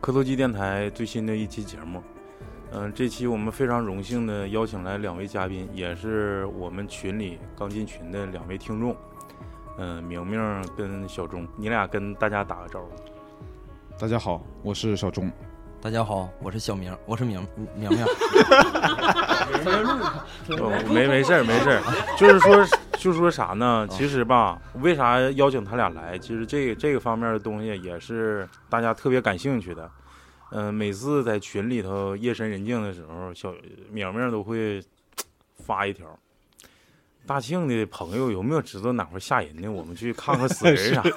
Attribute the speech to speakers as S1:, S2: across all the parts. S1: 科头机电台最新的一期节目。嗯、这期我们非常荣幸的邀请来两位嘉宾，也是我们群里刚进群的两位听众。嗯、明明跟小钟，你俩跟大家打个招呼。
S2: 大家好，我是小钟。
S3: 大家好，我是小明，我是明明啊明。
S1: 哦，没没事儿，没事儿，就是说，就是说啥呢？其实吧，为啥邀请他俩来？其实这这个方面的东西也是大家特别感兴趣的。嗯、每次在群里头夜深人静的时候，小苗苗都会发一条：“大庆的朋友有没有知道哪块吓人的？我们去看看死人啥的。”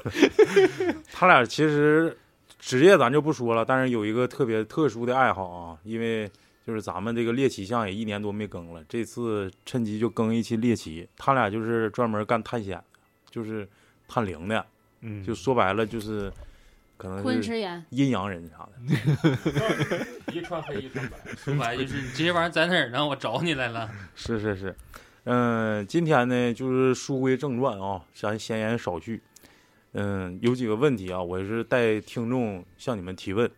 S1: 他俩其实职业咱就不说了，但是有一个特别特殊的爱好啊，因为就是咱们这个猎奇项也一年多没更了，这次趁机就更一期猎奇。他俩就是专门干探险，就是探灵的，
S2: 嗯
S1: 就说白了就是可能
S4: 昆
S1: 是
S4: 池岩，
S1: 阴阳人啥的。
S5: 一穿黑一穿白， 说白了就是你这玩意儿在哪儿呢？我找你来了。
S1: 是是是，嗯、今天呢就是书归正传啊，咱闲言少叙。嗯、有几个问题啊，我是带听众向你们提问。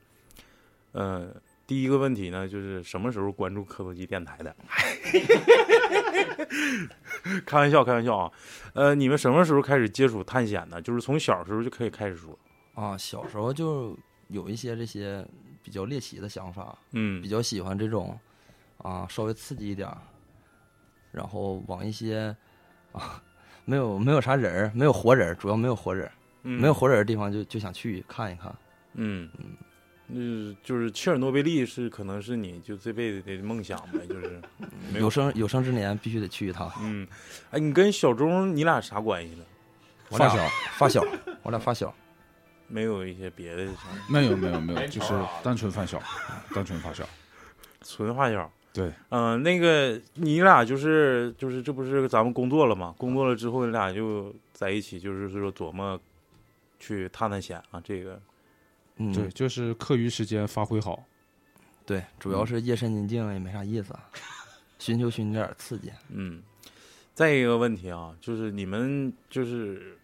S1: 嗯、第一个问题呢，就是什么时候关注科头机电台的？ 开玩笑，开玩笑啊！呃，你们什么时候开始接触探险呢？就是从小时候就可以开始说。
S3: 啊，小时候就有一些这些比较猎奇的想法，
S1: 嗯
S3: 比较喜欢这种啊稍微刺激一点儿，然后往一些 啊没有没有啥人儿，没有活人儿，主要没有活人儿，
S1: 嗯，
S3: 没有活人儿的地方就就想去看一看。
S1: 嗯，嗯，就是切尔诺贝利是可能是你就这辈子的梦想呗，就是没有
S3: 有生有生之年必须得去一趟。
S1: 嗯，哎，你跟小钟你俩啥关系呢？
S3: 我俩发小，我俩发小，
S1: 没有一些别的啥，
S2: 没有没有没有，
S1: 哎
S5: 没
S2: 就
S5: 头
S2: 是
S5: 啊
S2: 单纯发小，单纯发小。
S1: 纯发小。
S2: 对，
S1: 嗯、那个你俩就是就是这不是咱们工作了吗？工作了之后你俩就在一起，就是说琢磨去探探险啊，这个
S3: 嗯，
S2: 对，就是课余时间发挥好。
S3: 对，主要是夜深人静也没啥意思，啊寻求寻求点儿刺激。
S1: 嗯。再一个问题啊，就是你们就是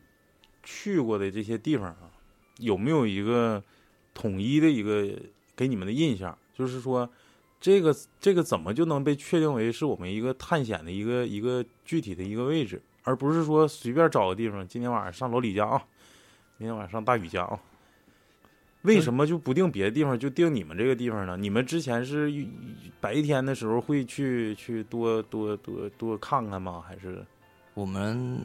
S1: 去过的这些地方啊，有没有一个统一的一个给你们的印象？就是说，这个这个怎么就能被确定为是我们一个探险的一个一个具体的一个位置，而不是说随便找个地方，今天晚上上老李家啊，明天晚上上大宇家啊？为什么就不定别的地方，就定你们这个地方呢？你们之前是白天的时候会去去多多多多看看吗？还是
S3: 我们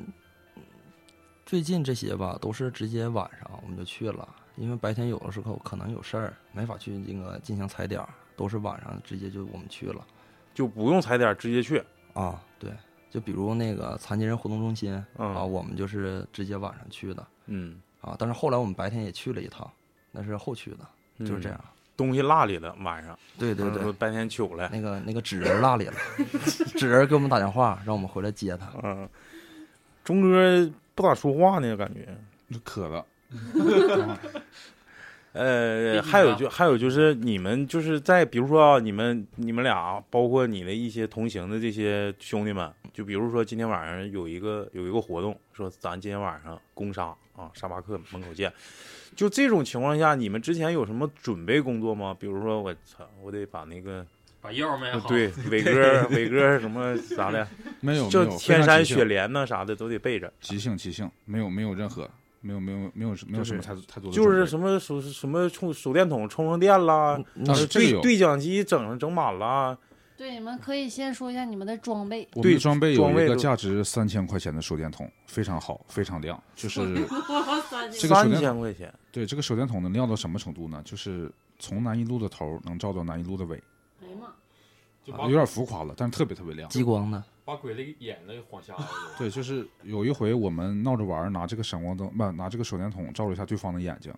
S3: 最近这些吧，都是直接晚上我们就去了，因为白天有的时候可能有事儿，没法去那个进行踩点儿，都是晚上直接就我们去了
S1: 就不用踩点儿直接去？
S3: 啊。对，就比如那个残疾人活动中心
S1: 嗯
S3: 啊，我们就是直接晚上去的
S1: 嗯，
S3: 啊。但是后来我们白天也去了一趟，那是后去的，就是这
S1: 嗯
S3: 样。
S1: 东西落里了，晚上
S3: 对对对
S1: 嗯，白天取了。
S3: 那个那个纸人落里了，纸人给我们打电话，让我们回来接他。
S1: 嗯，钟哥不咋说话呢，感觉。
S2: 渴了，
S1: 呃，
S5: 你
S1: 还有
S5: 呢
S1: 就还有就是你们就是在比如说啊，你们你们俩包括你的一些同行的这些兄弟们，就比如说今天晚上有一个有一个活动，说咱今天晚上攻杀啊，沙巴克门口见。就这种情况下，你们之前有什么准备工作吗？比如说我操，我得把那个呃
S5: 把药买好。
S1: 对伟哥伟哥什么啥的，
S2: 没有没
S1: 就
S2: 有，非
S1: 天
S2: 常
S1: 山
S2: 即兴
S1: 雪莲呐啥的都得备着。
S2: 即兴即兴，没有没有任何没有没有没有没有什么
S3: 就
S2: 太多太多的
S1: 就
S2: 准
S1: 是
S2: 备
S1: 什么手什么充手电筒充上电啦，
S3: 那
S2: 啊
S1: 呃
S2: 这个
S1: 对
S2: 有
S1: 对讲机整上整满啦，
S4: 对，你们可以先说一下你们的装 备，
S2: 我们
S1: 对
S2: 的装备有
S1: 装
S2: 一
S1: 备
S2: 个
S1: 都
S2: 价值三千块钱的手电筒，非常好，非常亮。 就是这个手
S1: 三
S2: 电
S1: 千块钱，
S2: 对这个手电筒能亮到什么程度呢？就是从南一路的头能照到南一路的尾，
S4: 哎呀妈，
S5: 就
S2: 啊
S5: 把
S2: 有点浮夸了，但是特别特别亮。
S3: 激光的，
S5: 把鬼的眼子给晃瞎了。
S2: 对，就是有一回我们闹着玩儿，拿这个闪光灯，不、拿这个手电筒照了一下对方的眼睛，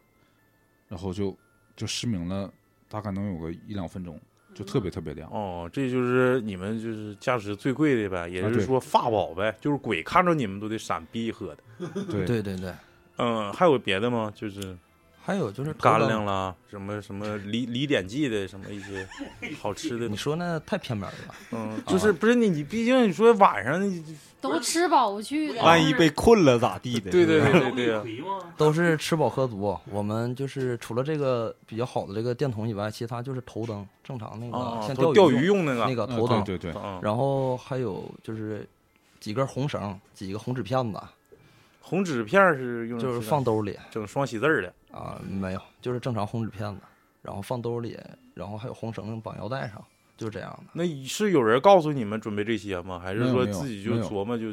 S2: 然后就就失明了，大概能有个一两分钟，就特别特别亮。
S1: 哦，这就是你们就是价值最贵的呗，也
S2: 啊
S1: 就是
S2: 对
S1: 说法宝呗，就是鬼
S6: 嗯
S1: 看着你们都得闪避一喝的。
S2: 对，
S3: 对对对，
S1: 嗯，还有别的吗？就是
S3: 还有就是头
S1: 干
S3: 灯
S1: 粮啦，什么什么离离点记的什么一些好吃的
S3: 你，说那太偏门了，
S1: 嗯，就是不是你你毕竟你说晚上，
S4: 都吃饱不去的，
S6: 万一被困了咋地的？
S1: 对对
S6: 是吧
S1: 对对对啊，
S5: 葵吗？
S3: 都是吃饱喝足。我们就是除了这个比较好的这个电筒以外，其他就是头灯，正常那
S1: 啊
S3: 个像
S1: 都
S3: 钓
S1: 钓鱼用那
S3: 用那
S1: 个，
S3: 个
S2: 嗯
S3: 头灯，
S2: 对对对，
S1: 嗯，
S3: 然后还有就是几根红绳，几个红纸片子，
S1: 红纸片儿嗯是用来
S3: 就是
S1: 吃的
S3: 放兜里
S1: 整双喜字儿的，
S3: 啊，没有，就是正常红纸片子，然后放兜里，然后还有红绳绑腰带上，就是这样的。
S1: 那是有人告诉你们准备这些吗？还
S2: 没
S1: 是
S2: 有
S1: 说
S2: 没有
S1: 自己就
S2: 没有
S1: 琢磨就？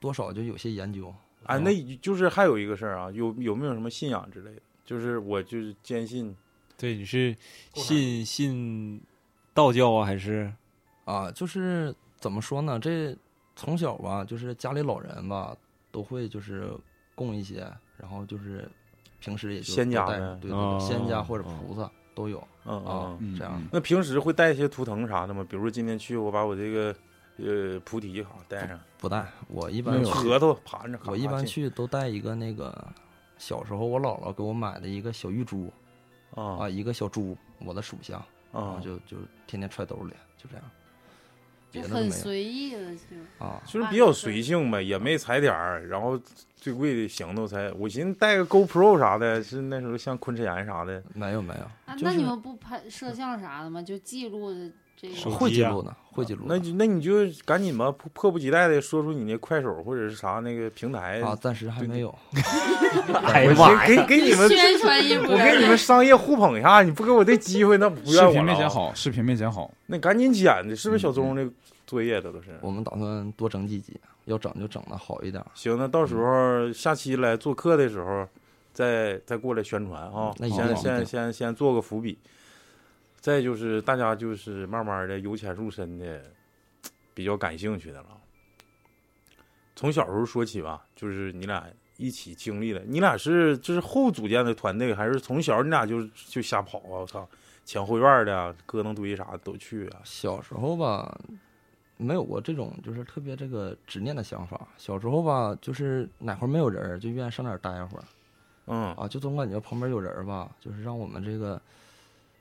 S3: 多少就有些研究。
S1: 哎，
S3: 嗯
S1: 那就是还有一个事儿啊，有有没有什么信仰之类的？就是我就是坚信
S6: 对，你是信信道教啊，还是
S3: 啊，就是怎么说呢？这从小吧，就是家里老人吧，都会就是供一些，然后就是平时也就
S1: 仙家
S3: 都带
S1: 呗
S3: 对对对，仙家
S6: 哦
S3: 或者
S6: 哦
S3: 菩萨都有
S1: 嗯
S3: 啊
S1: 嗯，，
S2: 嗯
S3: 这样
S2: 嗯
S1: 那平时会带一些图腾啥的吗？比如说今天去，我把我这个呃菩提好带上，嗯
S3: 不带。我一
S2: 没
S3: 般
S2: 有
S3: 去，
S1: 核桃盘着，
S3: 我一般去都带一个那个小时候我姥姥给我买的一个小玉珠
S1: 啊
S3: 啊，一个小猪，我的属相，然后
S1: 啊，
S3: 就就天天揣兜里，就这样，别
S4: 就
S3: 的都
S4: 很
S3: 没有
S4: 随意的就。
S3: 啊。
S1: 就是比较随性呗，也没踩点儿，然后最贵的行头才，我寻思带个 GoPro 啥的，是那时候像昆池岩啥的，
S3: 没有没有，
S4: 啊
S1: 就
S4: 那
S1: 是
S4: 你们不拍摄像啥的吗？就记录的这
S6: 手
S4: 个
S6: 机
S3: 会记
S6: 啊
S3: 录的，会记录
S1: 那
S3: 的。
S1: 你那你就赶紧吧，迫迫不及待的说出你那快手或者是啥那个平台
S3: 啊，暂时还
S1: 哎对
S3: 没有。
S6: 哎
S1: 我
S6: 妈
S1: 先给给你们，
S4: 宣传 一波，
S1: 我给你们商业互捧一下，你不给我这机会，那不
S2: 视
S1: 怨我
S2: 频没
S1: 了
S2: 剪
S1: 啊。
S2: 好，视嗯频没剪好，
S1: 那赶紧剪的，是不是小钟这作业的都是？
S3: 我们打算多整几集，要整就整的好一点儿。
S1: 行，那到时
S3: 嗯
S1: 候下期来做客的时候，再再过来宣传啊。
S3: 那一定
S1: 先
S3: 一
S1: 先
S3: 定
S1: 先先做个伏笔。再就是大家就是慢慢的由浅入深的，比较感兴趣的了。从小时候说起吧，就是你俩一起经历的。你俩是这是后组建的团队，还是从小你俩就就瞎跑啊？我操，前后院的啊咯噔堆啥的都去啊？
S3: 小时候吧，没有过这种就是特别这个执念的想法。小时候吧，就是哪块儿没有人儿，就愿意上哪儿待会儿
S1: 嗯。
S3: 啊，就总感觉旁边有人儿吧，就是让我们这个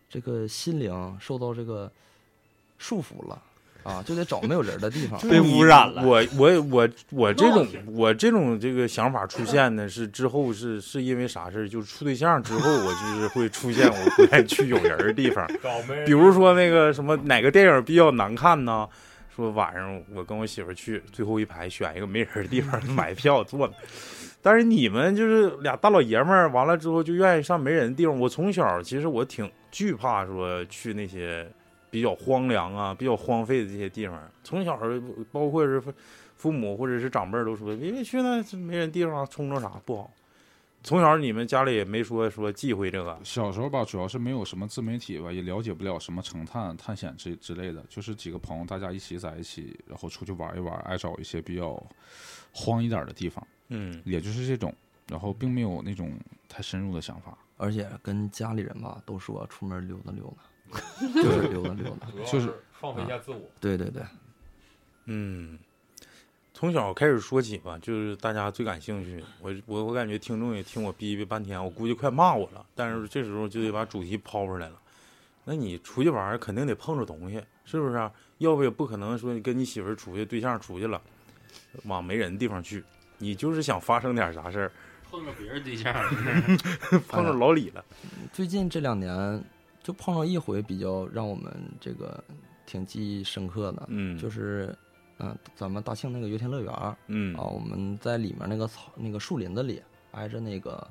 S3: 这个心灵受到这个束缚了啊，就得找没有人儿的地方
S6: 被污染了
S1: 我我我我这种我这种这个想法出现呢，是之后是是因为啥事儿？就是处对象之后，我就是会出现我不愿意去有人儿的地方，
S5: 搞没
S1: 比如说那个什么哪个电影比较难看呢？说晚上我跟我媳妇儿去最后一排选一个没人儿的地方买票坐那。但是你们就是俩大老爷们儿，完了之后就愿意上没人的地方。我从小其实我挺惧怕说去那些比较荒凉啊、比较荒废的这些地方。从小包括是父父母或者是长辈儿都说，别别去那没人地方冲着啥不好。从小你们家里也没说说忌讳这个，
S2: 小时候吧，主要是没有什么自媒体吧，也了解不了什么成探、探险之之类的，就是几个朋友大家一起在一起，然后出去玩一玩，爱找一些比较荒一点的地方，
S1: 嗯
S2: 也就是这种，然后并没有那种太深入的想法，
S3: 而且跟家里人吧都说出门溜达溜达， 就是溜达溜达。
S2: 就是
S5: 放飞一下自我。
S3: 对对对，
S1: 嗯，从小开始说起吧，就是大家最感兴趣。我我我感觉听众也听我逼逼半天，我估计快骂我了。但是这时候就得把主题抛出来了。那你出去玩儿肯定得碰着东西，是不是啊、要不也不可能说你跟你媳妇儿出去，对象出去了，往没人的地方去。你就是想发生点啥事儿，
S5: 碰着别人对 象，
S1: 碰着老李了。
S3: 哎最近这两年就碰到一回比较让我们这个挺记忆深刻的，
S1: 嗯，
S3: 就是嗯、呃咱们大庆那个游天乐园儿
S1: 嗯
S3: 啊，我们在里面那个草那个树林子里，挨着那个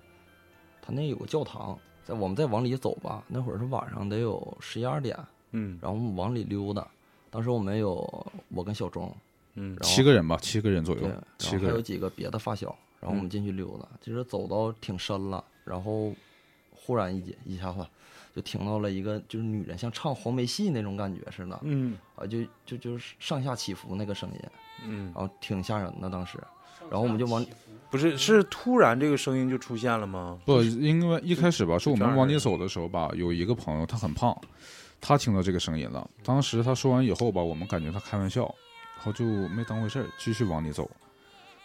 S3: 它那有个教堂，在我们再往里走吧，那会儿是晚上得有十一二点，
S1: 嗯
S3: 然后我们往里溜达。当时我们有我跟小钟，
S1: 嗯
S3: 然后
S2: 七个人吧，七个人左
S3: 对，
S2: 右
S3: 然，
S2: 七
S3: 后
S2: 个
S3: 还有
S2: 人，
S3: 几个别的发小，然后我们
S1: 嗯
S3: 进去溜达，就是走到挺深了，然后忽然一一下子就听到了一个就是女人像唱黄梅戏那种感觉似的
S1: 嗯
S3: 啊，就就就是上下起伏那个声音，
S1: 嗯
S3: 然，后挺吓人的当时。然后我们就往
S1: 不是，是突然这个声音就出现了吗？
S2: 不，因为一开始吧，是我
S1: 这样
S2: 们
S1: 的
S2: 往里走的时候吧，有一个朋友他很胖，他听到这个声音了。当时他说完以后吧，我们感觉他开玩笑，然后就没当回事儿，继续往里走。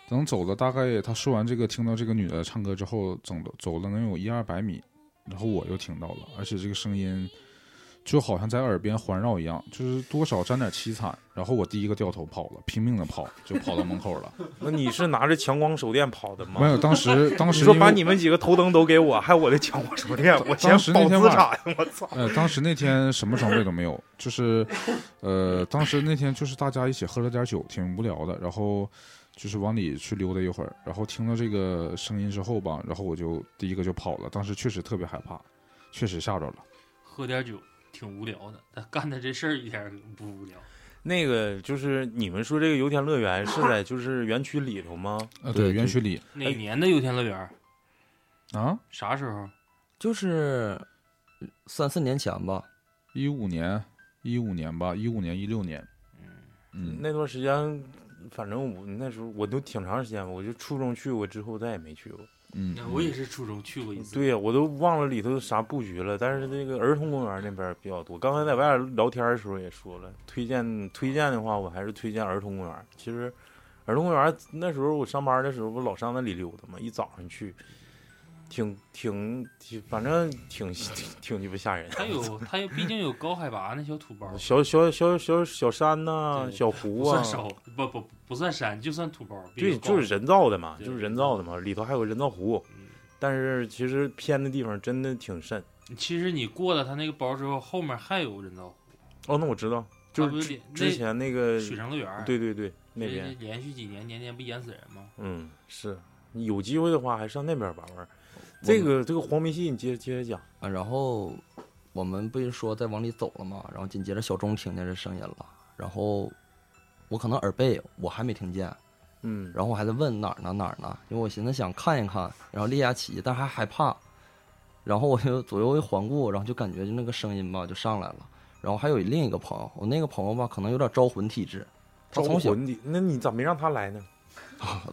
S2: 等走了大概他说完这个，听到这个女的唱歌之后，整了走了能有一二百米，然后我又听到了，而且这个声音就好像在耳边环绕一样，就是多少沾点凄惨。然后我第一个掉头跑了，拼命的跑，就跑到门口 了。
S1: 那你是拿着强光手电跑的吗？
S2: 没有，当时当
S1: 你
S2: 时
S1: 说
S2: 因为
S1: 把你们几个头灯都给我，还有我的强光 手电，我先
S2: 当时那
S1: 保
S2: 天
S1: 资
S2: 晚
S1: 产呀！我操！
S2: 呃，当时那天什么装备都没有，就是，呃，当时那天就是大家一起喝了点酒，挺无聊的，然后就是往里去溜达一会儿，然后听到这个声音之后吧，然后我就第一个就跑了，当时确实特别害怕，确实吓着了。
S5: 喝点酒挺无聊的，但干的这事儿一点儿也不无聊。
S1: 那个就是你们说这个游天乐园是在就是园区里头吗？
S2: 呃，
S3: 对
S2: 园
S3: 对
S2: 区里
S1: 哎
S5: 哪年的游天乐园？
S2: 啊，
S5: 啥时候？
S3: 就是三四年前吧，
S2: 一五年，一五年吧，一五年一六年， 嗯，
S1: 那段时间，反正我那时候我都挺长时间，我就初中去过，之后再也没去过。
S2: 嗯，
S5: 我也是初中去过一次。
S1: 对呀，我都忘了里头啥布局了，但是这个儿童公园那边比较多。刚才在外边聊天的时候也说了，推荐推荐的话，我还是推荐儿童公园。其实儿童公园那时候我上班的时候，不老上那里溜达嘛，一早上去，挺挺挺，反正挺挺鸡巴吓人。
S5: 它有它有，毕竟有高海拔那小土包，
S1: 小小小小小山呐、
S5: 对
S1: 小湖
S5: 不
S1: 啊
S5: 算，少，不不不算山，就算土包。比
S1: 对，
S5: 较高
S1: 就是人造的嘛，
S5: 对
S1: 就是人造的嘛，里头还有人造湖
S5: 嗯。
S1: 但是其实偏的地方真的挺深。
S5: 其实你过了它那个包之后，后面还有人造湖，
S1: 哦，那我知道，就
S5: 它不
S1: 是
S5: 是
S1: 之
S5: 连
S1: 之前那个
S5: 那水上乐园，
S1: 对对对，那
S5: 这
S1: 边，
S5: 连续几年年年不淹死人吗？
S1: 嗯，是你有机会的话，还上那边玩玩。这个这个黄梅戏，你接着接着讲。
S3: 啊，然后我们不是说在往里走了嘛，然后紧接着小钟听见这声音了，然后我可能耳背我还没听见，
S1: 嗯，
S3: 然后我还在问哪儿呢哪儿呢，因为我寻思想看一看，然后立下棋，但还害怕，然后我就左右一环顾，然后就感觉就那个声音吧就上来了，然后还有另一个朋友，我那个朋友吧可能有点招魂体质，他
S1: 招
S3: 从小
S1: 魂的，那你咋没让他来呢？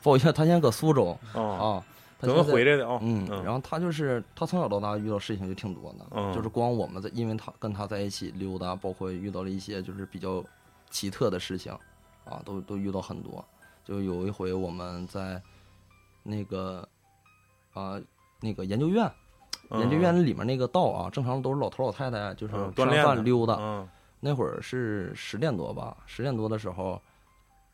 S3: 抱歉，他现在搁苏州
S1: 啊，
S3: 啊，他
S1: 等
S3: 现
S1: 他
S3: 在
S1: 回来的啊。
S3: 嗯，
S1: 嗯
S3: 然后他就是他从小到大遇到事情就挺多的，
S1: 嗯
S3: 就是光我们在因为他跟他在一起溜达，包括遇到了一些就是比较奇特的事情，啊，都都遇到很多。就有一回我们在那个啊那个研究院，研究院里面那个道啊，正常都是老头老太太就是
S1: 嗯
S3: 吃
S1: 锻炼
S3: 完
S1: 的
S3: 饭溜达，
S1: 嗯
S3: 那会儿是十点多吧，十点多的时候，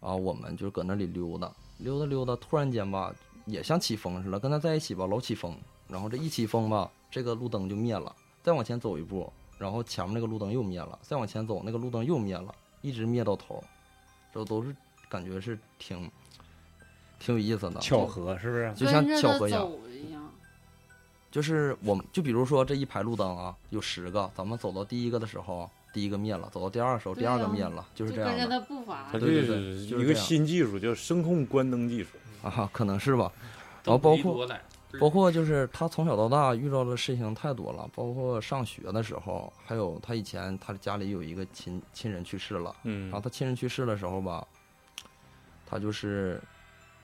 S3: 啊，我们就搁那里溜达，溜达溜达，突然间吧，也像起风似的，跟他在一起吧，老起风，然后这一起风吧，这个路灯就灭了，再往前走一步，然后前面那个路灯又灭了，再往前走那个路灯又灭了，一直灭到头，这都是感觉是挺挺有意思的，
S6: 巧合是不是？
S3: 就像
S4: 跟着
S3: 巧
S4: 他
S3: 合一样
S4: 走一样。
S3: 就是我们就比如说这一排路灯啊，有十个，咱们走到第一个的时候，第一个灭了，走到第二的时候，
S4: 对
S3: 第二个
S4: 呀
S3: 灭了，就是
S4: 就
S3: 这样
S4: 跟着
S3: 的。
S4: 他步伐
S1: 它，这
S3: 啊
S1: 是
S3: 对对对就是
S1: 一
S3: 这
S1: 个
S3: 样
S1: 新技术，叫声控关灯技术。
S3: 啊，可能是吧。然哦后包括
S5: 多来
S3: 包括就是他从小到大遇到的事情太多了，包括上学的时候，还有他以前他家里有一个亲亲人去世了，
S1: 嗯
S3: 然后他亲人去世的时候吧，他就是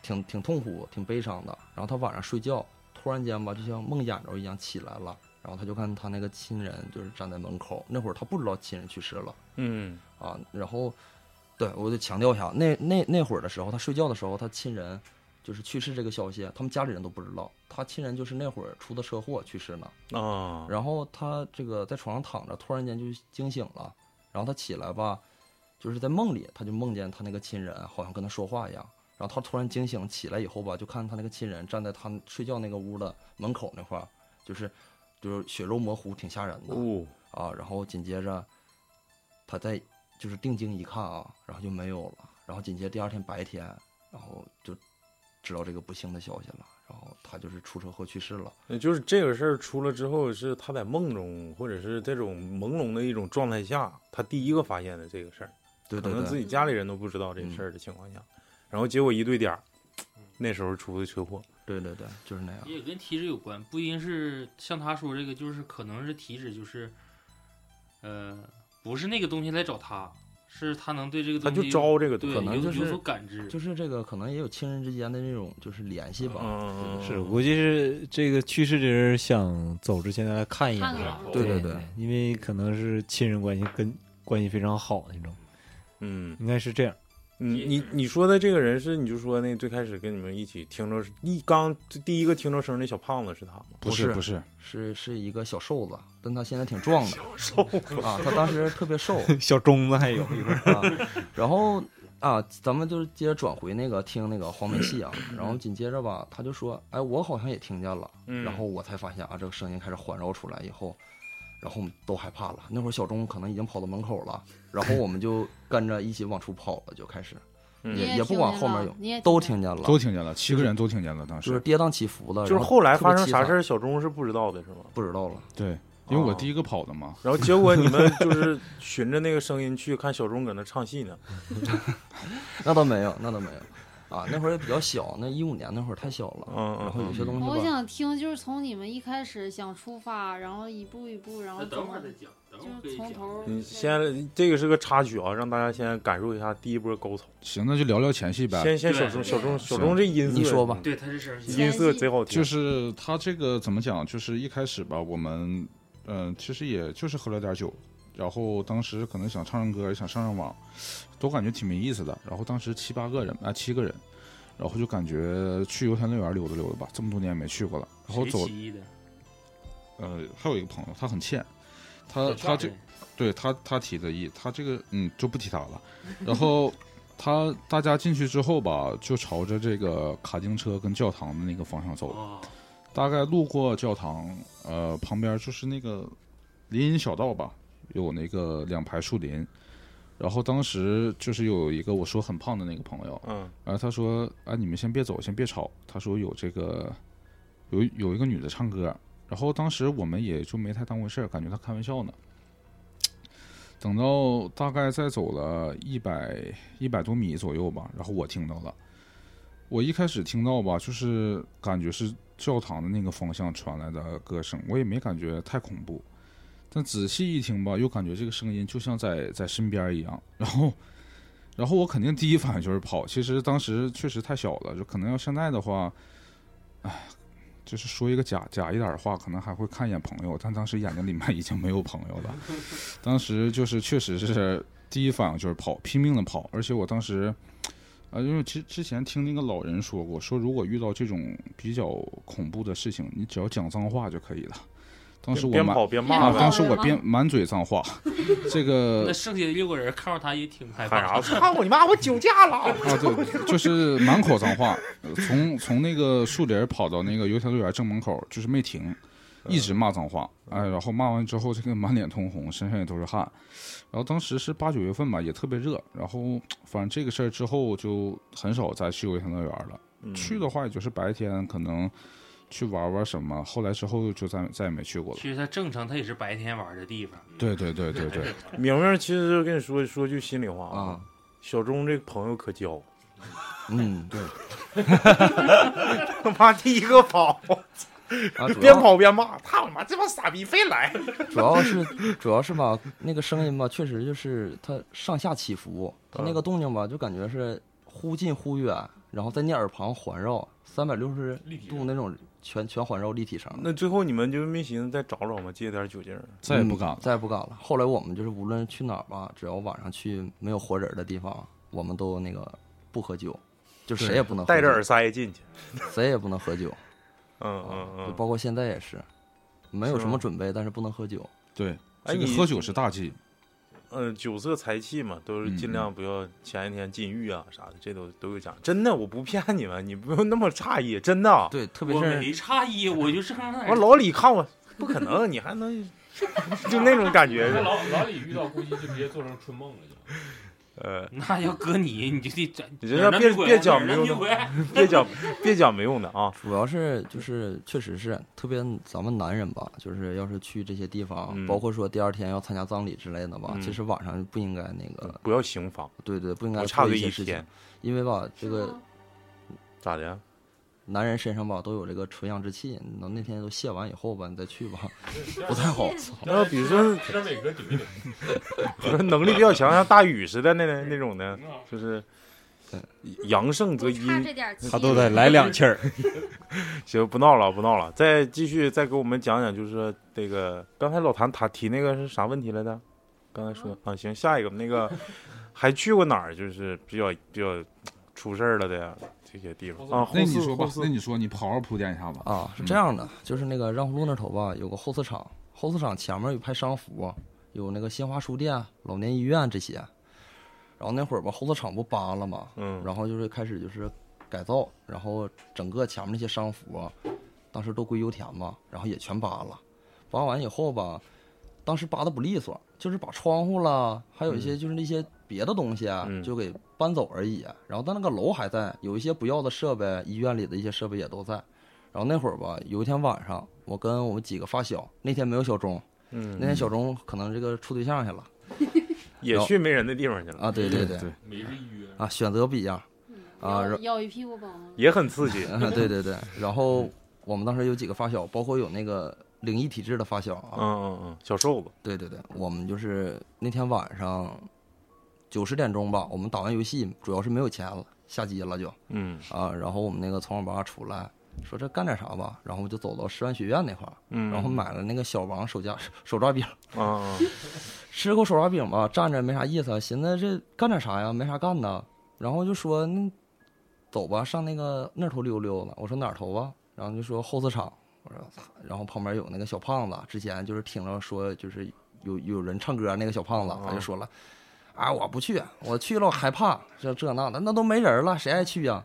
S3: 挺挺痛苦、挺悲伤的。然后他晚上睡觉，突然间吧，就像梦魇着一样起来了，然后他就看他那个亲人就是站在门口，那会儿他不知道亲人去世了。
S1: 嗯
S3: 啊，然后，对我得强调一下，那那那会儿的时候，他睡觉的时候，他亲人就是去世这个消息，他们家里人都不知道，他亲人就是那会儿出的车祸去世呢。
S1: 啊，
S3: 然后他这个在床上躺着，突然间就惊醒了，然后他起来吧，就是在梦里，他就梦见他那个亲人好像跟他说话一样。然后他突然惊醒起来以后吧，就看他那个亲人站在他睡觉那个屋的门口那块儿，就是就是血肉模糊，挺吓人的。
S1: 哦，
S3: 啊，然后紧接着他再就是定睛一看啊，然后就没有了，然后紧接着第二天白天，然后就知道这个不幸的消息了，然后他就是出车祸去世了。
S1: 那就是这个事儿出了之后，是他在梦中或者是这种朦胧的一种状态下，他第一个发现的这个事儿，
S3: 对
S1: 可
S3: 对嗯
S1: 能自
S3: 对，
S1: 己家里人都不知道这个事儿的情况下，然后结果一对点儿，那时候出的车祸，
S3: 对对对，就是那样。
S5: 也跟体质有关，不一定是像他说这个，就是可能是体质，就是，呃，不是那个东西来找他，是他能对这个
S1: 他
S5: 东西
S1: 就招这个东西，
S5: 对
S3: 可能
S5: 有
S3: 就是
S5: 有所感知，
S3: 就是这个可能也有亲人之间的那种就是联系吧。
S1: 嗯，
S6: 是，估计是这个去世的人想走之前来看一眼
S4: 看，看
S3: 对对对，
S6: 因为可能是亲人关系跟关系非常好那种，
S1: 嗯，
S6: 应该是这样。
S1: 你你你说的这个人是，你就说那最开始跟你们一起听着一刚第一个听着声那小胖子是他吗？
S2: 不
S3: 不
S2: 是
S3: 是
S2: 不是，
S3: 是是一个小瘦子，但他现在挺壮的啊，他当时特别瘦
S6: 小钟子还有一会儿，
S3: 啊，然后啊，咱们就是接着转回那个听那个黄梅戏啊，然后紧接着吧，他就说，哎，我好像也听见了，
S1: 嗯
S3: 然后我才发现啊，这个声音开始环绕出来以后，然后我们都害怕了。那会儿小钟可能已经跑到门口了，然后我们就跟着一起往出跑了，就开始
S1: 嗯
S4: 你
S3: 也不
S4: 听
S3: 管
S4: 见
S3: 后面
S4: 了
S3: 有
S4: 你也
S3: 都
S4: 见
S3: 听见了，
S2: 都听见了，七个人都听见了，当
S3: 就是
S2: 时
S3: 跌宕起伏的。
S1: 就是
S3: 然后
S1: 后来发
S3: 特
S1: 生
S3: 别
S1: 啥
S3: 凄
S1: 事儿，小钟是不知道的是吗
S3: 惨？不知道了。
S2: 对，因为我
S1: 哦
S2: 第一个跑的嘛，
S1: 然后结果你们就是循着那个声音去看小钟搁那唱戏呢，
S3: 那倒没有，那倒没有。啊，那会儿也比较小，那一五年那会儿太小了，
S1: 嗯嗯
S3: 然后有些东
S4: 我
S3: 西吧，
S4: 想听，就是从你们一开始想出发，然后一步一步，然后
S5: 那
S4: 怎
S5: 等
S4: 么
S5: 会儿再讲，等会儿可
S4: 就
S5: 以
S4: 是从
S5: 讲。
S4: 头儿
S1: 你
S4: 再
S1: 嗯先这个是个插曲啊，让大家先感受一下第一波高潮。
S2: 行，那就聊聊前戏呗。
S1: 先先
S5: 对
S1: 小钟
S5: 对
S1: 小钟小
S2: 行
S1: 钟这音色，
S3: 你说吧，
S5: 对，他是声
S4: 一
S5: 线。
S1: 音色贼好听，
S2: 就是他这个怎么讲？就是一开始吧，我们嗯、呃其实也就是喝了点酒，然后当时可能想唱唱歌，也想上上网，都感觉挺没意思的。然后当时七八个人啊、七个人，然后就感觉去游天乐园溜达溜达吧，这么多年没去过了。然后
S5: 谁
S2: 走，
S5: 起义的？
S2: 呃，还有一个朋友，他很欠，他
S5: 小
S2: 他
S5: 赵
S2: 这
S5: 呗
S2: 对他他提的意，他这个嗯就不提他了。然后他大家进去之后吧，就朝着这个卡丁车跟教堂的那个方向走。
S5: 哦，
S2: 大概路过教堂，呃，旁边就是那个林荫小道吧，有那个两排树林。然后当时就是有一个我说很胖的那个朋友，
S1: 嗯
S2: 然后他说：“啊，你们先别走，先别吵。”他说有这个有有一个女的唱歌，然后当时我们也就没太当回事儿，感觉他开玩笑呢。等到大概再走了一百一百多米左右吧，然后我听到了。我一开始听到吧，就是感觉是教堂的那个方向传来的歌声，我也没感觉太恐怖。但仔细一听吧，又感觉这个声音就像在在身边一样。然后，然后我肯定第一反应就是跑。其实当时确实太小了，就可能要现在的话，哎，就是说一个假假一点的话，可能还会看一眼朋友。但当时眼睛里面已经没有朋友了。当时就是确实是第一反应就是跑，拼命的跑。而且我当时，啊、因为之之前听那个老人说过，说如果遇到这种比较恐怖的事情，你只要讲脏话就可以了。当时我
S1: 边
S2: 满
S1: 跑边骂
S2: 啊！
S4: 边
S1: 呗
S4: 跑
S2: 当时我边满嘴脏话，这个
S3: 呃
S5: 那剩下的六个人看着他也挺害
S1: 喊啥？
S5: 怕。
S1: 操你妈！我酒驾了！
S2: 啊，对，就是满口脏话，呃从从那个树林儿跑到那个游天乐园正门口，就是没停，一直骂脏话，哎，然后骂完之后，这个满脸通红，身上也都是汗。然后当时是八九月份吧，也特别热。然后反正这个事儿之后就很少再去游天乐园了。
S1: 嗯
S2: 去的话，也就是白天可能去玩玩什么，后来之后就再再也没去过了。
S5: 其实他正常，他也是白天玩的地方。
S2: 对对对对对，
S1: 明明其实跟你说说句心里话
S3: 啊，
S1: 小钟这朋友可交，
S3: 嗯，对
S1: 他妈第一个跑，
S3: 啊，主要
S1: 边跑边骂，操你妈这帮傻逼非 来！
S3: 主要是主要是吧，那个声音吧，确实就是它上下起伏，它那个动静吧，就感觉是忽近忽远，然后在你耳旁环绕，三百六十度那种全全环绕立体声。
S1: 那最后你们就没寻思再找找吗？借点酒劲儿？啊
S2: 再也不
S3: 嗯
S2: 敢了。
S3: 再也不敢了。后来我们就是无论去哪儿吧，只要晚上去没有活人儿的地方，我们都那个不喝酒，就谁也不
S2: 啊
S3: 能喝
S1: 戴着
S3: 酒
S1: 耳塞进去。
S3: 谁也不能喝酒，
S1: 嗯嗯
S3: 啊就
S1: 嗯。
S3: 包括现在也是，没有
S1: 是
S3: 什么
S1: 吗
S3: 准备，但是不能喝酒。
S2: 对，
S1: 哎
S2: 这个
S1: 你
S2: 喝酒是大忌。
S1: 嗯，酒色财气嘛，都是
S2: 嗯
S1: 尽
S2: 嗯
S1: 量不要前一天禁欲啊啥的，这都都有讲。真的，我不骗你们，你不用那么诧异，真的。啊
S3: 对，特别
S5: 我
S3: 是
S5: 没 诧异，我就正常在那
S1: 我
S5: 儿。
S1: 老李看我，不可能，你还能就那种感觉
S7: 那
S1: 是。
S7: 老老李遇到估计就直接做成春梦了，就。
S1: 呃，
S5: 那要搁你，你就得整。
S1: 你这要别
S5: 啊
S1: 别讲没用
S5: 一回
S1: 的，， 别讲别讲没用的啊。
S3: 主要是就是确实是特别咱们男人吧，就是要是去这些地方，
S1: 嗯
S3: 包括说第二天要参加葬礼之类的吧，
S1: 嗯
S3: 其实晚上不应该那个，
S1: 不要刑房，
S3: 对对，呃不应该
S1: 我差
S3: 做
S1: 这
S3: 一些
S1: 一
S3: 事情
S1: 天，，
S3: 因为吧这
S4: 是
S3: 个
S4: 吗
S1: 咋的呀？
S3: 男人身上吧都有这个纯阳之气，你能那天都卸完以后吧，你再去吧，不太好。
S1: 那要比如说，
S7: 这伟哥举个例，
S1: 比如说能力比较强，像大禹似的那那那种
S7: 嗯
S1: 的，
S7: 啊
S1: 就是
S3: 对
S1: 阳盛则
S4: 就差
S1: 阴
S4: 这。点气，
S6: 他都得来两气儿。
S1: 行，不闹了，不闹了，再继续再给我们讲讲，就是说这个刚才老谭他提那个是啥问题来着？刚才说啊，行，下一个那个还去过哪儿？就是比较比较出事儿了的这些地方啊？
S2: 哦
S1: 后
S2: 那你
S1: 四
S2: 说吧
S1: 后，四
S2: 那你说你好好铺垫一下吧。
S3: 啊，是
S1: 嗯
S3: 这样的，就是那个让胡路那头吧，有个后四厂，后四厂前面有派商服，有那个新华书店、老年医院这些。然后那会儿吧，后四厂不扒了嘛，
S1: 嗯，
S3: 然后就是开始就是改造，然后整个前面那些商服啊，当时都归油田嘛，然后也全扒了。扒完以后吧，当时扒的不利索，就是把窗户啦，还有一些就是那些别的东西啊，
S1: 嗯
S3: 就给搬走而已。啊然后但那个楼还在，有一些不要的设备，医院里的一些设备也都在。然后那会儿吧，有一天晚上，我跟我们几个发小，那天没有小钟，
S1: 嗯
S3: 那天小钟可能这个处对象去了
S1: 也去没人的地方去了，
S3: 啊，对对
S2: 对
S3: 对，
S7: 每日一约，
S3: 啊，选择不一样。
S4: 嗯
S3: 啊
S4: 要
S3: 然
S4: 要一屁股宝啊。
S1: 也很刺激。
S3: 啊， 对对对。然后我们当时有几个发小，包括有那个灵异体质的发小
S1: 嗯
S3: 啊。
S1: 嗯嗯，小瘦子，
S3: 对对对，我们就是那天晚上九十点钟吧，我们打完游戏，主要是没有钱了，下机了就
S1: 嗯
S3: 啊。然后我们那个从网吧出来，说这干点啥吧，然后我就走到师范学院那块儿，
S1: 嗯，
S3: 然后买了那个小王手夹手抓饼，
S1: 啊，
S3: 吃口手抓饼吧，站着没啥意思，寻思这干点啥呀，没啥干的，然后就说那走吧，上那个那头溜溜了。我说哪头啊？然后就说后四厂。我说操，然后旁边有那个小胖子，之前就是听着说就是有有人唱歌那个小胖子
S1: 啊，
S3: 他就说了，啊、我不去，我去了我害怕，这这那的，那都没人了，谁爱去呀、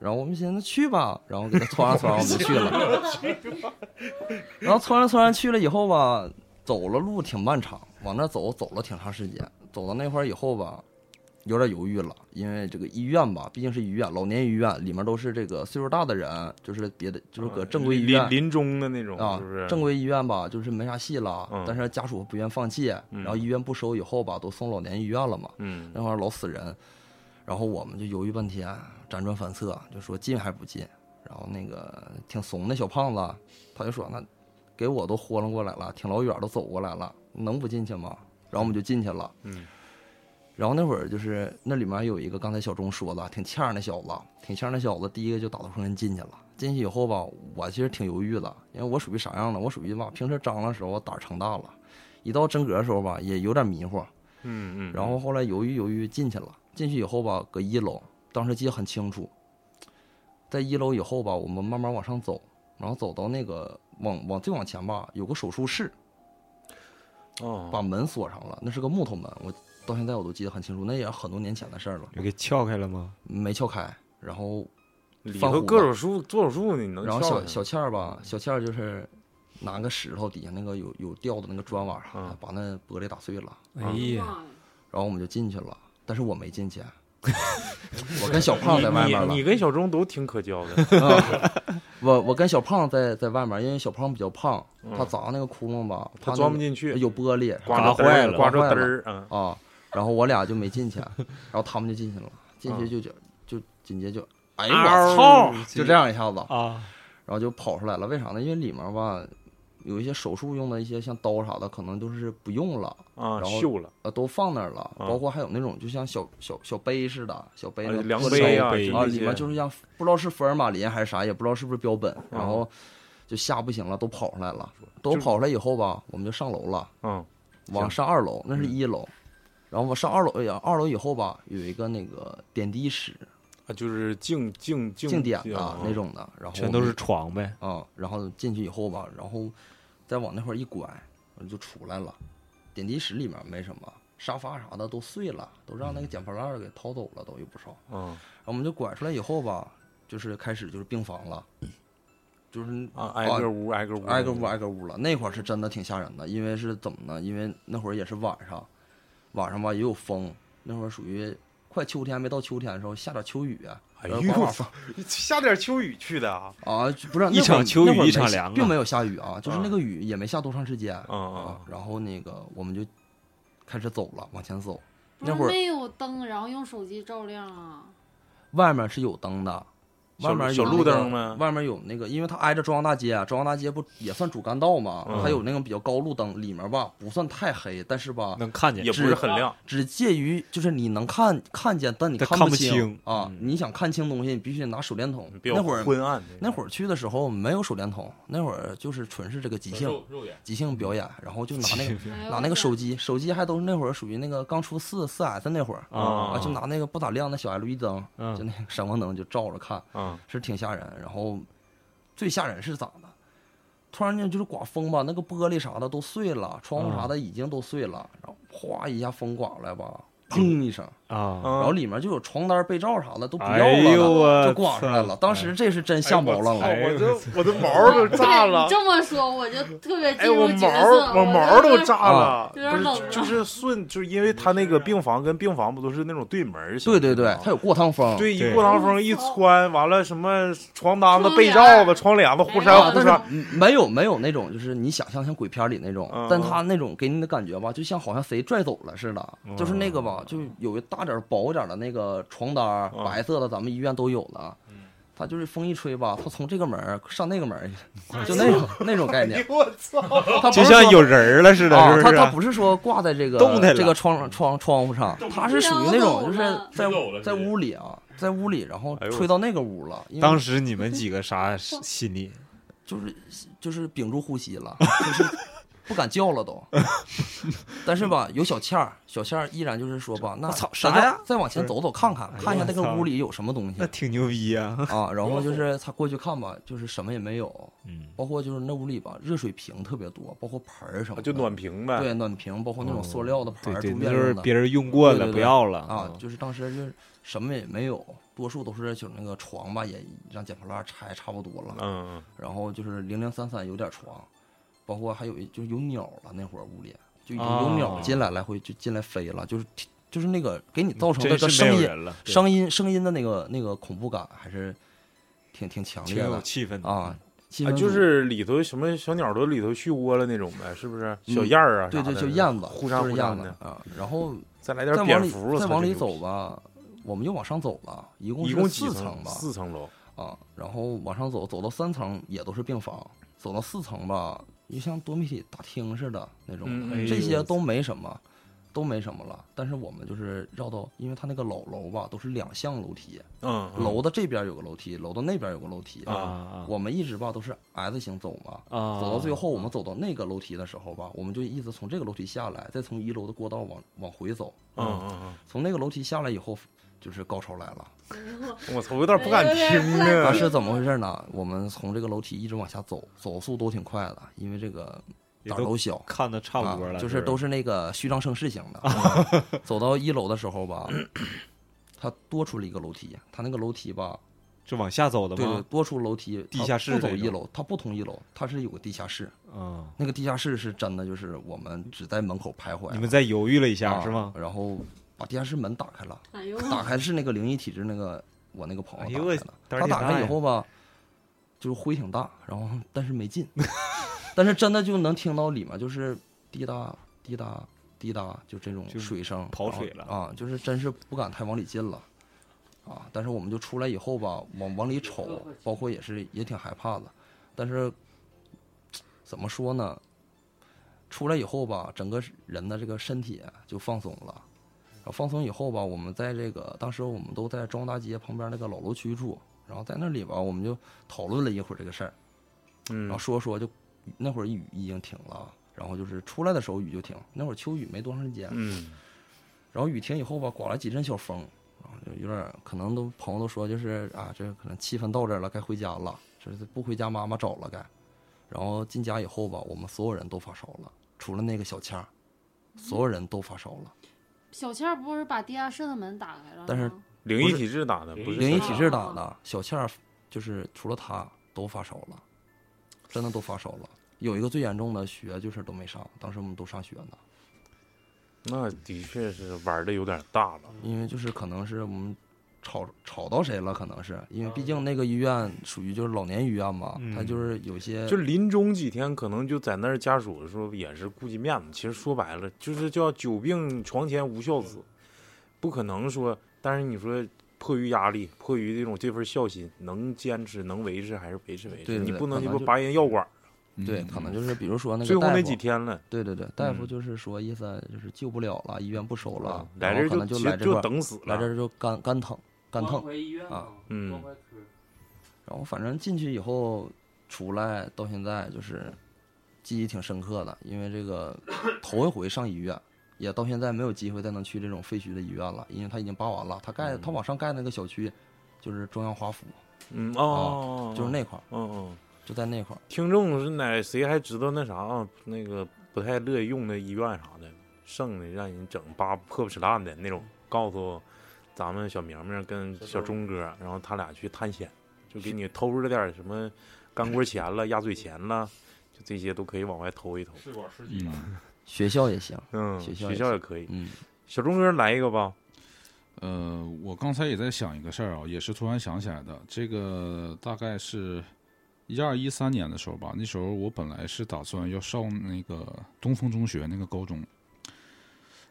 S3: 然后我们寻思去吧，然后给他撺掇撺掇，啊我们就去了。然后撺掇撺掇去了以后吧，走了路挺漫长，往那走走了挺长时间，走到那块儿以后吧，有点犹豫了，因为这个医院吧，毕竟是医院，老年医院里面都是这个岁数大的人，就是别的
S1: 啊
S3: 就是搁正规医院
S1: 临临终的那种，
S3: 啊
S1: 是不是？，
S3: 正规医院吧，就是没啥戏了，
S1: 嗯
S3: 但是家属不愿放弃，
S1: 嗯
S3: 然后医院不收以后吧，都送老年医院了嘛，
S1: 嗯
S3: 那块儿老死人，然后我们就犹豫半天，辗转反侧，就说进还不进，然后那个挺怂的小胖子，他就说那给我都豁楞过来了，挺老远都走过来了，能不进去吗？然后我们就进去了，
S1: 嗯
S3: 然后那会儿就是那里面有一个刚才小钟说的，挺欠儿那小子，挺欠儿那小子，第一个就打头冲人进去了。进去以后吧，我其实挺犹豫的，因为我属于啥样的？我属于吧，平时张罗的时候胆儿成大了，一到真格的时候吧，也有点迷糊。
S1: 嗯嗯，
S3: 然后后来犹豫犹豫进去了，进去以后吧，搁一楼，当时记得很清楚，在一楼以后吧，我们慢慢往上走，然后走到那个往往最往前吧，有个手术室，把
S1: 哦，
S3: 门锁上了，那是个木头门，我到现在我都记得很清楚，那也很多年前的事儿了，
S6: 给撬开了吗？
S3: 没撬开。然后，
S1: 里
S3: 放
S1: 头
S3: 虎
S1: 各
S3: 吧
S1: 种术做手术，你能
S3: 然后
S1: 跳
S3: 小
S1: 下
S3: 小倩儿吧，小倩儿就是拿个石头底下那个有有掉的那个砖瓦啥的
S1: 嗯，
S3: 把那玻璃打碎了。
S6: 哎呀，
S4: 哇
S3: 然后我们就进去了，但是我没 进去，啊我跟小胖在外
S1: 你
S3: 面了
S1: 你。你跟小钟都挺可交的，
S3: 啊， 我我跟小胖在在外面，因为小胖比较胖，他
S1: 嗯
S3: 砸那个窟窿吧，
S1: 他
S3: 那
S1: 钻不
S3: 个
S1: 进去，
S3: 有玻璃
S1: 刮着嘚
S6: 坏
S1: 儿
S6: 了
S1: 刮着
S3: 刮坏
S1: 嘚儿，嗯
S3: 啊，然后我俩就没进去，然后他们就进去了，进
S1: 嗯
S3: 去就就就紧接就，哎呦我操，就这样一下子，
S6: 啊！
S3: 然后就跑出来了。为啥呢？因为里面吧有一些手术用的一些像刀啥的，可能都是不用了，
S1: 啊，
S3: 然后
S1: 锈了，
S3: 呃，都放那儿了，
S1: 啊
S3: 包括还有那种就像小小小杯似的，小杯
S1: 啊
S3: 那个
S1: 量
S3: 玻璃
S1: 杯啊，
S6: 烧杯
S1: 就
S3: 啊，
S1: 那
S3: 里面
S1: 些
S3: 就是像不知道是福尔马林还是啥，也不知道是不是标本，然后就吓不行了，都跑出来了，都
S1: 就
S3: 跑出来以后吧，我们就上楼了，
S1: 嗯
S3: 往上二楼，那是一楼，然后往上二楼，哎呀，二楼以后吧，有一个那个点滴室、
S1: 啊，就是静静静
S3: 静点
S1: 啊
S3: 啊那种的，然后
S6: 全都是床呗，
S3: 啊，然后进去以后吧，然后再往那块儿一拐，就出来了，点滴室里面没什么，沙发啥的都碎了，都让那个捡破烂儿给掏走了，都有不少。
S1: 嗯
S3: 然后我们就拐出来以后吧，就是开始就是病房了，
S6: 嗯
S3: 就是
S1: 啊，挨个屋挨个屋
S3: 挨个屋挨个屋了。那会儿是真的挺吓人的，因为是怎么呢？因为那会儿也是晚上，晚上吧也有风，那会儿属于快秋天没到秋天的时候，下点秋雨，
S1: 哎
S3: 然
S1: 呦
S3: 后刮刮风
S1: 下点秋雨去的啊，
S3: 啊，不是
S6: 一场秋雨
S3: 那会儿
S6: 一场
S3: 没
S6: 凉啊
S3: 并没有下雨啊，就是那个雨也没下多长时间
S1: 嗯嗯
S3: 啊
S1: 嗯。
S3: 然后那个我们就开始走了，往前走。
S4: 不
S3: 那
S4: 是
S3: 会儿
S4: 没有灯，然后用手机照亮啊。
S3: 外面是有灯的，
S1: 小
S3: 外面
S1: 小
S3: 有
S1: 路
S3: 那个
S1: 灯吗
S3: 外面有那个，因为它挨着中央大街啊，中央大街不也算主干道嘛？
S1: 嗯
S3: 它有那种比较高路灯，里面吧不算太黑，但是啊吧
S6: 能看见
S1: 也不是很亮，
S3: 只介于就是你能看看见，但你
S6: 但
S3: 看
S6: 看不
S3: 清
S6: 清
S3: 啊、
S6: 嗯
S3: 你想看清东西，你必须得拿手电筒。
S1: 比较
S3: 那会儿
S1: 昏暗。
S3: 那会儿去的时候没有手电筒，那会儿就是纯是这个即兴
S7: 肉肉眼
S3: 即兴表演，然后就拿那个
S4: 哎呦
S3: 拿那个 手机，手机还都是那会儿属于那个刚出四四 S 那会儿
S1: 啊
S3: 啊，就拿那个不咋亮的小 LED 灯，就
S6: 嗯
S3: 那个闪光灯就照着看，
S1: 啊，
S3: 是挺吓人。然后最吓人是咋的？突然间就是刮风吧，那个玻璃啥的都碎了，窗户啥
S6: 嗯
S3: 的已经都碎了，然后哗一下风刮过来吧，砰一声，
S6: 啊，
S3: 然
S1: 然
S3: 后里面就有床单、被罩啥的都不要
S6: 哎呦
S3: 了，
S6: 我
S3: 就挂上来了。当时这是真吓毛愣了，
S6: 哎呦
S1: 我 这我的毛
S4: 哦
S1: 儿都炸了
S4: 对你，这么说我就特别
S1: 哎，
S4: 进
S1: 我
S4: 入角
S1: 毛
S4: 色，
S1: 儿我毛儿都
S3: 啊
S1: 炸了，
S4: 有点
S1: 不
S4: 冷
S1: 是 就是顺，就是因为他那个病房跟病房不都是那种对门儿型
S3: 对
S1: 的
S3: 对对
S1: 吗，
S3: 它有过趟风，
S1: 对，一
S6: 对
S1: 过堂风一穿，完了什么床单子、
S4: 窗
S1: 被
S4: 帘
S1: 罩
S4: 儿
S1: 子、窗帘子、忽
S4: 哎
S1: 扇
S4: 呀
S1: 忽
S3: 啊但
S1: 扇，
S3: 是嗯没有没有那种就是你想象像鬼片里那种
S1: 嗯，
S3: 但它那种给你的感觉吧，就像好像谁拽走了似的，
S6: 嗯
S3: 就是那个吧，就有一大点儿薄一点儿的那个床单儿，
S1: 嗯
S3: 白色的，咱们医院都有了
S7: 嗯。
S3: 它就是风一吹吧，它从这个门儿上那个门儿
S7: 啊
S3: 去，就那种那种 概念。
S1: 我操！
S3: 它不
S6: 就是像
S3: 说
S6: 有人儿了似的，
S3: 啊，
S6: 是
S3: 它
S6: 不
S3: 它
S6: 是？
S3: 不是说挂在这个
S6: 动弹了
S3: 这个窗窗窗户上，它是属于那种就是在
S7: 吹走了
S3: 在
S7: 直接
S3: 屋里啊，在屋里，然后
S1: 哎呦
S3: 吹到那个屋了，因为
S6: 当时你们几个 啥心 理？
S3: 就是就是屏住呼吸了，就是不敢叫了都。但是吧，有小倩儿，小倩儿依然就是说吧，那
S6: 我操
S3: 咱
S6: 啥呀
S3: 再再往前走走看看，
S6: 哎呀
S3: 看一下那个
S6: 我操
S3: 屋里有什么东西
S6: 那挺牛逼啊！
S3: 啊。然后就是他过去看吧，就是什么也没有，
S6: 嗯，
S3: 包括就是那屋里吧，热水瓶特别多，包括盆儿什么
S1: 啊
S3: 的，
S1: 就暖瓶呗。
S3: 对暖瓶，包括那种塑料的
S6: 哦对
S3: 盆儿，
S6: 对，
S3: 住
S6: 那
S3: 院
S6: 就是嗯
S3: 用的
S6: 别人用过
S3: 对
S6: 了，
S3: 对
S6: 不
S3: 对
S6: 要了
S3: 啊，就是当时就是什么也没有，多数都是就那个床吧，也让捡破烂儿拆差不多了。
S1: 嗯，
S3: 然后就是零零散散有点床，包括还有一就是有鸟了，那会儿屋里就有
S6: 啊
S3: 有鸟进来来回就进来飞了，就是挺就是那个给你造成那
S6: 真
S3: 个
S6: 是没
S3: 声
S6: 有
S3: 音
S6: 人了，对
S3: 声音声音的那个那个恐怖感还是挺挺强
S6: 挺
S3: 烈
S6: 有
S3: 的
S6: 气氛的
S3: 啊，，气
S1: 啊
S3: 氛
S1: 就
S3: 组
S1: 是里头什么小鸟都里头续窝了那种呗，是不是？小燕儿啊啥
S3: 嗯对
S1: 的，
S3: 对，就燕子，
S1: 忽闪
S3: 就是
S1: 忽
S3: 燕
S1: 闪
S3: 子
S1: 的。
S3: 啊，然后
S1: 再来点
S3: 再往
S1: 蝙
S3: 里
S1: 蝠，我
S3: 再
S1: 操
S3: 往里
S1: 这牛
S3: 走吧，我们又往上走了，一共
S1: 逼，一
S3: 是
S1: 共几
S3: 四层吧，
S1: 四层楼。
S3: 啊，然后往上走，走到三层也都是病房，走到四层吧，就像多媒体大厅似的那种，
S1: 嗯
S6: 哎呦
S3: 这些都没什么，都没什么了。但是我们就是绕到，因为它那个老楼吧，都是两项楼梯，
S1: 嗯，嗯
S3: 楼的这边有个楼梯，楼的那边有个楼梯
S6: 啊。啊
S3: 我们一直吧都是 S 型走嘛，
S6: 啊！
S3: 走到最后，我们走到那个楼梯的时候吧，我们就一直从这个楼梯下来，再从一楼的过道往往回走。
S6: 啊
S1: 嗯嗯
S3: 从那个楼梯下来以后，就是高潮来了。
S1: 嗯，我操，我有点不敢听
S3: 啊，
S1: 啊。
S3: 是怎么回事呢？我们从这个楼梯一直往下走，走速都挺快的，因为这个
S6: 也
S3: 胆儿
S6: 都
S3: 都小，
S6: 看的差不多
S3: 啊
S6: 了，
S3: 就是都
S6: 是
S3: 是那个虚张声势型的。啊 走到一楼的时候吧，它多出了一个楼梯，它那个楼梯吧，
S6: 就往下走的
S3: 对对
S6: 吗？，
S3: 多出楼梯，
S6: 地
S3: 它
S6: 下室
S3: 不走
S6: 这
S3: 一
S6: 种
S3: 楼，它不同一楼，它是有个地下室，
S6: 嗯，
S3: 那个地下室是真的，就是我们只在门口徘徊，
S6: 你们再犹豫了一下
S3: 啊
S6: 是吗？？
S3: 然后把地下室门打开了。
S4: 哎呦，
S3: 打开是那个灵异体质那个我那个朋
S6: 哎
S3: 友
S6: 呦
S3: 打开的，
S6: 我胆儿
S3: 他
S6: 挺
S3: 打
S6: 大
S3: 开以
S6: 呀
S3: 后吧，就是灰挺大，然后但是没进， 但是真的就能听到里面就是滴答滴答滴答，就这种
S6: 就
S3: 水声
S6: 跑
S3: 然后
S6: 水了
S3: 啊，就是真是不敢太往里进了。啊！但是我们就出来以后吧，往往里瞅，包括也是也挺害怕的。但是怎么说呢？出来以后吧，整个人的这个身体啊就放松了。然后放松以后吧，我们在这个当时我们都在庄大街旁边那个老楼区住，然后在那里吧，我们就讨论了一会儿这个事儿，然
S1: 嗯
S3: 后说说就那会儿雨已经停了，然后就是出来的时候雨就停，那会儿秋雨没多长时间，
S1: 嗯，
S3: 然后雨停以后吧，刮了几阵小风，然后就有点儿可能都朋友都说就是啊，这可能气氛到这儿了，该回家了，这是不回家妈妈找了该。然后进家以后吧，我们所有人都发烧了，除了那个小倩儿，所有人都发烧了。
S4: 小倩儿不是把地下室的门打开了吗？
S3: 但是
S1: 灵异体质打的，不是
S3: 灵异体
S1: 质。
S3: 质打的，小倩儿就是除了她都发烧了，真的都发烧了。有一个最严重的学就是都没上，当时我们都上学呢，
S1: 那的确是玩的有点大了。
S3: 因为就是可能是我们吵吵到谁了，可能是因为毕竟那个医院属于就是老年医院嘛，
S6: 嗯
S3: 他就是有些
S1: 就临终几天，可能就在那儿，家属说也是顾及面子。其实说白了，就是叫久病床前无孝子，不可能说。但是你说迫于压力，迫于这种这份孝心，能坚持能维持还是维持维持。
S3: 对对
S1: 你
S3: 对
S1: 不能
S3: 可
S1: 鸡
S3: 能
S1: 巴
S3: 就
S1: 拔人药管儿，
S2: 嗯
S3: 对，可能就是比如说那个
S1: 最后
S3: 大
S1: 那
S3: 夫
S1: 几天了，
S3: 对对对，大夫
S1: 嗯
S3: 就是说意思就是救不了了，医院不收了，
S1: 啊来
S3: 然
S1: 这
S3: 后
S1: 儿
S3: 可能
S1: 就
S3: 来这块
S1: 就
S3: 儿
S1: 等死
S3: 来这
S1: 了。
S3: 儿就干干疼干疼
S5: 关，怀医院
S3: 啊
S5: 嘛，
S1: 嗯
S5: 关怀科。
S3: 然后反正进去以后出来到现在就是记忆挺深刻的，因为这个 头一回上医院，也到现在没有机会再能去这种废墟的医院了，因为他已经扒完了，他盖
S1: 嗯
S3: 他往上盖那个小区就是中央华府，
S1: 嗯哦，
S3: 啊就是那块儿，
S1: 嗯嗯，
S3: 就在那块儿。
S1: 听众是哪谁还知道那啥啊那个不太乐意用的医院啥的，剩的让人整扒破破烂烂的那种，告诉咱们小明明跟小钟哥，然后他俩去探险，就给你偷着点儿什么干锅钱 了、压嘴钱了，就这些都可以往外偷一偷。
S7: 试管试剂
S2: 嗯
S7: 吧，
S3: 学校也行，
S1: 嗯，
S3: 学
S1: 学
S3: 校也
S1: 校
S3: 是
S1: 也可以。
S3: 嗯，
S1: 小钟哥来一个吧，
S2: 呃，我刚才也在想一个事儿啊，也是突然想起来的。这个大概是一二一三年的时候吧，那时候我本来是打算要上那个东风中学那个高中，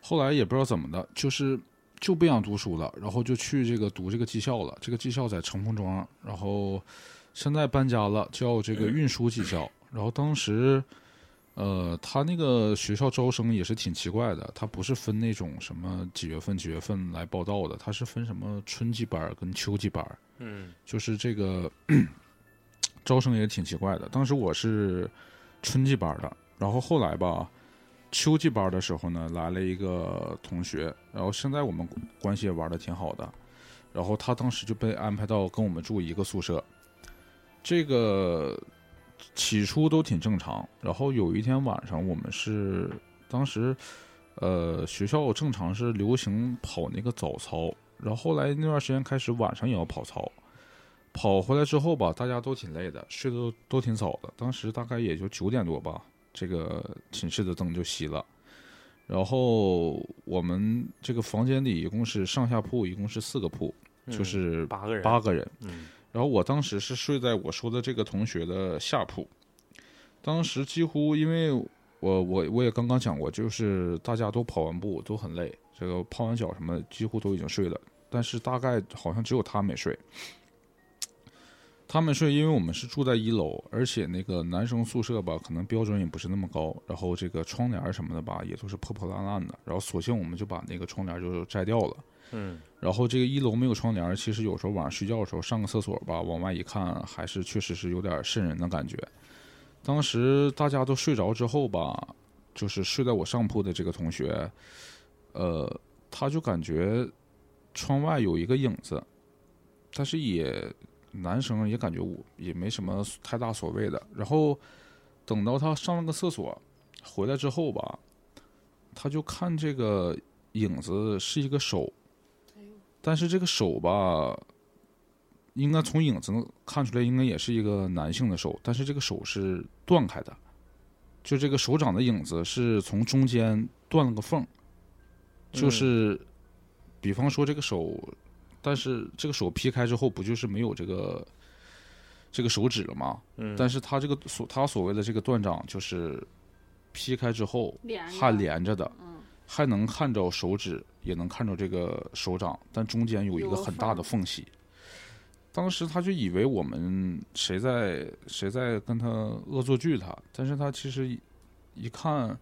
S2: 后来也不知道怎么的，就是就不想读书了，然后就去这个读这个技校了。这个技校在城封庄，然后现在搬家了，叫这个运输技校。然后当时。呃，他那个学校招生也是挺奇怪的，他不是分那种什么几月份几月份来报到的，他是分什么春季班儿跟秋季班儿，
S1: 嗯
S2: 就是这个招生也挺奇怪的。当时我是春季班儿的，然后后来吧，秋季班儿的时候呢，来了一个同学，然后现在我们关系也玩的挺好的，然后他当时就被安排到跟我们住一个宿舍，这个起初都挺正常，然后有一天晚上我们是当时。呃，学校正常是流行跑那个早操，然后后来那段时间开始晚上也要跑操，跑回来之后吧，大家都挺累的，睡得都都挺早的。当时大概也就九点多吧，这个寝室的灯就熄了。然后我们这个房间里一共是上下铺，一共是四个铺，就
S1: 嗯
S2: 是
S1: 八个人，
S2: 八个人。
S1: 嗯
S2: 然后我当时是睡在我说的这个同学的下铺，当时几乎因为我我我也刚刚讲过，就是大家都跑完步都很累，这个泡完脚什么的几乎都已经睡了，但是大概好像只有他没睡。他们睡，因为我们是住在一楼，而且那个男生宿舍吧，可能标准也不是那么高，然后这个窗帘什么的吧，也都是破破烂烂的，然后索性我们就把那个窗帘就摘掉了。
S1: 嗯
S2: 然后这个一楼没有窗帘儿，其实有时候晚上睡觉的时候上个厕所吧，往外一看，还是确实是有点瘆人的感觉。当时大家都睡着之后吧，就是睡在我上铺的这个同学，呃，他就感觉窗外有一个影子，但是也男生也感觉我也没什么太大所谓的。然后等到他上了个厕所回来之后吧，他就看这个影子是一个手。但是这个手吧，应该从影子能看出来，应该也是一个男性的手，但是这个手是断开的，就这个手掌的影子是从中间断了个缝儿，就是，比方说这个手，但是这个手劈开之后，不就是没有这个这个手指了吗？
S1: 嗯，
S2: 但是他这个所他所谓的这个断掌，就是劈开之后
S4: 连着
S2: 还，连着的，
S4: 嗯，
S2: 还能看着手指，也能看着这个手掌，但中间有一个很大的缝隙。当时他就以为我们谁在谁在跟他恶作剧他，但是他其实一一看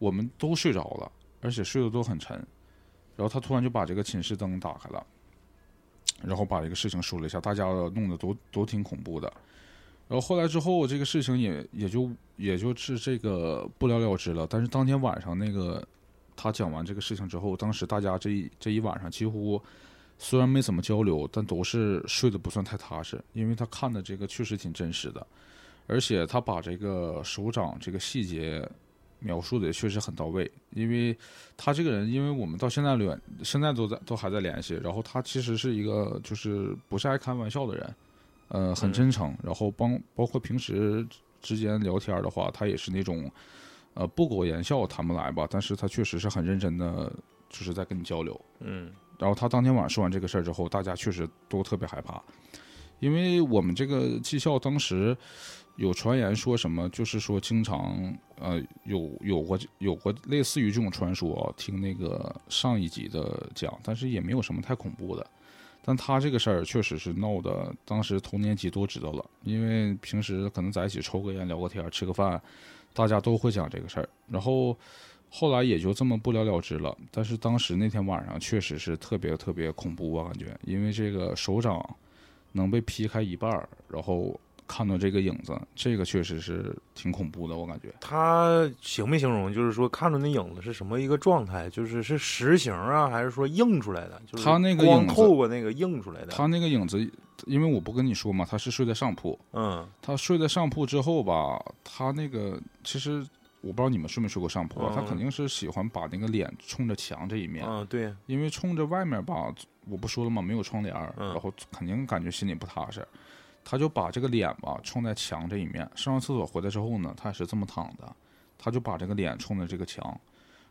S2: 我们都睡着了，而且睡得都很沉，然后他突然就把这个寝室灯打开了，然后把这个事情说了一下，大家弄得都都挺恐怖的。然后后来之后，这个事情也也就也就是这个不了了之了。但是当天晚上那个他讲完这个事情之后，当时大家这一这一晚上几乎虽然没怎么交流，但都是睡得不算太踏实，因为他看的这个确实挺真实的，而且他把这个手掌这个细节描述的也确实很到位。因为他这个人，因为我们到现在联现在都在都还在联系，然后他其实是一个就是不是爱开玩笑的人，呃，很
S1: 嗯
S2: 真诚，然后帮包括平时之间聊天的话，他也是那种。呃，不苟言笑谈不来吧，但是他确实是很认真的，就是在跟你交流。
S1: 嗯
S2: 然后他当天晚上说完这个事儿之后，大家确实都特别害怕，因为我们这个技校当时呃有传言说什么，就是说经常呃有有过有过类似于这种传说啊，听那个上一集的讲，但是也没有什么太恐怖的。但他这个事儿确实是闹的，当时同年级都知道了，因为平时可能在一起抽个烟、聊个天、吃个饭，大家都会讲这个事儿。然后后来也就这么不了了之了。但是当时那天晚上确实是特别特别恐怖啊，感觉，因为这个手掌能被劈开一半儿，然后看到这个影子，这个确实是挺恐怖的，我感觉。
S1: 他形没形容？就是说看着那影子是什么一个状态？就是是实形啊，还是说映出来的？就是
S2: 他那个
S1: 光
S2: 影子
S1: 透过那个映出来的。
S2: 他那个影子，因为我不跟你说嘛，他是睡在上铺，
S1: 嗯
S2: 他睡在上铺之后吧，他那个其实我不知道你们睡没睡过上铺啊，他
S1: 嗯
S2: 肯定是喜欢把那个脸冲着墙这一面，
S1: 嗯，对，
S2: 因为冲着外面吧，我不说了嘛，没有窗帘儿，
S1: 嗯
S2: 然后肯定感觉心里不踏实，他就把这个脸吧冲在墙这一面。上完厕所回来之后呢，他也是这么躺的，他就把这个脸冲着这个墙，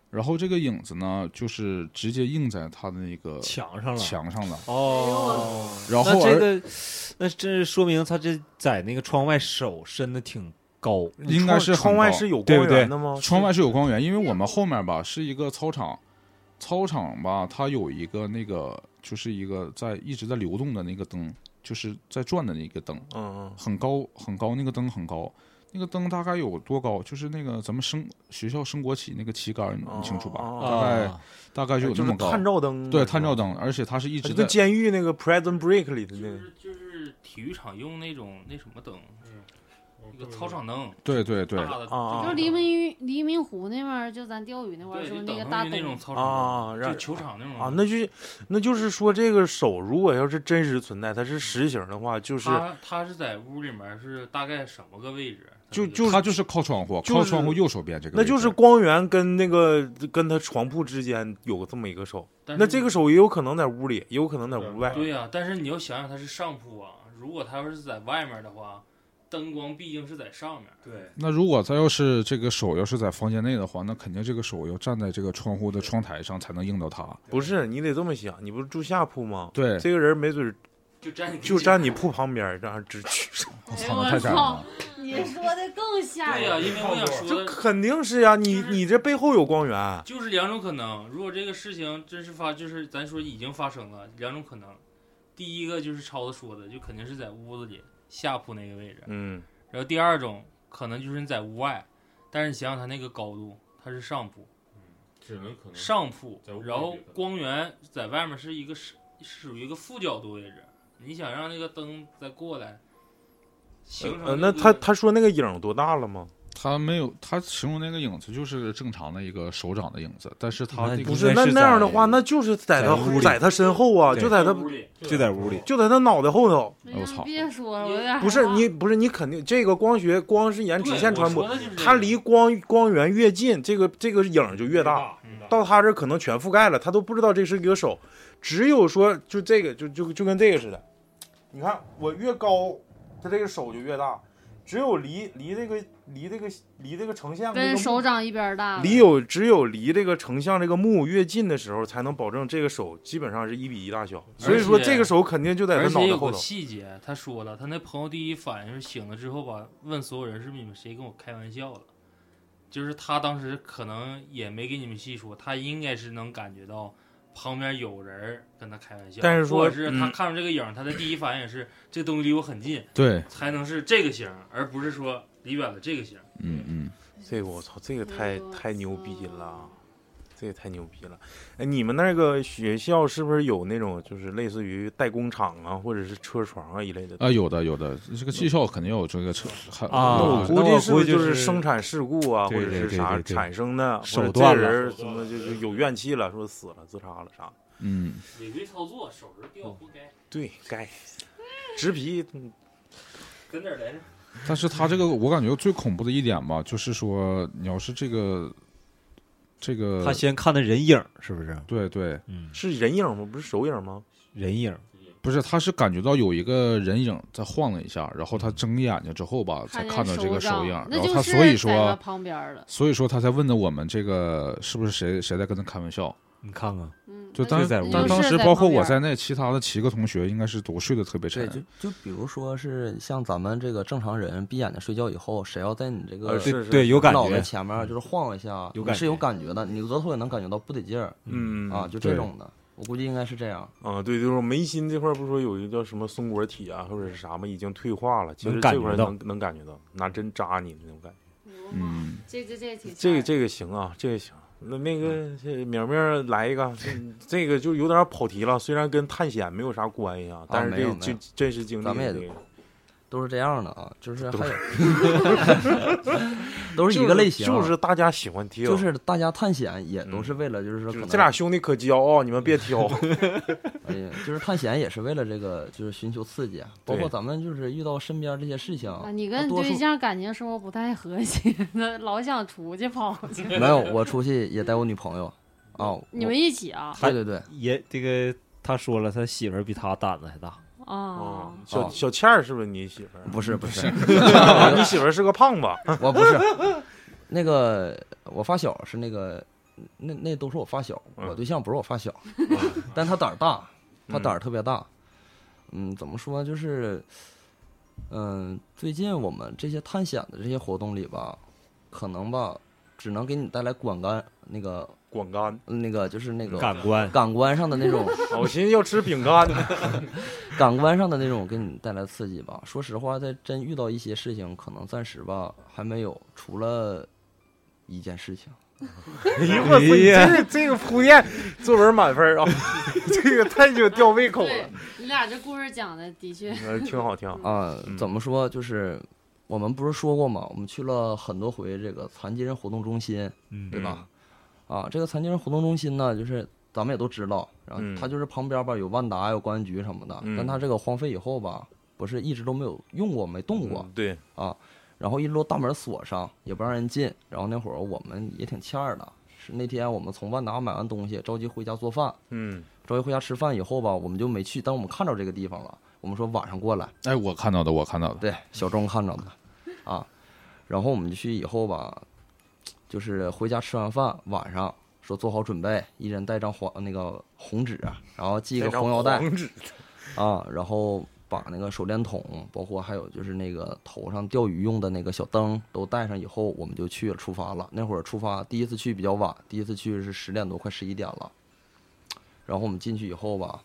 S2: 然后这个影子呢，就是直接映在他的那
S3: 呃
S2: 个
S6: 抢上了。
S2: 墙上了。
S6: 哦，
S2: 然
S3: 哎
S2: 后
S6: 那这
S2: 而
S6: 个，那这说明他这在那个窗外手伸的挺高，
S2: 应该是很
S1: 窗窗外
S2: 高
S1: 是有
S6: 对
S1: 光
S6: 不对
S1: 源的吗？
S2: 窗外是有光源，因为我们后面吧是一个操场，操场吧它有一个那个就是一个在一直在流动的那个灯，就是在转的那个灯，
S1: 嗯嗯
S2: 很高很高，那个灯很高，那个灯大概有多高？就是那个咱们升学校升国旗那个旗杆儿，你
S1: 哦
S2: 你清楚吧？
S1: 哦
S2: 大概、
S6: 啊
S2: 大哎概就有那
S1: 是
S2: 么高，
S1: 探照灯，
S2: 对探照，灯，而且它是一
S1: 就
S2: 直在
S1: 跟监狱那个 Prison Break 里的
S5: 就
S1: 那个
S5: 是就是体育场用那种那什么灯，
S7: 那
S5: 那个操场灯，
S2: 对对对
S5: 大的
S1: 嗯啊
S4: 就是黎明黎明湖那边儿，就咱钓鱼那块儿
S5: 对，
S4: 说
S5: 就
S4: 那个
S5: 等
S4: 大
S5: 同于
S4: 灯，
S5: 那种操场
S1: 啊，
S5: 灯，
S1: 让
S5: 就球场那种
S1: 啊，那就那就是说，这个手如果要是真实存在，它是实形的话，就是
S5: 他他是在屋里面是大概什么个位置？
S1: 就
S5: 就
S2: 它就是靠窗户，
S1: 就是
S2: 靠窗户右手边这个
S1: 那
S2: 位置，
S1: 就是光源跟那个跟他床铺之间有这么一个手，
S5: 但是
S1: 那这个手也有可能在屋里，也有可能在屋外。
S5: 对呀、但是你要想想它是上铺啊，如果它要是在外面的话，灯光毕竟是在上面。对，
S2: 那如果他要是这个手要是在房间内的话，那肯定这个手要站在这个窗户的窗台上才能映到他。
S1: 不是你得这么想，你不是住下铺吗？
S2: 对，
S1: 这个人没准儿
S5: 就站
S1: 就站你铺旁边儿，这样直去上，
S2: 我
S4: 哎
S2: 操，
S4: 呦
S2: 那太
S4: 我
S2: 吓人
S4: 操
S2: 了！！
S4: 你说的更吓
S5: 对哎呀、
S4: 人。
S5: 因为 我想说
S1: 这
S5: 的
S1: 肯定是呀、你
S5: 就是
S1: 你这背后有光源，
S5: 就是两种可能，如果这个事情真是发，就是咱说已经发生了，两种可能。第一个就是超子说的，就肯定是在屋子里下铺那个位置，
S1: 嗯，
S5: 然后第二种可能就是你在屋外，但是你想想它那个高度，它是上铺，
S7: 只能可能
S5: 上铺
S7: 在屋，里
S5: 然后
S7: 这个
S5: 光源在外面是一个是是属于一个负角度位置，你想让那个灯再过来，形成
S1: 呃，
S5: 那
S1: 那
S5: 个
S1: 他他说那个影儿有多大了吗？
S2: 他没有，他形容那个影子就是正常的一个手掌的影子，但是他
S6: 那
S2: 这个
S1: 不
S6: 不
S1: 是，那
S6: 应该是
S1: 那样的
S6: 在
S1: 话，那就是在他
S6: 在屋里
S1: 在他身后啊，
S6: 对
S1: 就在他
S5: 屋里
S6: 就在屋里，
S1: 就在他脑袋后头。
S4: 哎
S2: 我
S4: 呀
S2: 操
S4: 别说了，我有点害怕
S1: 不是你，不是你，肯定这个光学光是沿直线传播，，
S5: 哎对我说的就是这个
S1: 它离光光源越近，这个这个影儿就越大，
S7: 大
S5: 嗯
S1: 到他这儿可能全覆盖了，他都不知道这是一个手。只有说就这个，就就就跟这个似的，你看我越高，他这个手就越大。只有离离这个离这个离这个成像这
S4: 跟
S1: 个
S4: 手
S1: 目
S4: 掌一边儿大了。哎
S1: 离有只有离这个成像这个幕越近的时候，才能保证这个手基本上是一比一大小。所以说
S5: 而且
S1: 这个手肯定就在他
S5: 而
S1: 脑
S5: 且
S1: 袋
S5: 有
S1: 后
S5: 个
S1: 头。
S5: 细节，他说了，他那朋友第一反应是醒了之后吧，问所有人是不是你们谁跟我开玩笑了，就是他当时可能也没给你们细说，他应该是能感觉到旁边有人儿跟他开玩笑，
S1: 但是说
S5: 或者是他
S1: 嗯
S5: 看着这个影儿，他的第一反应是这东西离我很近，
S2: 对，
S5: 才能是这个型儿，而不是说离远了这个型儿。
S2: 嗯嗯，
S1: 这个我操，这个太
S4: 我
S1: 太牛
S4: 操
S1: 逼了，啊这也太牛逼了！哎，你们那个学校是不是有那种就是类似于代工厂啊，或者是车床啊一类的？
S2: 啊，有的有的，这个技校肯定有这个车，还
S6: 啊
S1: 那
S2: 有
S1: 我
S6: 那
S1: 估
S6: 我
S1: 计是不
S6: 估
S1: 是
S6: 计
S1: 就是生产事故啊，
S6: 对
S1: 或者
S6: 对
S1: 是
S6: 对
S1: 啥
S6: 对对
S1: 产生的？或者
S6: 手
S1: 这
S6: 段了
S1: 人
S7: 手
S1: 怎
S7: 段
S1: 么
S7: 了
S1: 就就有怨气了，说死了、自杀了啥的？
S2: 嗯，
S5: 违规操作，手指掉不该，
S1: 对，该植皮，嗯
S5: 跟哪儿来着？
S1: 哎
S2: 但是他这个我感觉最恐怖的一点吧，就是说你要是这个这
S3: 呃
S2: 个，
S6: 他先看的人影儿是不是？
S2: 对对，
S6: 嗯，
S1: 是人影吗？不是手影吗？
S6: 人影儿
S2: 不是，他是感觉到有一个人影在晃了一下，然后他睁眼睛之后吧，才
S4: 见
S2: 看到这个手
S4: 手
S2: 影，
S4: 掌那
S2: 然
S4: 就
S2: 后
S4: 是
S2: 他所以
S4: 在他
S2: 说，
S4: 旁边儿了，
S2: 所以说他才问的我们这个是不是谁谁在跟他开玩笑？
S6: 你看看，
S4: 嗯，
S2: 就
S4: 那
S2: 当
S6: 就在屋
S2: 但
S6: 里
S2: 当
S4: 是
S2: 时
S4: 在
S2: 包
S4: 旁
S2: 括我
S4: 边
S2: 在内，其他的七个同学应该是都睡得特别
S3: 对，
S2: 沉，
S3: 就就比如说是像咱们这个正常人闭眼睛睡觉以后，谁要在你这
S1: 呃
S3: 个
S1: 是
S6: 对对，有感
S3: 脑袋
S6: 觉，
S3: 嗯前面就是晃一下，你
S6: 有感
S3: 是有
S6: 觉
S3: 感觉的，你额头也能感觉到不得劲儿
S1: 嗯
S3: 啊，就这
S2: 对
S3: 种的。我估计应该是这样。
S1: 啊、对，就是眉心这块儿不是说有一个叫什么松果体啊，或者是啥嘛，已经退化了，其
S6: 能
S1: 实
S6: 感
S1: 这块
S6: 觉
S1: 儿
S6: 到
S1: 能能感觉到，拿针扎你的那种感觉。
S4: 我的妈
S2: 嗯，
S4: 这这这挺
S3: 哎
S1: 这个
S4: 吓人
S1: 这个行啊，这个行。那那个
S3: 嗯
S1: 这苗苗来一个，这这个就有点跑题了，虽然跟探险没有啥关系啊，但是
S3: 没
S1: 这
S3: 有
S1: 个
S3: 没
S1: 就
S3: 有
S1: 真实经历的
S3: 咱
S1: 这
S3: 们
S1: 个，
S3: 也都是这样的啊，就是
S1: 都
S3: 还有都是一个类型，啊
S1: 就是就是大家喜欢听，
S3: 就是大家探险也都
S1: 嗯
S3: 是为了，就是
S1: 就
S3: 说可
S1: 是
S3: 能
S1: 这俩兄弟可骄傲，你们别 挑。啊
S3: 哎呀，就是探险也是为了这个，就是寻求刺激啊，包括咱们就是遇到身边这些事情啊
S4: 啊！你跟你
S3: 多数
S4: 对象感情生活不太和谐， 那老想出去跑去。
S3: 没有，我出去也带我女朋友啊，
S4: 你
S3: 我
S4: 们一起啊？
S3: 对对对，
S6: 也这个他说了，他媳妇儿比他胆子还大，
S4: 啊
S1: 啊，，小
S3: 哦
S1: 小倩儿是不是你媳妇儿？
S3: 不是不是，
S1: 你媳妇儿是个胖子，
S3: 我不是那个我发小是那个那那都是我发小，
S1: 嗯
S3: 我对象不是我发小， 但他胆儿大，他
S1: 嗯
S3: 胆儿特别大，嗯，怎么说就是，嗯，最近我们这些探险的这些活动里吧，可能吧，只能给你带来观感那个
S1: 广干。
S3: 那个就是那个
S6: 感官
S3: 感官上的那种
S1: 啊我寻思要吃饼干呢。
S3: 感官上的那种给你带来刺激吧。说实话，在真遇到一些事情，可能暂时吧还没有，除了一件事情，
S1: 哎呦我操！你这个这个铺垫，作文满分儿啊！ 这个太就吊胃口
S4: 对
S1: 了。，
S4: 你俩这故事讲的的确，
S1: 呃，挺好，挺好。
S3: 啊
S1: 嗯，
S3: 怎么说？就是我们不是说过嘛，我们去了很多回这个残疾人活动中心，
S6: 嗯
S3: 对吧？
S1: 嗯
S3: 啊，这个残疾人活动中心呢，就是咱们也都知道，然后
S1: 嗯
S3: 它就是旁边吧有万达、有公安局什么的，
S1: 嗯
S3: 但它这个荒废以后吧，不是一直都没有用过、没动过，
S1: 嗯对，
S3: 然后一楼大门锁上，也不让人进。然后那会儿我们也挺欠儿的，是那天我们从万达买完东西，着急回家做饭，
S1: 嗯，
S3: 着急回家吃饭以后吧，我们就没去。但我们看着这个地方了，我们说晚上过来，
S2: 哎，我看到的，我看到的，
S3: 对，小钟看着的，啊，然后我们就去以后吧，就是回家吃完饭，晚上说做好准备，一人带张黄那个红纸，啊然后系一个红腰带，嗯
S1: 黄纸
S3: 啊，然后把那个手电筒，包括还有就是那个头上钓鱼用的那个小灯都带上以后，我们就去了出发了。那会儿出发，第一次去比较晚，第一次去是十点多，快十一点了。然后我们进去以后吧，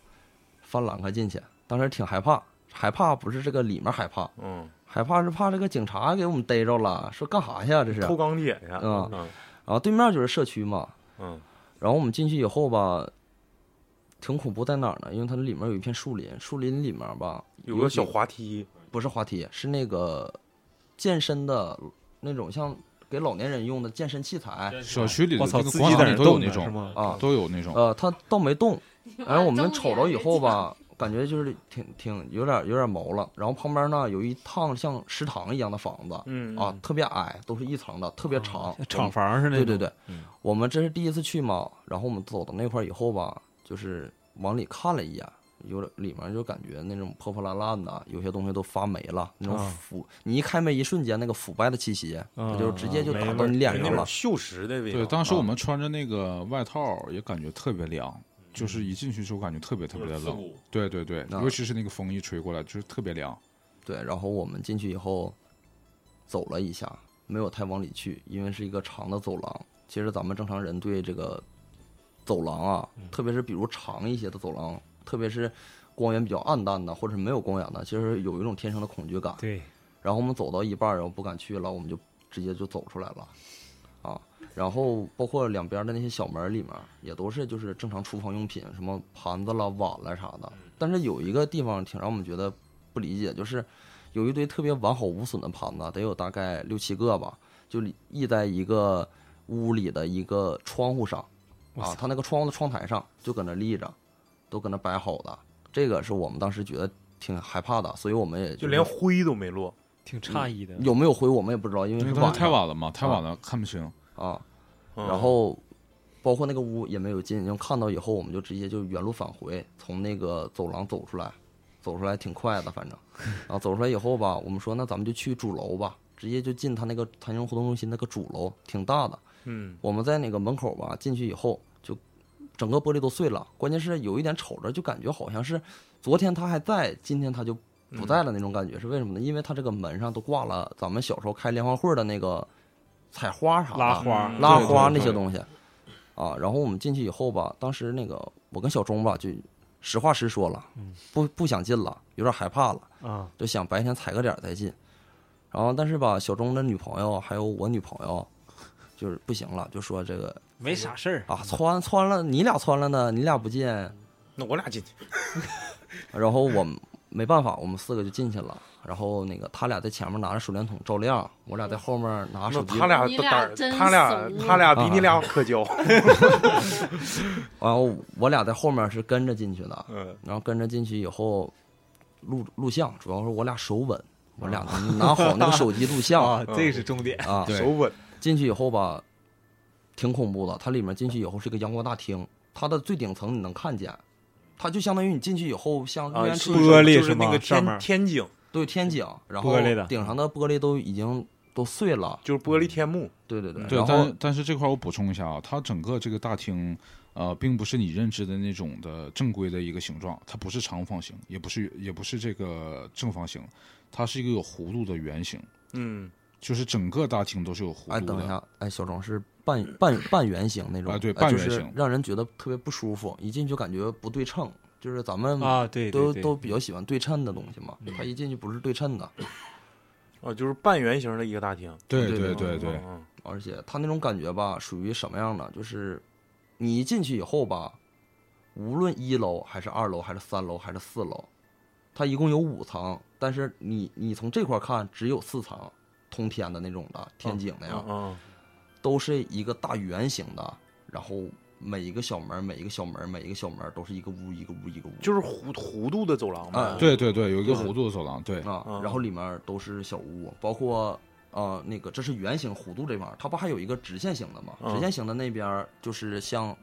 S3: 翻栏杆进去，当时挺害怕，害怕不是这个里面害怕，
S1: 嗯，
S3: 害怕是怕这个警察给我们逮着了，说干啥去啊这是？
S1: 偷钢铁去。
S3: 嗯
S1: 嗯
S3: 然后对面就是社区嘛，
S1: 嗯
S3: 然后我们进去以后吧，挺恐怖在哪儿呢？因为它里面有一片树林，树林里面吧
S1: 有个小滑梯。
S3: 不是滑梯，是那个健身的那种像给老年人用的健身器材。
S2: 小区里的
S6: 我操，
S2: 这个
S6: 自
S2: 广
S6: 己在
S2: 场里
S6: 那儿
S2: 都有
S6: 动
S2: 那
S6: 呢是
S2: 种，
S6: 吗？
S3: 啊，
S2: 都有那种。
S3: 呃，它倒没动，然后我们
S4: 重
S3: 瞅
S4: 点
S3: 着以后
S4: 是
S3: 吧，感觉就是挺挺有点有点毛了。然后旁边呢有一趟像食堂一样的房子
S1: 嗯
S3: 啊，，特别矮，都是一层的，特别长，
S6: 哦像厂房似的。
S3: 对对对，
S6: 嗯
S3: 我们这是第一次去嘛，然后我们走到那块儿以后吧，就是往里看了一眼，有点里面就感觉那种破破烂烂的，有些东西都发霉了，那种
S6: 啊
S3: 腐，你一开门一瞬间那个腐败的气息，
S6: 啊
S3: 就直接就
S6: 没
S3: 打
S6: 味
S3: 到
S6: 儿
S3: 你脸
S1: 那
S3: 上
S1: 种
S3: 了。
S1: 锈蚀的啊味道。
S2: 对，当
S3: 啊
S2: 时我们穿着那个外套，也感觉特别凉，
S3: 嗯
S2: 就是一进去之后感觉特别特别的
S7: 刺
S2: 冷。
S7: 骨，
S2: 对对对，
S3: 啊
S2: 尤其是那个风一吹过来，就是特别凉。
S3: 对，然后我们进去以后，走了一下，没有太往里去，因为是一个长的走廊。其实咱们正常人对这个走廊啊，特别是比如长一些的走廊，特别是光源比较暗淡的，或者是没有光源的，其实有一种天生的恐惧感。
S6: 对，
S3: 然后我们走到一半儿，然后不敢去了，我们就直接就走出来了，啊，然后包括两边的那些小门儿里面儿也都是就是正常厨房用品，什么盘子啦、碗啦啥的。
S1: 嗯
S3: 但是有一个地方挺让我们觉得不理解，就是有一堆特别完好无损的盘子，得有大概六七个吧，就立在一个屋里的一个窗户上，
S6: 我
S3: 啊
S6: 操，
S3: 他那个窗户的窗台上就搁那立着，都搁那摆好的。这个是我们当时觉得挺害怕的，所以我们也
S1: 就是连灰都没落。
S6: 挺诧异的。
S3: 有没有回我们也不知道，因为
S2: 因为
S3: 是
S2: 当
S3: 晚
S2: 时太
S3: 上
S2: 晚了嘛，太晚了看不清。
S3: 啊。
S1: 嗯
S3: 然后包括那个屋也没有进，就看到以后我们就直接就原路返回，从那个走廊走出来，走出来挺快的，反正。然后走出来以后吧，我们说那咱们就去主楼吧，直接就进他那个残疾人活动中心那个主楼，挺大的。
S1: 嗯，
S3: 我们在那个门口吧，进去以后就整个玻璃都碎了，关键是有一点瞅着就感觉好像是昨天他还在，今天他就
S6: 嗯
S1: 嗯
S3: 不在了那种感觉，是为什么呢？因为他这个门上都挂了咱们小时候开联欢会的那个采花啥的、
S6: 拉花
S1: 嗯
S3: 啊拉花
S2: 对对
S3: 那
S2: 对
S3: 些东西。啊，然后我们进去以后吧，当时那个我跟小钟吧，就实话实说了
S6: 嗯，
S3: 不不想进了，有点害怕了，
S6: 啊，
S3: 就想白天踩个点儿再进。然后但是吧，小钟的女朋友还有我女朋友，就是不行了，就说这个
S6: 没啥事儿，
S3: 啊，穿穿了，你俩穿了呢，你俩不进，
S1: 那我俩进去，
S3: 然后我们没办法，我们四个就进去了。然后那个他俩在前面拿着手电筒照亮，我俩在后面拿手
S1: 那
S3: 机。
S1: 他俩
S4: 你
S1: 都
S4: 俩
S1: 胆儿，
S4: 真
S1: 他俩
S4: 怂
S1: 他俩比
S2: 啊
S1: 你俩可交，
S3: 然后我俩在后面是跟着进去的，
S1: 嗯，
S3: 然后跟着进去以后录录像，主要是我俩手稳，我俩拿好那个手机录像
S6: 啊，这个是重点，
S3: 啊。
S2: 对
S1: 手稳，
S3: 进去以后吧，挺恐怖的。它里面进去以后是个阳光大厅，它的最顶层你能看见，它就相当于你进去以后像
S1: 啊
S3: 入园
S1: 是
S3: 处
S6: 玻璃
S1: 就是是那
S6: 吗
S1: 个
S6: 上面
S1: 天天井，
S3: 对天井，然后
S6: 玻璃的
S3: 顶上的玻璃都已经都碎了。
S1: 就是玻璃天幕，
S3: 对
S6: 嗯
S3: 对对，
S2: 对
S3: 然，后
S2: 但但是这块儿我补充一下啊，它整个这个大厅，呃，并不是你认知的那种的正规的一个形状，它不是长方形，也不是也不是这个正方形，它是一个有弧度的圆形，
S1: 嗯，
S2: 就是整个大厅都是有
S3: 哎，
S2: 弧度
S3: 等一
S2: 的。
S3: 下，哎，小钟是半半半圆形那种，
S2: 啊对
S3: 呃就
S2: 半圆
S3: 是
S2: 形
S3: 让人觉得特别不舒服，一进去感觉不对称，就是咱们
S6: 啊，对
S3: 嗯都
S6: 对对，
S3: 都比较喜欢对称的东西嘛，
S2: 嗯
S3: 他一进去不是对称的，
S1: 哦，就是半圆形的一个大厅，
S2: 对
S3: 对
S2: 对
S3: 哦对
S2: 对对，
S1: 嗯，
S3: 而且他那种感觉吧，属于什么样的？就是你一进去以后吧，无论一楼还是二楼还是三楼还是四楼，它一共有五层，但是你你从这块看只有四层，通天的那种的天井那样。
S2: 哦
S1: 嗯嗯，
S3: 都是一个大圆形的，然后每一个小门儿、每一个小门儿、每一个小门儿都是一个屋、一个屋、一个屋，
S1: 就是弧弧度的走廊
S3: 啊
S1: 嘛，
S2: 对对对，有一个弧度的走廊，对，
S3: 啊
S1: 嗯，
S3: 然后里面都是小屋，包括呃那个这是圆形弧度这块儿，它不还有一个直线型的吗？
S1: 嗯
S3: 直线型的那边儿就是像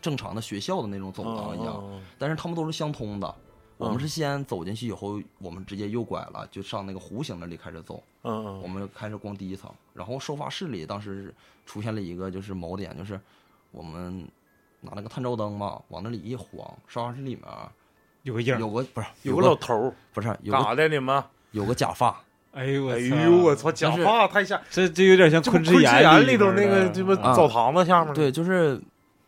S3: 正常的学校的那种走廊一样，
S1: 嗯，嗯
S3: 但是它们都是相通的。我们
S1: 嗯
S3: 是先走进去以后，我们直接右拐了，就上那个弧形那里开始走。
S1: 嗯
S3: 我
S1: 嗯
S3: 们就开始逛第一层，然后收发室里当时是出现了一个就是锚点，就是我们拿那个探照灯嘛，往那里一晃，收发室里面啊
S6: 有个影儿，
S3: 有个不是
S1: 有
S3: 个
S1: 个老头儿，
S3: 不是有
S1: 干
S3: 个
S1: 啥的你们？
S3: 有个假发，
S6: 哎呦
S1: 哎
S6: 我
S1: 呦我操，假
S3: 但是
S1: 发太吓，
S6: 这这有 点像
S1: 这
S6: 昆
S1: 不
S6: 池
S1: 昆
S6: 岩
S1: 岩
S6: 里
S1: 头
S6: 边
S1: 那
S6: 儿
S1: 个
S6: 的
S1: 这不
S6: 啊
S1: 澡堂子下面，
S3: 对，就是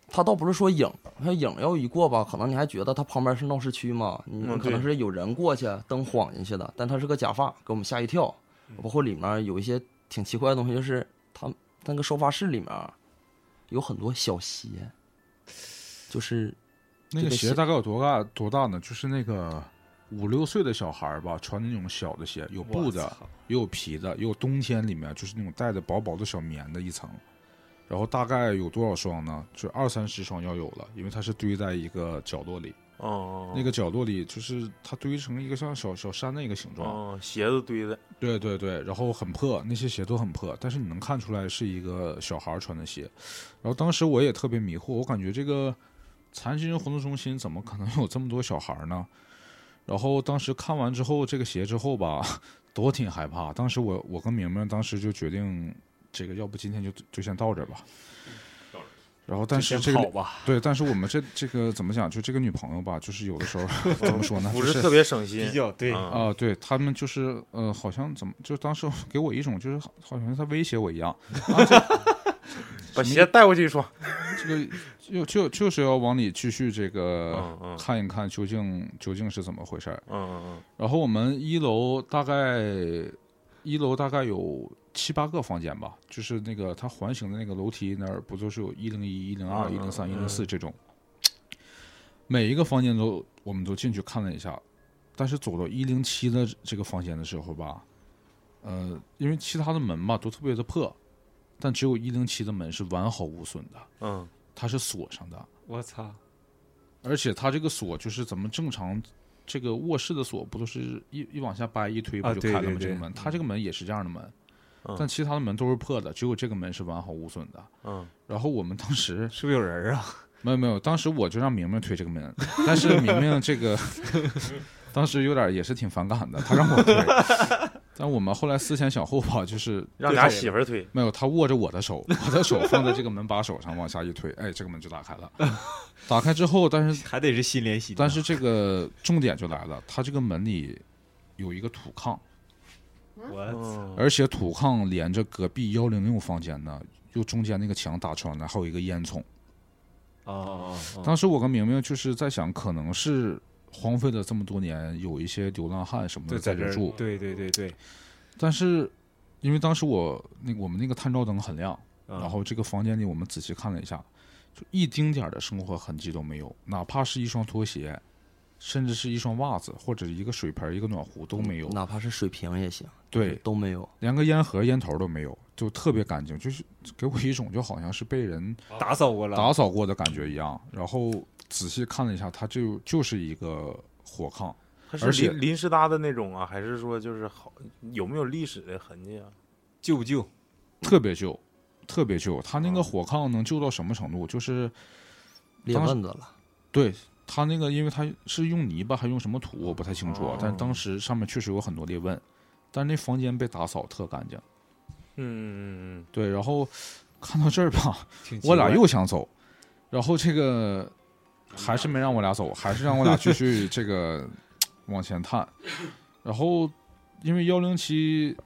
S3: 他倒不是说影，他影要一过吧，可能你还觉得他旁边是闹市区嘛，你
S1: 嗯
S3: 可
S1: 对
S3: 能是有人过去灯晃进去的，但他是个假发，给我们吓一跳。
S1: 嗯
S3: 包括里面有一些挺奇怪的东西，就是他那个收发室里面有很多小鞋，就是。
S2: 那
S3: 这
S2: 个
S3: 个
S2: 鞋
S3: 鞋
S2: 大概有多大多大呢？就是那个五六岁的小孩儿吧，穿的那种小的鞋，有布的，也有皮的，也有冬天里面就是那种带着薄薄的小棉的一层。然后大概有多少双呢？就二三十双要有了，因为它是堆在一个角落里，
S1: 嗯，嗯
S2: 那个角落里就是它堆成一个像小小山的一个形状。
S1: 嗯鞋子堆的，
S2: 对对对，然后很破，那些鞋都很破，但是你能看出来是一个小孩儿穿的鞋。然后当时我也特别迷惑，我感觉这个残疾人活动中心怎么可能有这么多小孩儿呢？然后当时看完之后，这个鞋之后吧，都挺害怕。当时我我跟明明当时就决定，这个要不今天就就先到这儿吧。然后，但是这
S6: 先
S2: 个
S6: 跑吧，
S2: 对，但是我们这这个怎么讲？就这个女朋友吧，就是有的时候 怎么说呢？
S1: 不
S2: 就是
S1: 特别省心
S6: 比，较对，
S1: 啊，
S2: 啊、对他们就是呃，好像怎么就当时给我一种就是好好像在威胁我一样，
S1: 把鞋带回去一双，
S2: 这个就就就是要往里继续这个
S1: 嗯嗯
S2: 看一看究竟究竟是怎么回事儿。
S1: 嗯
S2: 然后我们一楼大概一楼大概有七八个房间吧，就是那个它环形的那个楼梯那儿不就是有一零一、一零二、一零三、一零四这种，每一个房间都我们都进去看了一下，但是走到一零七的这个房间的时候吧，呃，因为其他的门嘛都特别的破，但只有一零七的门是完好无损的，
S1: 嗯嗯，
S2: 它是锁上的，
S6: 我操，
S2: 而且它这个锁就是咱们正常这个卧室的锁，不都是一一往下掰一推
S6: 啊
S2: 不就开了
S6: 对
S2: 吗？
S6: 对
S2: 这个
S6: 对
S2: 门，它这个门也是这样的门，
S1: 嗯
S2: 但其他的门都是破的，只有这个门是完好无损的。
S1: 嗯，
S2: 然后我们当时
S6: 是不是有人啊？
S2: 没有没有，当时我就让明明推这个门，但是明明这个 当时有点也是挺反感的，他让我推，但我们后来思前想后吧，就是
S1: 让俩媳妇儿推，
S2: 没有，他握着我的手，把他手放在这个门把手上往下一推，哎，这个门就打开了。 打开之后，但是
S6: 还得是心连心的，
S2: 但是这个重点就来了，它这个门里有一个土炕，
S6: 我操
S1: 嗯，
S2: 而
S1: 嗯
S2: 且土炕连着隔壁幺零六房间呢，又中间那个墙打穿了，还有一个烟囱。
S6: 啊啊啊！
S2: 当时我跟明明就是在想，可能是荒废了这么多年，有一些流浪汉什么的
S1: 对，在这
S2: 这
S1: 儿嗯
S2: 住，
S1: 对对对对，
S2: 但是因为当时我那我们那个探照灯很亮，
S6: 嗯
S2: 然后这个房间里我们仔细看了一下，就一丁点儿的生活痕迹都没有，哪怕是一双拖鞋，甚至是一双袜子或者一个水盆儿、一个暖壶都
S1: 嗯
S2: 没有。
S3: 哪怕是水瓶也行，
S2: 对，
S3: 都没有。
S2: 连个烟盒、烟头都没有，就特别干净，就是给我一种就好像是被人
S6: 打扫过了，
S2: 打扫过的感觉一样。然后仔细看了一下，它就就是一个火炕，
S1: 它
S2: 而
S1: 是
S2: 且
S1: 临临时搭的那种啊，还是说就是好有没有历史的痕迹啊？
S6: 旧不旧？
S2: 特别旧，特别旧。它那个火炕能旧到什么程度？就是
S3: 裂
S2: 当时
S3: 纹子了，
S2: 对它那个，因为它是用泥巴还用什么土，我不太清楚啊。但是当时上面确实有很多裂纹，但是那房间被打扫特干净。
S1: 嗯嗯
S2: 对，然后看到这儿吧，
S6: 挺奇
S2: 我俩
S6: 怪
S2: 又想走，然后这个还是没让我俩走，还是让我俩继续这个往前探。然后因为幺零七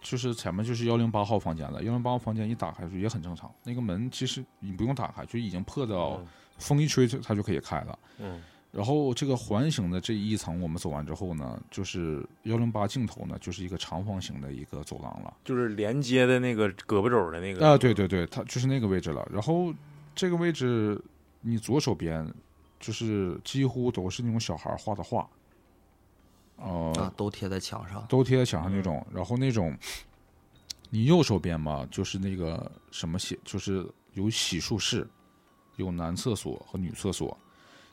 S2: 就是前面就是幺零八号房间了，幺零八号房间一打开就也很正常，那个门其实你不用打开，就已经破
S1: 嗯，
S2: 到
S1: 嗯
S2: 风一吹就它就可以开了。
S1: 嗯
S2: 然后这个环形的这一层我们走完之后呢，就是幺零八尽头呢就是一个长方形的一个走廊了。
S1: 就是连接的那个胳膊肘的那个
S2: 啊，对，对对，它就是那个位置了。然后这个位置，你左手边就是几乎都是那种小孩画的画，呃，
S3: 啊，都贴在墙上。
S2: 都贴在墙上那种。然后那种，你右手边嘛，就是那个什么洗，就是有洗漱室，有男厕所和女厕所。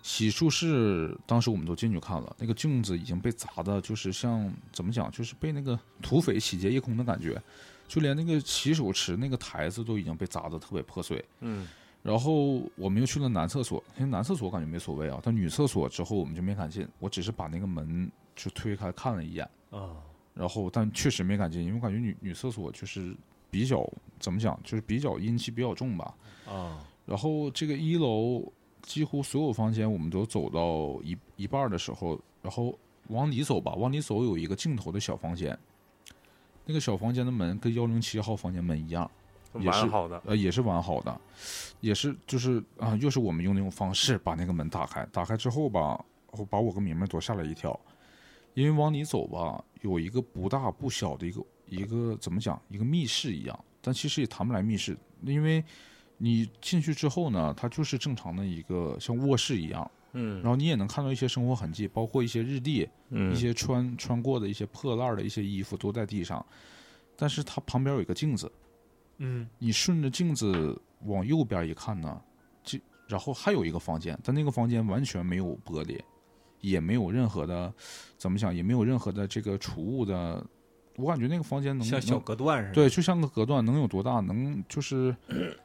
S2: 洗漱室当时我们都进去看了，那个镜子已经被砸的，就是像怎么讲，就是被那个土匪洗劫一空的感觉，就连那个洗手池那个台子都已经被砸的特别破碎。
S1: 嗯
S2: 然后我们又去了男厕所，因为男厕所我感觉没所谓啊，但女厕所之后我们就没敢进，我只是把那个门就推开看了一眼，
S6: 啊，
S2: 然后但确实没敢进，因为我感觉女女厕所就是比较怎么讲，就是比较阴气比较重吧。
S6: 啊，
S2: 然后这个一楼几乎所有房间我们都走到一一半儿的时候，然后往里走吧，往里走有一个尽头的小房间，那个小房间的门跟幺零七号房间门一样，也是
S1: 蛮好的，
S2: 呃，也是完好的，也是就是啊、又是我们用那种方式把那个门打开，打开之后吧，我把我跟明明都吓了一跳，因为往里走吧，有一个不大不小的一个一个怎么讲，一个密室一样，但其实也谈不来密室，因为你进去之后呢，它就是正常的一个像卧室一样，
S1: 嗯，
S2: 然后你也能看到一些生活痕迹，包括一些日历，
S1: 嗯
S2: 一些穿穿过的一些破烂儿的一些衣服都在地上，但是它旁边有一个镜子，
S6: 嗯，
S2: 你顺着镜子往右边一看呢，这然后还有一个房间，但那个房间完全没有玻璃，也没有任何的怎么讲，也没有任何的这个储物的，我感觉那个房间能
S6: 像小
S2: 能
S6: 隔断似的。
S2: 对，就像个隔断，能有多大？能就是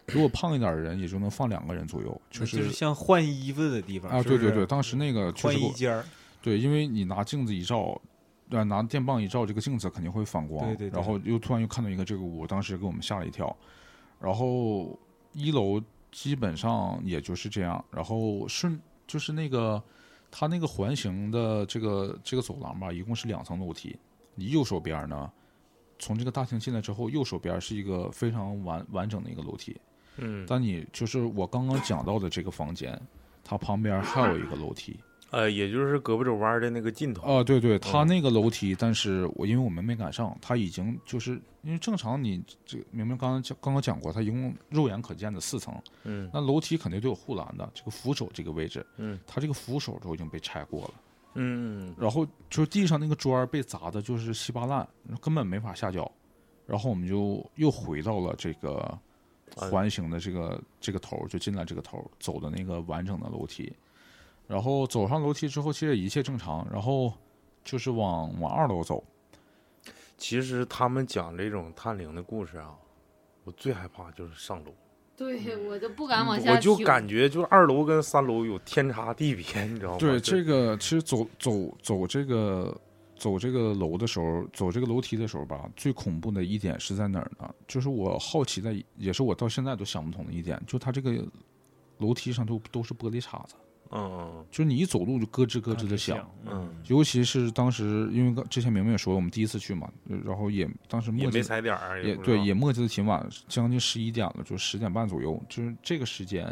S2: 如果胖一点的人，也就能放两个人左右，
S6: 那
S2: 是。
S6: 像换衣服的地方
S2: 啊，
S6: 是不
S2: 对对
S6: 是
S2: 对，当时那个确
S6: 换
S2: 实给
S6: 衣
S2: 我
S6: 间儿，
S2: 对，因为你拿镜子一照，呃，拿电棒一照，这个镜子肯定会反光。
S6: 对对对
S2: 然后又突然又看到一个这个屋，当时给我们吓了一跳。然后一楼基本上也就是这样，然后顺就是那个它那个环形的这个这个走廊吧，一共是两层楼梯。你右手边呢，从这个大厅进来之后，右手边是一个非常完完整的一个楼梯。
S1: 嗯
S2: 但你就是我刚刚讲到的这个房间，它旁边还有一个楼梯。
S1: 呃，也就是胳膊肘弯的那嗯个尽头，
S2: 啊，对对，他那个楼梯，但是我因为我们没赶上，他已经就是因为正常你这明明刚刚讲刚刚讲过，他一共肉眼可见的四层，
S1: 嗯
S2: 那楼梯肯定都有护栏的，这个扶手这个位置，
S1: 嗯，
S2: 他这个扶手都已经被拆过了，
S1: 嗯嗯
S2: 然后就地上那个砖儿被砸的就是稀巴烂，根本没法下脚，然后我们就又回到了这个
S1: 哎
S2: 环形的这个这个头儿，就进来这个头儿走的那个完整的楼梯，然后走上楼梯之后，其实一切正常，然后就是往往二楼走，
S1: 其实他们讲这种探灵的故事啊，我最害怕就是上楼，
S4: 对我就不敢往下
S1: 嗯我就
S4: 挺
S1: 感觉就是二楼跟三楼有天差地别，你知道吗？
S2: 对，
S1: 就
S2: 这个其实走走走这个走这个楼的时候，走这个楼梯的时候吧，最恐怖的一点是在哪儿呢？就是我好奇的，也是我到现在都想不通的一点，就它这个楼梯上都都是玻璃碴子，
S1: 嗯
S2: 就是你一走路就咯吱咯吱的响。
S1: 嗯嗯，
S2: 尤其是当时，因为刚之前明明也说了，我们第一次去嘛，呃然后也当时
S1: 也
S2: 墨迹
S1: 没踩点儿，
S2: 也
S1: 不知
S2: 对，
S1: 道
S2: 也磨叽的挺晚，将近十一点了，就十点半左右，就是这个时间，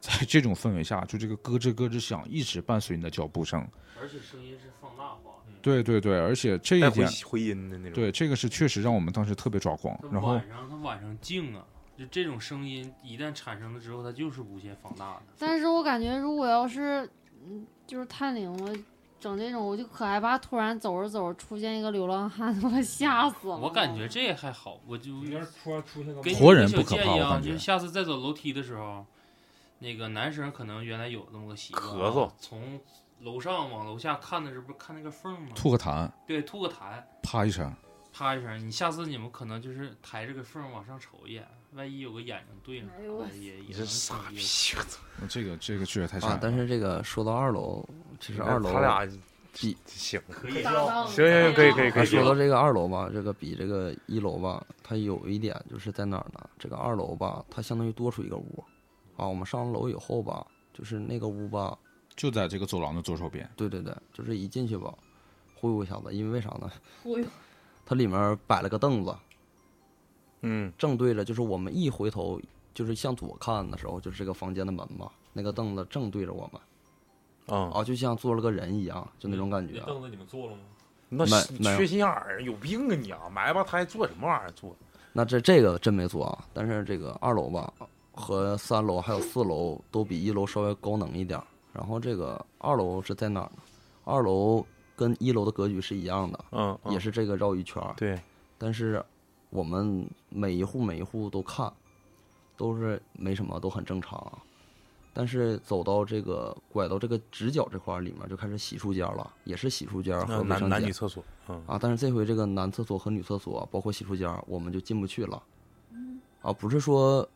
S2: 在这种氛围下，就这个咯吱咯吱响一直伴随你的脚步声。
S5: 而且声音是放大化，
S2: 对对对，而且这
S1: 带
S2: 一
S1: 回
S2: 点，
S1: 回音的那种。，
S2: 对这个是确实让我们当时特别抓狂
S5: 它。
S2: 然后
S5: 晚上它晚上静啊，就这种声音一旦产生了之后，它就是无限放大的。
S4: 但是我感觉如果要是，嗯，就是探灵了，整这种，我就可害怕，突然走着走着出现一个流浪汉，我 吓死了。
S5: 我感觉这还好，我就
S7: 你要是突然出现个
S5: 给你
S2: 活
S5: 一个
S2: 人
S5: 小
S2: 不可
S5: 建
S2: 怕
S5: 议
S2: 我
S5: 啊，
S2: 感
S5: 就
S2: 觉
S5: 是下次再走楼梯的时候，那个男生可能原来有那么个习惯啊，
S1: 咳嗽
S5: 从楼上往楼下看的时候，不是看那个缝吗？
S2: 吐个痰，
S5: 对，吐个痰，
S2: 啪一声，
S5: 啪一声。你下次你们可能就是抬着个缝往上瞅一眼，万一有个眼睛对上
S4: 哎呦我
S5: 啥的，也
S1: 你
S5: 也
S1: 是
S5: 能
S1: 傻
S5: 瞅
S1: 逼
S5: 见。！
S1: 我操
S2: 那这个这个确实太吓
S3: 啊
S2: 人。，
S3: 但
S2: 了。
S3: 是这个说到二楼，其实二楼啊
S1: 他俩
S3: 比
S1: 行，
S5: 可
S4: 搭
S5: 以
S4: 档，
S1: 行行行可以可以可
S3: 他
S1: 以
S3: 说到这个二楼吧，这个比这个一楼吧，它有一点就是在哪儿呢？这个二楼吧，它相当于多出一个屋，啊，我们上了楼以后吧，就是那个屋吧，
S2: 就在这个走廊的左手边。
S3: 对对对，就是一进去吧，忽悠一下子，因为为啥呢？
S4: 忽悠
S3: 它里面摆了个凳子，
S1: 嗯，
S3: 正对着就是我们一回头就是向左看的时候，就是这个房间的门嘛，那个凳子正对着我们，
S1: 啊，
S3: 啊，就像坐了个人一样，就
S1: 嗯
S3: 那种感觉
S2: 啊
S3: 啊
S7: 那。凳子你们坐了吗？
S1: 那
S3: 没
S1: 是
S3: 没有
S1: 缺心眼儿，有病啊你啊！埋吧，他还做什么玩意儿做？
S3: 那这这个真没做啊，但是这个二楼吧和三楼还有四楼都比一楼稍微高能一点儿。然后这个二楼是在哪儿呢？二楼跟一楼的格局是一样的，
S1: 嗯，嗯
S3: 也是这个绕一圈儿。
S1: 对，
S3: 但是我们每一户每一户都看，都是没什么，都很正常啊。但是走到这个拐到这个直角这块儿里面，就开始洗漱间了，也是洗漱间
S1: 那
S3: 和卫
S1: 男
S3: 生
S1: 男
S3: 间
S1: 女厕所，嗯，
S3: 啊。但是这回这个男厕所和女厕所，包括洗漱间，我们就进不去了。啊，不是说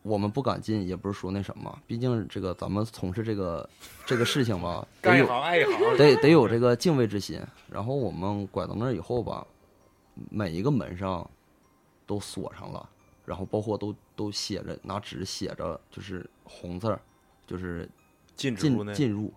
S3: 我们不敢进，也不是说那什么，毕竟这个咱们从事这个这个事情吧，得
S1: 干一
S3: 有
S1: 行爱一行，
S3: 得得有这个敬畏之心。然后我们拐到那儿以后吧，每一个门上都锁上了，然后包括都都写着拿纸写着就是红字儿，就是
S1: 禁止入
S3: 进
S1: 内，
S3: 进入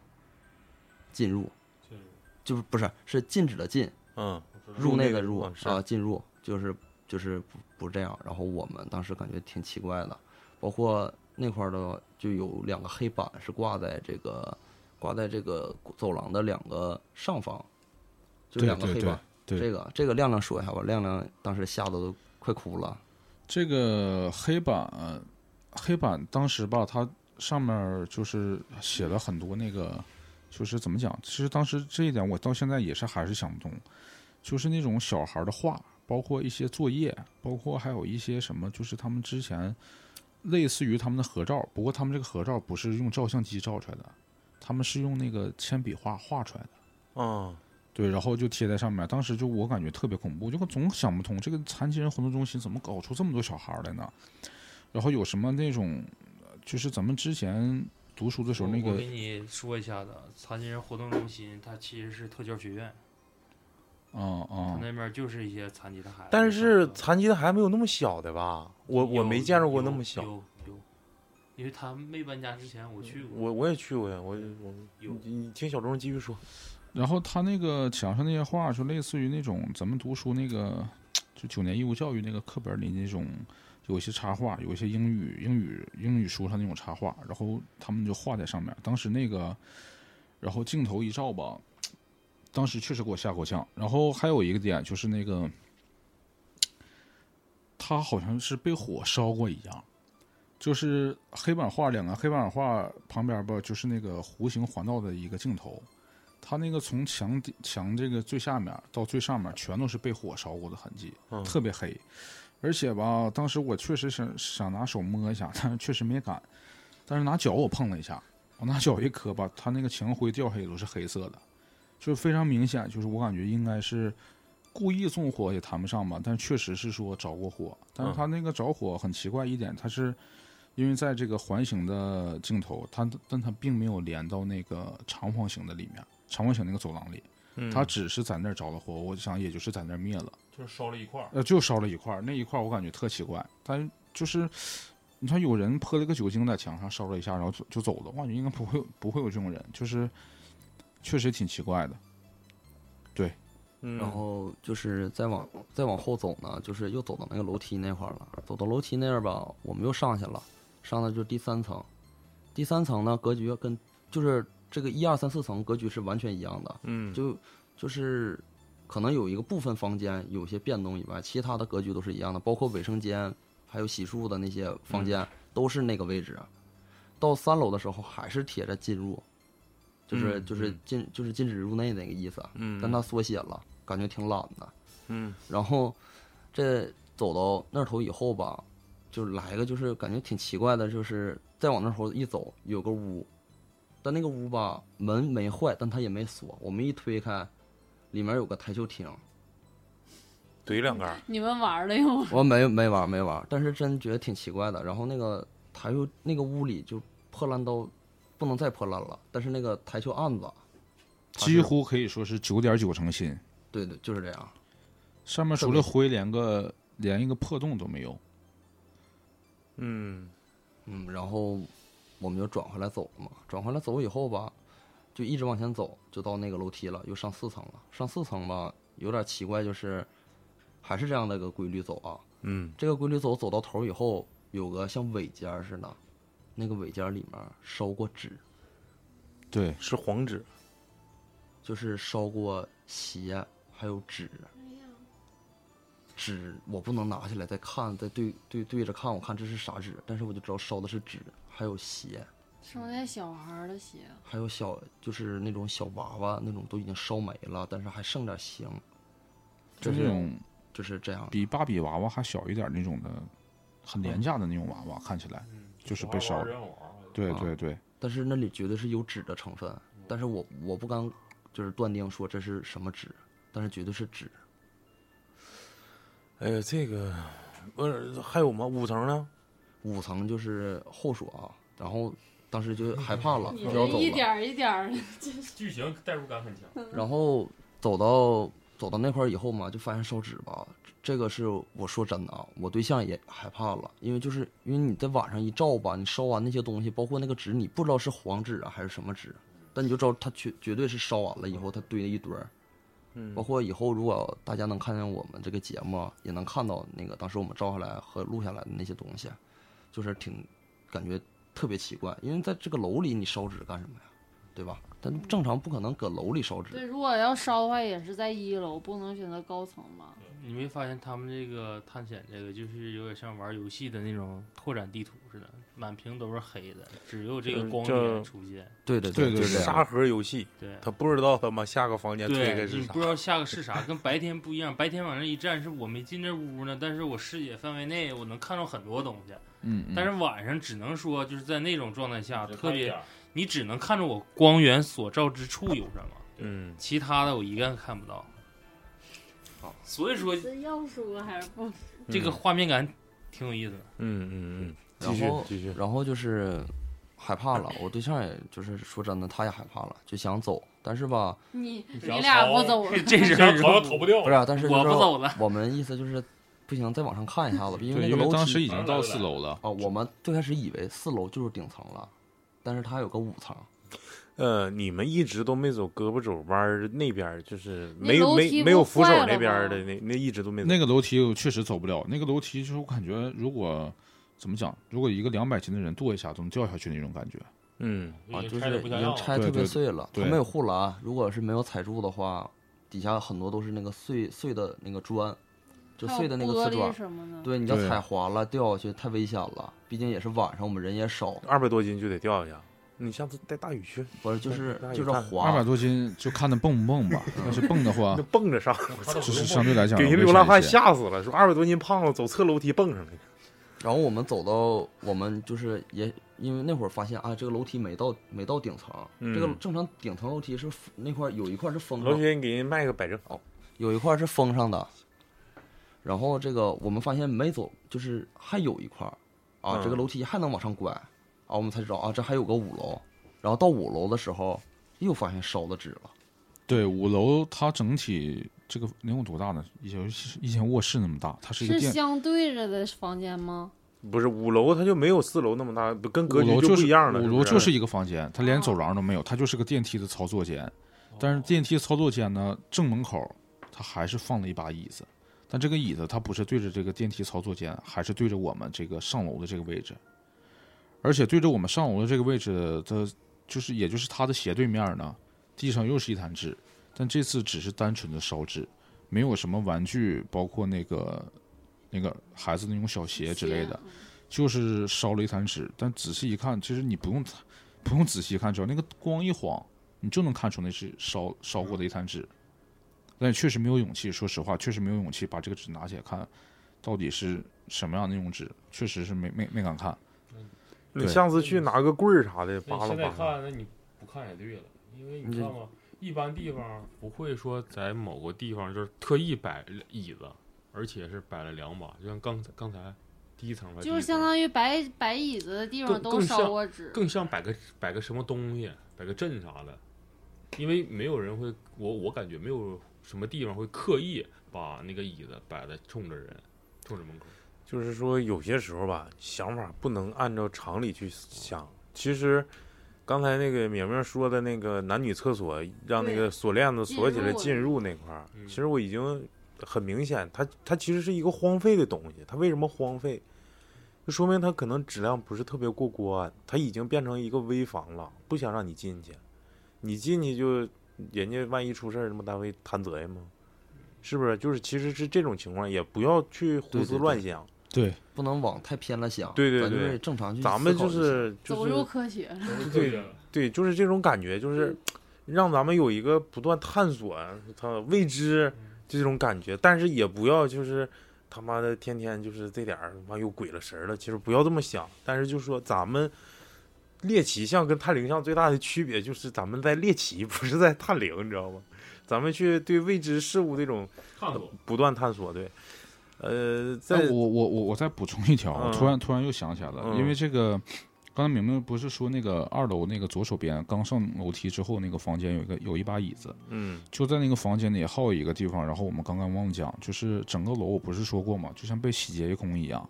S3: 进入，
S7: 进入
S3: 就是不是是禁止的禁，
S1: 嗯，
S7: 我知道
S1: 入
S3: 入
S1: 内
S3: 内
S1: 的
S3: 的
S1: 入
S3: 入
S1: 啊是
S3: 啊，进入就是就是不不这样。然后我们当时感觉挺奇怪的，包括那块儿的就有两个黑板是挂在这个挂在这个走廊的两个上方，就
S2: 对
S3: 两个
S2: 对
S3: 黑
S2: 对
S3: 板。
S2: 对
S3: 这个这个亮亮说一下吧，亮亮当时吓得都快哭了。
S2: 这个黑板，黑板当时吧，它上面儿就是写了很多那个，就是怎么讲？其实当时这一点我到现在也是还是想不通，就是那种小孩儿的画，包括一些作业，包括还有一些什么，就是他们之前类似于他们的合照，不过他们这个合照不是用照相机照出来的，他们是用那个铅笔画画出来的。
S1: 嗯，
S2: 对，然后就贴在上面。当时就我感觉特别恐怖，就总想不通这个残疾人活动中心怎么搞出这么多小孩儿来呢？然后有什么那种，呃就是咱们之前读书的时候那
S5: 我
S2: 个
S5: 给你说一下子，残疾人活动中心它其实是特教学院，
S2: 啊
S5: 它
S2: 啊，
S5: 那边就是一些残疾的孩
S1: 哦
S5: 子上课。
S1: 但是残疾的还没有那么小的吧？我我
S5: 有
S1: 没见着过那么
S5: 有
S1: 小，
S5: 有，有因为他没搬家之前我去过，
S1: 我我也去过呀，我我
S5: 有
S1: 你你听小钟继续说，
S2: 然后他那个墙上那些画，就类似于那种咱们读书那个，就九年义务教育那个课本里那种，有一些插画，有一些英语英语英语书上那种插画，然后他们就画在上面。当时那个，然后镜头一照吧，当时确实给我吓够呛。然后还有一个点就是那个，他好像是被火烧过一样。就是黑板画两个黑板画旁边吧，就是那个弧形环道的一个镜头，它那个从墙底墙这个最下面到最上面，全都是被火烧过的痕迹，
S1: 嗯
S2: 特别黑。而且吧，当时我确实想想拿手摸一下，但是确实没敢。但是拿脚我碰了一下，我拿脚一磕吧，它那个墙灰掉下也都是黑色的，就是非常明显。就是我感觉应该是故意纵火也谈不上吧，但确实是说着过火。
S1: 嗯
S2: 但是它那个着火很奇怪一点，它是因为在这个环形的镜头，它但它并没有连到那个长方形的里面，长方形那个走廊里，
S1: 嗯
S2: 它只是在那儿着了火，我想也就是在那儿灭了，
S7: 就是烧了一块儿，
S2: 呃，就烧了一块儿，那一块儿我感觉特奇怪，但就是。你看，有人泼了个酒精在墙上烧了一下，然后就就走了。我感觉应该不会有不会有这种人，就是确实挺奇怪的。
S1: 嗯
S3: 然后就是再往再往后走呢，就是又走到那个楼梯那块儿了。走到楼梯那儿吧，我们又上去了，上到就第三层，第三层呢，格局跟就是这个一二三四层格局是完全一样的，
S1: 嗯，
S3: 就就是可能有一个部分房间有些变动以外，其他的格局都是一样的，包括卫生间还有洗漱的那些房
S1: 嗯
S3: 间、都是那个位置。到三楼的时候还是贴着进入，就是、
S1: 嗯
S3: 就是
S1: 嗯
S3: 禁就是禁止入内那个意思，啊
S1: 嗯，
S3: 但它缩写了，感觉挺懒的。
S1: 嗯
S3: 然后这走到那头以后吧，就来一个就是感觉挺奇怪的，就是再往那头一走有个屋，但那个屋吧门没坏，但它也没锁，我们一推开，里面有个台球厅，
S1: 怼两杆儿，
S4: 你们玩了又
S3: 我没没玩没玩，但是真觉得挺奇怪的。然后那个台球那个屋里就破烂到不能再破烂了，但是那个台球案子，它
S2: 几
S3: 是
S2: 乎可以说是九点九成新，
S3: 对对就是这样，
S2: 上面除了灰，连个连一个破洞都没有。
S1: 嗯
S3: 嗯，然后我们就转回来走嘛，转回来走以后吧，就一直往前走，就到那个楼梯了，又上四层了。上四层吧，有点奇怪，就是还是这样的一个规律走啊。
S1: 嗯
S3: 这个规律走走到头以后，有个像尾间儿似的，那个尾间儿里面烧过纸，
S2: 对，
S1: 是黄纸，
S3: 就是烧过鞋，还有纸。纸我不能拿起来再看，再对对对着看，我看这是啥纸，但是我就知道烧的是纸，还有鞋。
S4: 生那小孩儿的鞋，
S3: 还有小就是那种小娃娃那种都已经烧没了，但是还剩点形，
S2: 就
S3: 就是
S2: 这种
S3: 就是这样。
S2: 比芭比娃娃还小一点那种的，很廉价的那种娃娃，看起来
S7: 嗯
S2: 就是被烧
S7: 玩
S2: 了。
S7: 人偶啊
S2: 对
S3: 啊
S2: 对对，
S3: 但是那里绝对是有纸的成分，但是我我不敢就是断定说这是什么纸，但是绝对是纸。
S1: 哎呀，这个不是还有吗？五层呢？
S3: 五层就是后说啊，然后当时就害怕了，就要走
S4: 一
S3: 了，
S4: 点儿一点儿的，
S7: 剧情代入感很强。
S3: 然后走到走到那块儿以后嘛，就发现烧纸吧，这个是我说真的啊，我对象也害怕了，因为就是因为你在晚上一照吧，你烧完那些东西，包括那个纸，你不知道是黄纸啊还是什么纸，但你就知道它绝绝对是烧完了以后它堆了一堆儿。
S1: 嗯
S3: 包括以后如果大家能看见我们这个节目啊，也能看到那个当时我们照下来和录下来的那些东西，就是挺感觉特别奇怪，因为在这个楼里你烧纸干什么呀，对吧？但正常不可能搁楼里烧纸
S4: 对，。如果要烧的话，也是在一楼，不能选择高层嘛。
S5: 你没发现他们这个探险这个就是有点像玩游戏的那种拓展地图似的，满屏都是黑的，只有这个
S1: 嗯
S5: 光
S1: 这
S5: 点出现。
S3: 对对
S2: 对对
S3: 就是这样。
S1: 沙盒游戏，
S5: 对，
S1: 他不知道他妈下个房间哎推
S5: 对
S1: 开
S5: 你
S1: 是啥
S5: 不。知道下个是啥，跟白天不一样。白天往那一站，是我没进这屋呢，但是我视野范围内我能看到很多东西。
S2: 嗯，嗯
S5: 但是晚上只能说就是在那种状态下，
S7: 就
S5: 特
S7: 看一
S5: 别
S7: 下
S5: 你只能看着我光源所照之处有什么，
S1: 嗯，
S5: 其他的我一个看不到。所以说
S4: 这要说还是不
S5: 这个画面感挺有意思的。
S1: 嗯嗯嗯，继
S3: 然
S1: 续
S3: 后
S1: 继续，
S3: 然后就是害怕了，我对象也就是说真的，他也害怕了，就想走，但是吧，
S4: 你
S7: 想
S4: 你俩不走了，
S5: 这时
S7: 想逃
S5: 候
S7: 又逃不掉
S3: 不，是啊，但是就是
S5: 我不走了，
S3: 我们意思就是不行，再往上看一下子，因
S2: 对，
S3: 为
S2: 因
S3: 那个
S2: 为
S3: 楼
S2: 当
S3: 梯
S2: 时已经到四楼了。
S3: 啊，我们最开始以为四楼就是顶层了，但是它有个五层，
S1: 呃，你们一直都没走胳膊肘弯儿那边儿，就是
S4: 那
S1: 没
S4: 楼
S1: 没
S4: 梯
S1: 没
S4: 不
S1: 有扶手
S4: 坏了
S1: 那边儿
S4: 吗
S1: 的那那一直都没走。
S2: 那个楼梯我确实走不了，那个楼梯就是我感觉，如果怎么讲，如果一个两百斤的人跺一下都能掉下去那种感觉。
S1: 嗯
S3: 啊，
S7: 已
S3: 就
S7: 经拆的
S3: 是
S7: 不
S3: 已
S7: 像样
S3: 经
S7: 了。
S3: 拆
S2: 对
S3: 特别
S2: 对
S3: 碎了，它
S2: 对
S3: 没有护栏，如果是没有彩柱的话，底下很多都是那个碎碎的那个砖，就
S4: 还有
S3: 碎的那个
S4: 玻
S3: 瓷
S4: 璃
S3: 砖，
S4: 什么的，
S3: 对，你要
S2: 对
S3: 踩滑了掉下去太危险了，毕竟也是晚上，我们人也少，
S1: 二百多斤就得掉下去。你下次带大雨去，
S3: 不是就是
S1: 那也
S3: 就是
S1: 看
S2: 二百
S3: 滑，
S2: 多斤就看它蹦不蹦 吧，要是蹦的话
S1: 那，蹦着
S2: 啊
S1: 上，
S2: 就是相对来讲
S1: 给人
S2: 危
S1: 流浪
S2: 险一
S1: 汉
S2: 些
S1: 吓死了。说二百多斤胖子走侧楼梯蹦上来，
S3: 然后我们走到我们就是也因为那会儿发现啊，这个楼梯没到没到顶层，这个
S1: 嗯
S3: 正常顶层楼梯是那块儿有一块儿是
S4: 嗯
S3: 封
S1: 老
S3: 上，
S1: 铁，你给人卖个摆正。
S3: 有一块儿是封上的，然后这个我们发现没走，就是还有一块儿啊，
S1: 嗯
S3: 这个楼梯还能往上拐啊，我们才知道啊，这还有个五楼。然后到五楼的时候，又发现烧的纸了，
S2: 对，五楼它整体这个能有多大呢？以前以前卧室那么大，它是一个
S4: 是
S2: 电，
S4: 相对着的房间吗？
S1: 不是五楼，它就没有四楼那么大，不跟格
S2: 五
S1: 局
S2: 楼就
S1: 不
S2: 是
S1: 一样了。
S2: 五
S1: 是
S2: 楼
S1: 不
S2: 就是是一个房间，它连走廊都没有，它就是个电梯的操作间。
S5: 哦
S2: 但是电梯操作间呢，正门口它还是放了一把椅子，但这个椅子它不是对着这个电梯操作间，还是对着我们这个上楼的这个位置。而且对着我们上楼的这个位置，它就是也就是它的斜对面呢，地上又是一滩纸，但这次只是单纯的烧纸，没有什么玩具，包括那个那个孩子那种小鞋之类的，就是烧了一滩纸。但仔细一看，其实你不用不用仔细看，只要那个光一晃，你就能看出那是烧烧过的一滩纸。但确实没有勇气，说实话，确实没有勇气把这个纸拿起来看，到底是什么样的那种纸，确实是没没没敢看。
S1: 你
S2: 对
S1: 下次去拿个棍儿啥的
S7: 那
S1: 扒
S7: 你
S1: 拉
S7: 现在
S1: 扒拉。
S7: 看，那你不看也对了，因为你看吧，一般地方不会说在某个地方就是特意摆椅子，而且是摆了两把，就像刚才刚才第一层吧，
S4: 就是相当于摆摆椅子的地方
S7: 更
S4: 都
S7: 更
S4: 烧
S7: 像
S4: 过纸，
S7: 更像摆个摆个什么东西，摆个阵啥的，因为没有人会，我我感觉没有什么地方会刻意把那个椅子摆的冲着人，冲着门口。
S1: 就是说有些时候吧，想法不能按照常理去想。其实刚才那个明明说的那个男女厕所让那
S4: 对
S1: 个锁链子锁起来
S4: 进
S1: 进入那块儿，
S7: 嗯
S1: 其实我已经很明显，它它其实是一个荒废的东西。它为什么荒废？就说明它可能质量不是特别过关，它已经变成一个危房了，不想让你进去。你进去就人家万一出事儿，他妈单位摊责任吗？是不是？就是其实是这种情况，也不要去胡
S3: 对
S1: 思
S3: 对
S1: 乱
S3: 对
S1: 想。
S2: 对，
S3: 不能往太偏了想。
S1: 对对
S3: 咱就
S1: 对
S3: 是正常去思考
S1: 咱
S3: 行。
S1: 们就是就
S4: 走入嗯
S1: 是
S4: 科学了。
S1: 对对，就是这种感觉，就是让咱们有一个不断探索它未知这种感觉，但是也不要就是他妈的天天就是这点儿妈又鬼了神儿了，其实不要这么想，但是就说咱们。猎奇项跟探灵项最大的区别就是咱们在猎奇，不是在探灵，你知道吗？咱们去对未知事物这种
S7: 看过，
S1: 不断探索，对，呃，在
S2: 但哎我我我我再补充一条，
S1: 嗯
S2: 突然突然又想起来了，
S1: 嗯
S2: 因为这个刚才明明不是说那个二楼那个左手边刚上楼梯之后那个房间有一个有一把椅子，
S1: 嗯
S2: 就在那个房间里还有一个地方，然后我们刚刚忘讲，就是整个楼我不是说过嘛，就像被洗劫一空一样，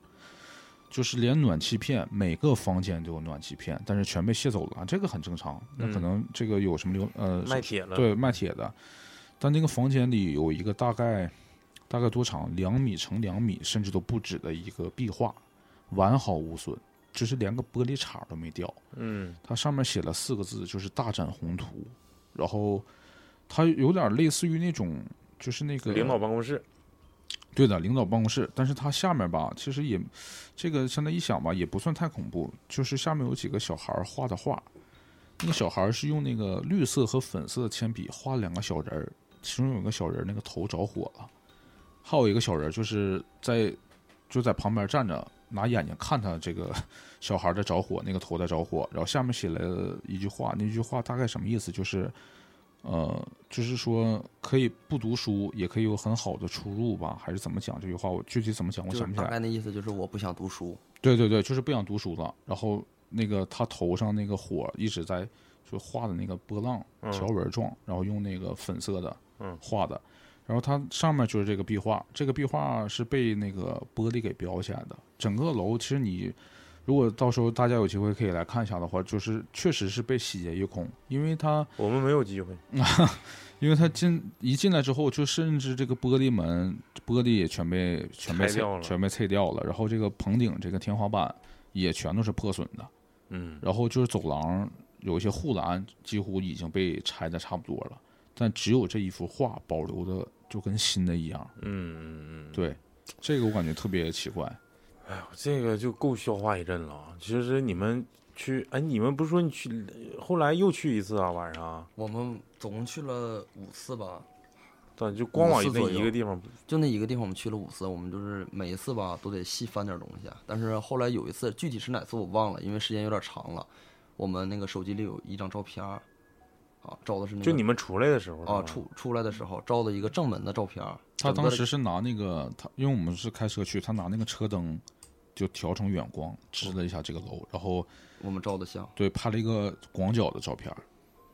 S2: 就是连暖气片，每个房间都有暖气片，但是全被卸走了，这个很正常。那可
S1: 嗯
S2: 能这个有什么流呃
S1: 卖铁了，
S2: 对卖铁的，但那个房间里有一个大概大概多长两米乘两米甚至都不止的一个壁画，完好无损，就是连个玻璃碴儿都没掉。
S1: 嗯
S2: 它上面写了四个字，就是“大展宏图”，然后它有点类似于那种，就是那个
S1: 领导办公室，
S2: 对的领导办公室，但是它下面吧，其实也这个现在一想吧，也不算太恐怖，就是下面有几个小孩儿画的画，那个小孩儿是用那个绿色和粉色的铅笔画了两个小人儿，其中有一个小人儿那个头着火了，还有一个小人儿就是在就在旁边站着，拿眼睛看他这个小孩儿在着火，那个头在着火，然后下面写了一句话，那句话大概什么意思？就是，呃，就是说可以不读书，也可以有很好的出路吧，还是怎么讲这句话？我具体怎么讲我
S3: 就
S2: 想
S3: 是
S2: 不起
S3: 大
S2: 来。
S3: 概那意思就是我不想读书，
S2: 对对对，就是不想读书了。然后那个他头上那个火一直在就画的那个波浪
S1: 嗯
S2: 条纹状，然后用那个粉色的
S1: 嗯
S2: 画的。然后它上面就是这个壁画，这个壁画是被那个玻璃给裱起来的。整个楼其实你如果到时候大家有机会可以来看一下的话，就是确实是被洗劫一空，因为它
S1: 我们没有机会，
S2: 因为它进一进来之后，就甚至这个玻璃门玻璃也全被全被
S1: 拆掉
S2: 碎
S1: 了
S2: 全被碎掉了，然后这个棚顶这个天花板也全都是破损的，
S1: 嗯。
S2: 然后就是走廊有一些护栏几乎已经被拆的差不多了，但只有这一幅画保留的就跟新的一样。
S1: 嗯，嗯嗯，
S2: 对，这个我感觉特别奇怪。
S1: 这个就够消化一阵了啊。其实你们去，哎，你们不是说你去，后来又去一次啊？晚上，
S3: 我们总共去了五次吧，
S1: 咱就光往
S3: 五次
S1: 那
S3: 左右
S1: 一个地方，
S3: 就那一个地方，我们去了五次，我们就是每一次吧都得细翻点东西。啊但是后来有一次，具体是哪次我忘了，因为时间有点长了。我们那个手机里有一张照片儿，啊，照的是那个
S1: 就你们出来的时候是
S3: 啊
S1: 吧
S3: 出出来的时候照的一个正门的照片儿。
S2: 他
S3: 整个
S2: 当
S3: 的
S2: 时是拿那个他，因为我们是开车去，他拿那个车灯就调成远光指了一下这个楼，然后
S3: 我们照的像，
S2: 对拍了一个广角的照片儿，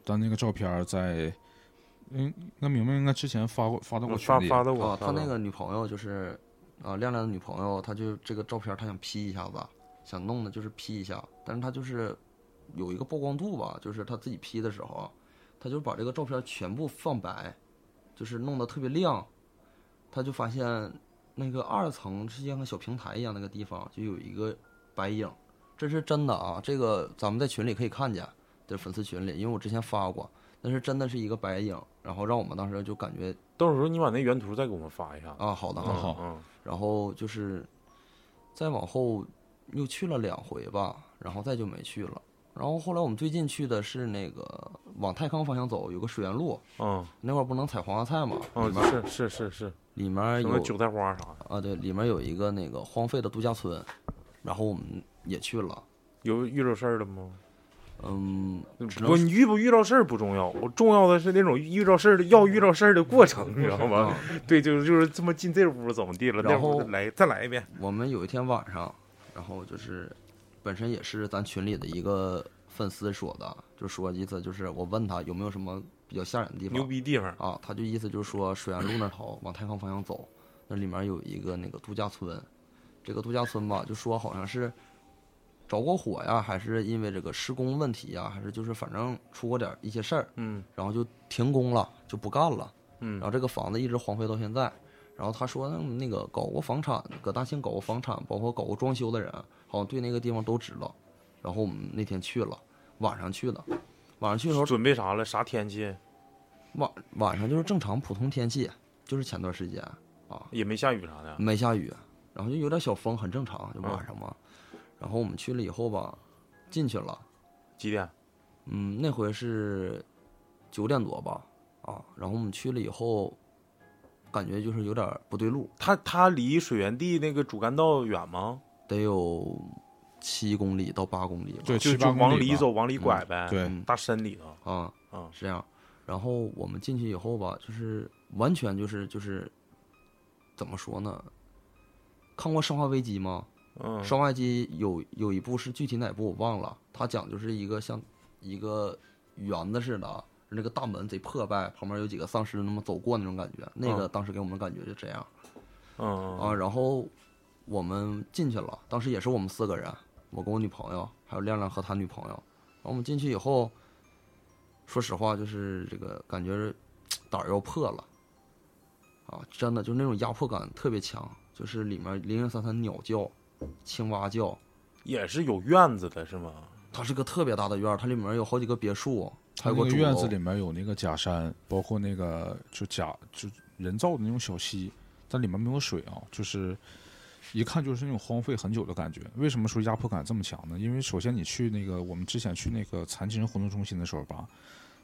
S2: 但那个照片儿在。嗯，那明明应该之前发过发到过
S1: 我
S2: 群
S1: 发
S2: 里，
S1: 发到我
S3: 啊，
S1: 发
S3: 他
S1: 哦到
S3: 那
S1: 我
S3: 个女朋友就是，啊，亮亮的女朋友，她就这个照片，她想 P 一下子，想弄的就是 P 一下，但是她就是有一个曝光度吧，就是她自己 P 的时候啊，她就把这个照片全部放白，就是弄得特别亮，她就发现那个二层是像个小平台一样那个地方，就有一个白影这是真的啊，这个咱们在群里可以看见，在粉丝群里，因为我之前发过，那是真的是一个白影，然后让我们当时就感觉
S1: 到时候你把那原图再给我们发一下。
S3: 啊，好的
S1: 嗯
S3: 好的，
S2: 好
S1: 嗯，
S3: 然后就是再往后又去了两回吧，然后再就没去了。然后后来我们最近去的是那个往太康方向走，有个水源路，
S1: 嗯
S3: 那块儿不能采黄芽菜嘛，里面
S1: 嗯，是是是是，
S3: 里面
S1: 什么
S3: 有
S1: 韭菜花啥的，
S3: 啊，对，里面有一个那个荒废的度假村，然后我们也去了，
S1: 有遇着事儿了吗？
S3: 嗯，只能
S1: 不，你遇不遇到事儿不重要， 我重要的是那种遇到事儿的要遇到事儿的过程，你知道吗？
S3: 啊
S1: 对，就是就是这么进这屋怎么地了，那
S3: 然后
S1: 屋来再来一遍。
S3: 我们有一天晚上，然后就是本身也是咱群里的一个粉丝说的，就说意思就是我问他有没有什么比较吓人的地
S1: 牛
S3: 方
S1: 逼地方，
S3: 啊，他就意思就是说水源路那头往太康方向走，那里面有一个那个度假村，这个度假村吧，就说好像是着过火呀，还是因为这个施工问题呀，还是就是反正出过点儿一些事儿，
S1: 嗯
S3: 然后就停工了，就不干了。然
S1: 嗯
S3: 后这个房子一直荒废到现在。然后他说，嗯那个搞过房产，搁大庆搞过房产，包括搞过装修的人，好像对那个地方都知道。然后我们那天去了，晚上去的，晚上去的时候，
S1: 准备啥了？啥天气？
S3: 晚晚上就是正常普通天气，就是前段时间啊，
S1: 也没下雨啥的。
S3: 没下雨，然后就有点小风，很正常，就晚上嘛。然后我们去了以后吧，进去了，
S1: 几点？
S3: 嗯，那回是九点多吧，啊，然后我们去了以后，感觉就是有点不对路，
S1: 它它离水源地那个主干道远吗？
S3: 得有七公里到八公里吧。
S2: 对，
S1: 就
S2: 七
S1: 就
S2: 八公
S1: 往
S2: 里
S1: 里
S2: 吧，
S1: 走，往里拐呗。
S2: 对，
S3: 嗯
S1: 大山里头。
S3: 啊，
S1: 啊，
S3: 是这样。然后我们进去以后吧，就是完全就是就是怎么说呢？看过《生化危机》吗？
S1: 嗯，
S3: 生化危机》有有一部是具体哪部我忘了，它讲就是一个像一个园子似的啊，那个大门贼破败，旁边有几个丧尸那么走过那种感觉。那个
S1: 嗯
S3: 当时给我们的感觉就这样。
S1: 嗯
S3: 啊，
S1: 嗯
S3: 然后我们进去了，当时也是我们四个人，我跟我女朋友，还有亮亮和他女朋友。然后我们进去以后，说实话，就是这个感觉胆儿要破了，啊，真的就是那种压迫感特别强，就是里面零零散散鸟叫、青蛙叫，
S1: 也是有院子的是吗？
S3: 它是个特别大的院儿，它里面有好几个别墅，
S2: 它
S3: 还有
S2: 那
S3: 个
S2: 个
S3: 主
S2: 院
S3: 楼
S2: 子里面有那个假山，包括那个就假就人造的那种小溪，但里面没有水啊，就是一看就是那种荒废很久的感觉。为什么说压迫感这么强呢？因为首先你去那个我们之前去那个残疾人活动中心的时候吧，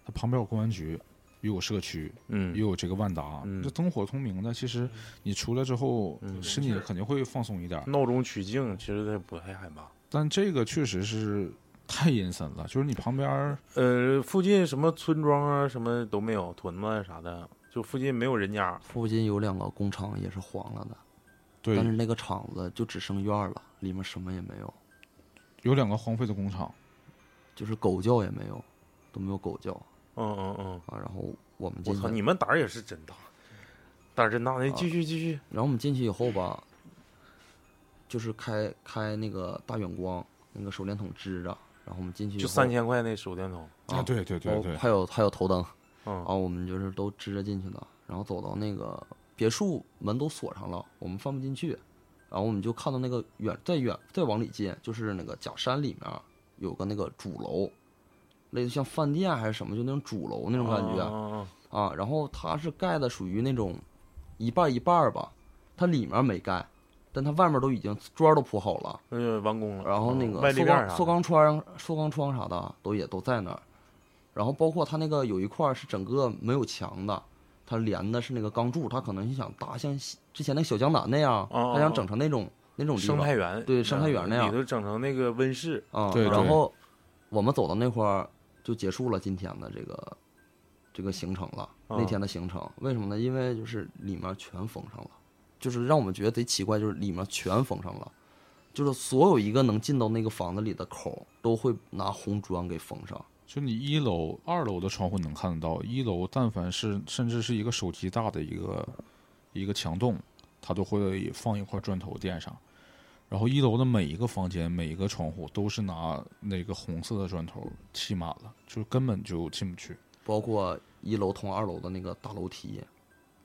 S2: 它旁边有公安局，又有社区，
S1: 嗯，
S2: 又有这个万达，
S1: 嗯
S2: 这灯火通明的。其实你出来之后，
S1: 嗯
S2: 身体肯定会放松一点儿。
S1: 闹中取静，其实它不太害怕。
S2: 但这个确实是太阴森了，就是你旁边儿
S1: 呃，附近什么村庄啊，什么都没有，屯子啊啥的，就附近没有人家。
S3: 附近有两个工厂也是黄了的，
S2: 对
S3: 但是那个厂子就只剩院儿了，里面什么也没有，
S2: 有两个荒废的工厂。
S3: 就是狗叫也没有，都没有狗叫。
S1: 嗯嗯嗯，
S3: 啊，然后我们进
S1: 我
S3: 去，
S1: 操，
S3: 然
S1: 你们胆儿也是真大，胆儿真大。那
S3: 啊
S1: 继续继续，
S3: 后我们进去以后吧，就是开开那个大远光，那个手电筒支着，然后我们进去以
S1: 就
S3: 后
S1: 三千块那手电筒。
S3: 啊，
S2: 啊，对对对
S3: 包
S2: 对，
S3: 还有还有头灯
S1: 嗯
S3: 啊，我们就是都支着进去的，然后走到那个别墅门都锁上了，我们翻不进去，然后我们就看到那个远再远再往里进，就是那个假山里面有个那个主楼，类似像饭店还是什么，就那种主楼那种感觉，
S2: 哦
S1: 嗯
S3: 啊，然后它是盖的属于那种一半儿一半儿吧，它里面没盖，但它外面都已经砖儿都铺好了，
S1: 嗯嗯，完工了。
S3: 然后那
S1: 外
S3: 个
S1: 立
S3: 塑
S1: 面儿
S3: 钢
S1: 啥
S3: 塑
S1: 的。
S3: 钢窗、塑钢窗啥的都也都在那儿，然后包括它那个有一块儿是整个没有墙的，它连的是那个钢柱，它可能是想搭像西之前那个小江南那样，
S1: 哦
S3: 它想整成那种那种地
S1: 生
S3: 方
S1: 态园，
S3: 对生态园那样
S1: 里头整成那个温室。
S3: 啊，
S2: 对
S3: 然
S2: 对
S3: 后我们走到那块儿就结束了今天的这个这个行程了。
S1: 啊
S3: 那天的行程为什么呢？因为就是里面全封上了，就是让我们觉得贼奇怪，就是里面全封上了，就是所有一个能进到那个房子里的口都会拿红砖给封上。
S2: 就你一楼、二楼的窗户能看得到，一楼但凡是甚至是一个手机大的一个一个墙洞，它都会放一块砖头垫上。然后一楼的每一个房间、每一个窗户都是拿那个红色的砖头砌满了，就是根本就进不去。
S3: 包括一楼通二楼的那个大楼梯，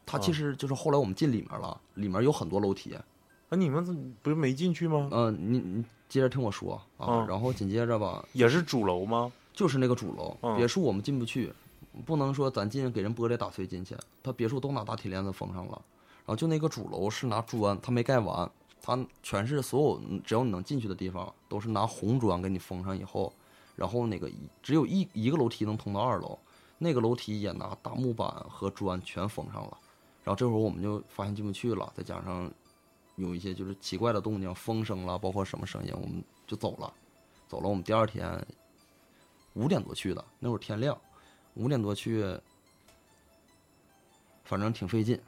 S3: 它
S1: 啊
S3: 其实就是后来我们进里面了，里面有很多楼梯，
S1: 啊，你们怎么不是没进去吗？
S3: 呃，你你接着听我说啊
S1: 嗯，
S3: 然后紧接着吧，
S1: 也是主楼吗？
S3: 就是那个主楼
S1: 嗯
S3: 别墅，我们进不去，不能说咱进给人玻璃打碎进去，他别墅都拿大铁链子封上了，然后就那个主楼是拿砖，他没盖完，他全是所有嗯只要你能进去的地方都是拿红砖给你封上以后，然后那个一只有一一个楼梯能通到二楼，那个楼梯也拿大木板和砖全封上了，然后这会儿我们就发现进不去了，再加上有一些就是奇怪的动静，风声啦，包括什么声音，我们就走了。走了，我们第二天五点多去的，那会儿天亮，五点多去，反正挺费劲，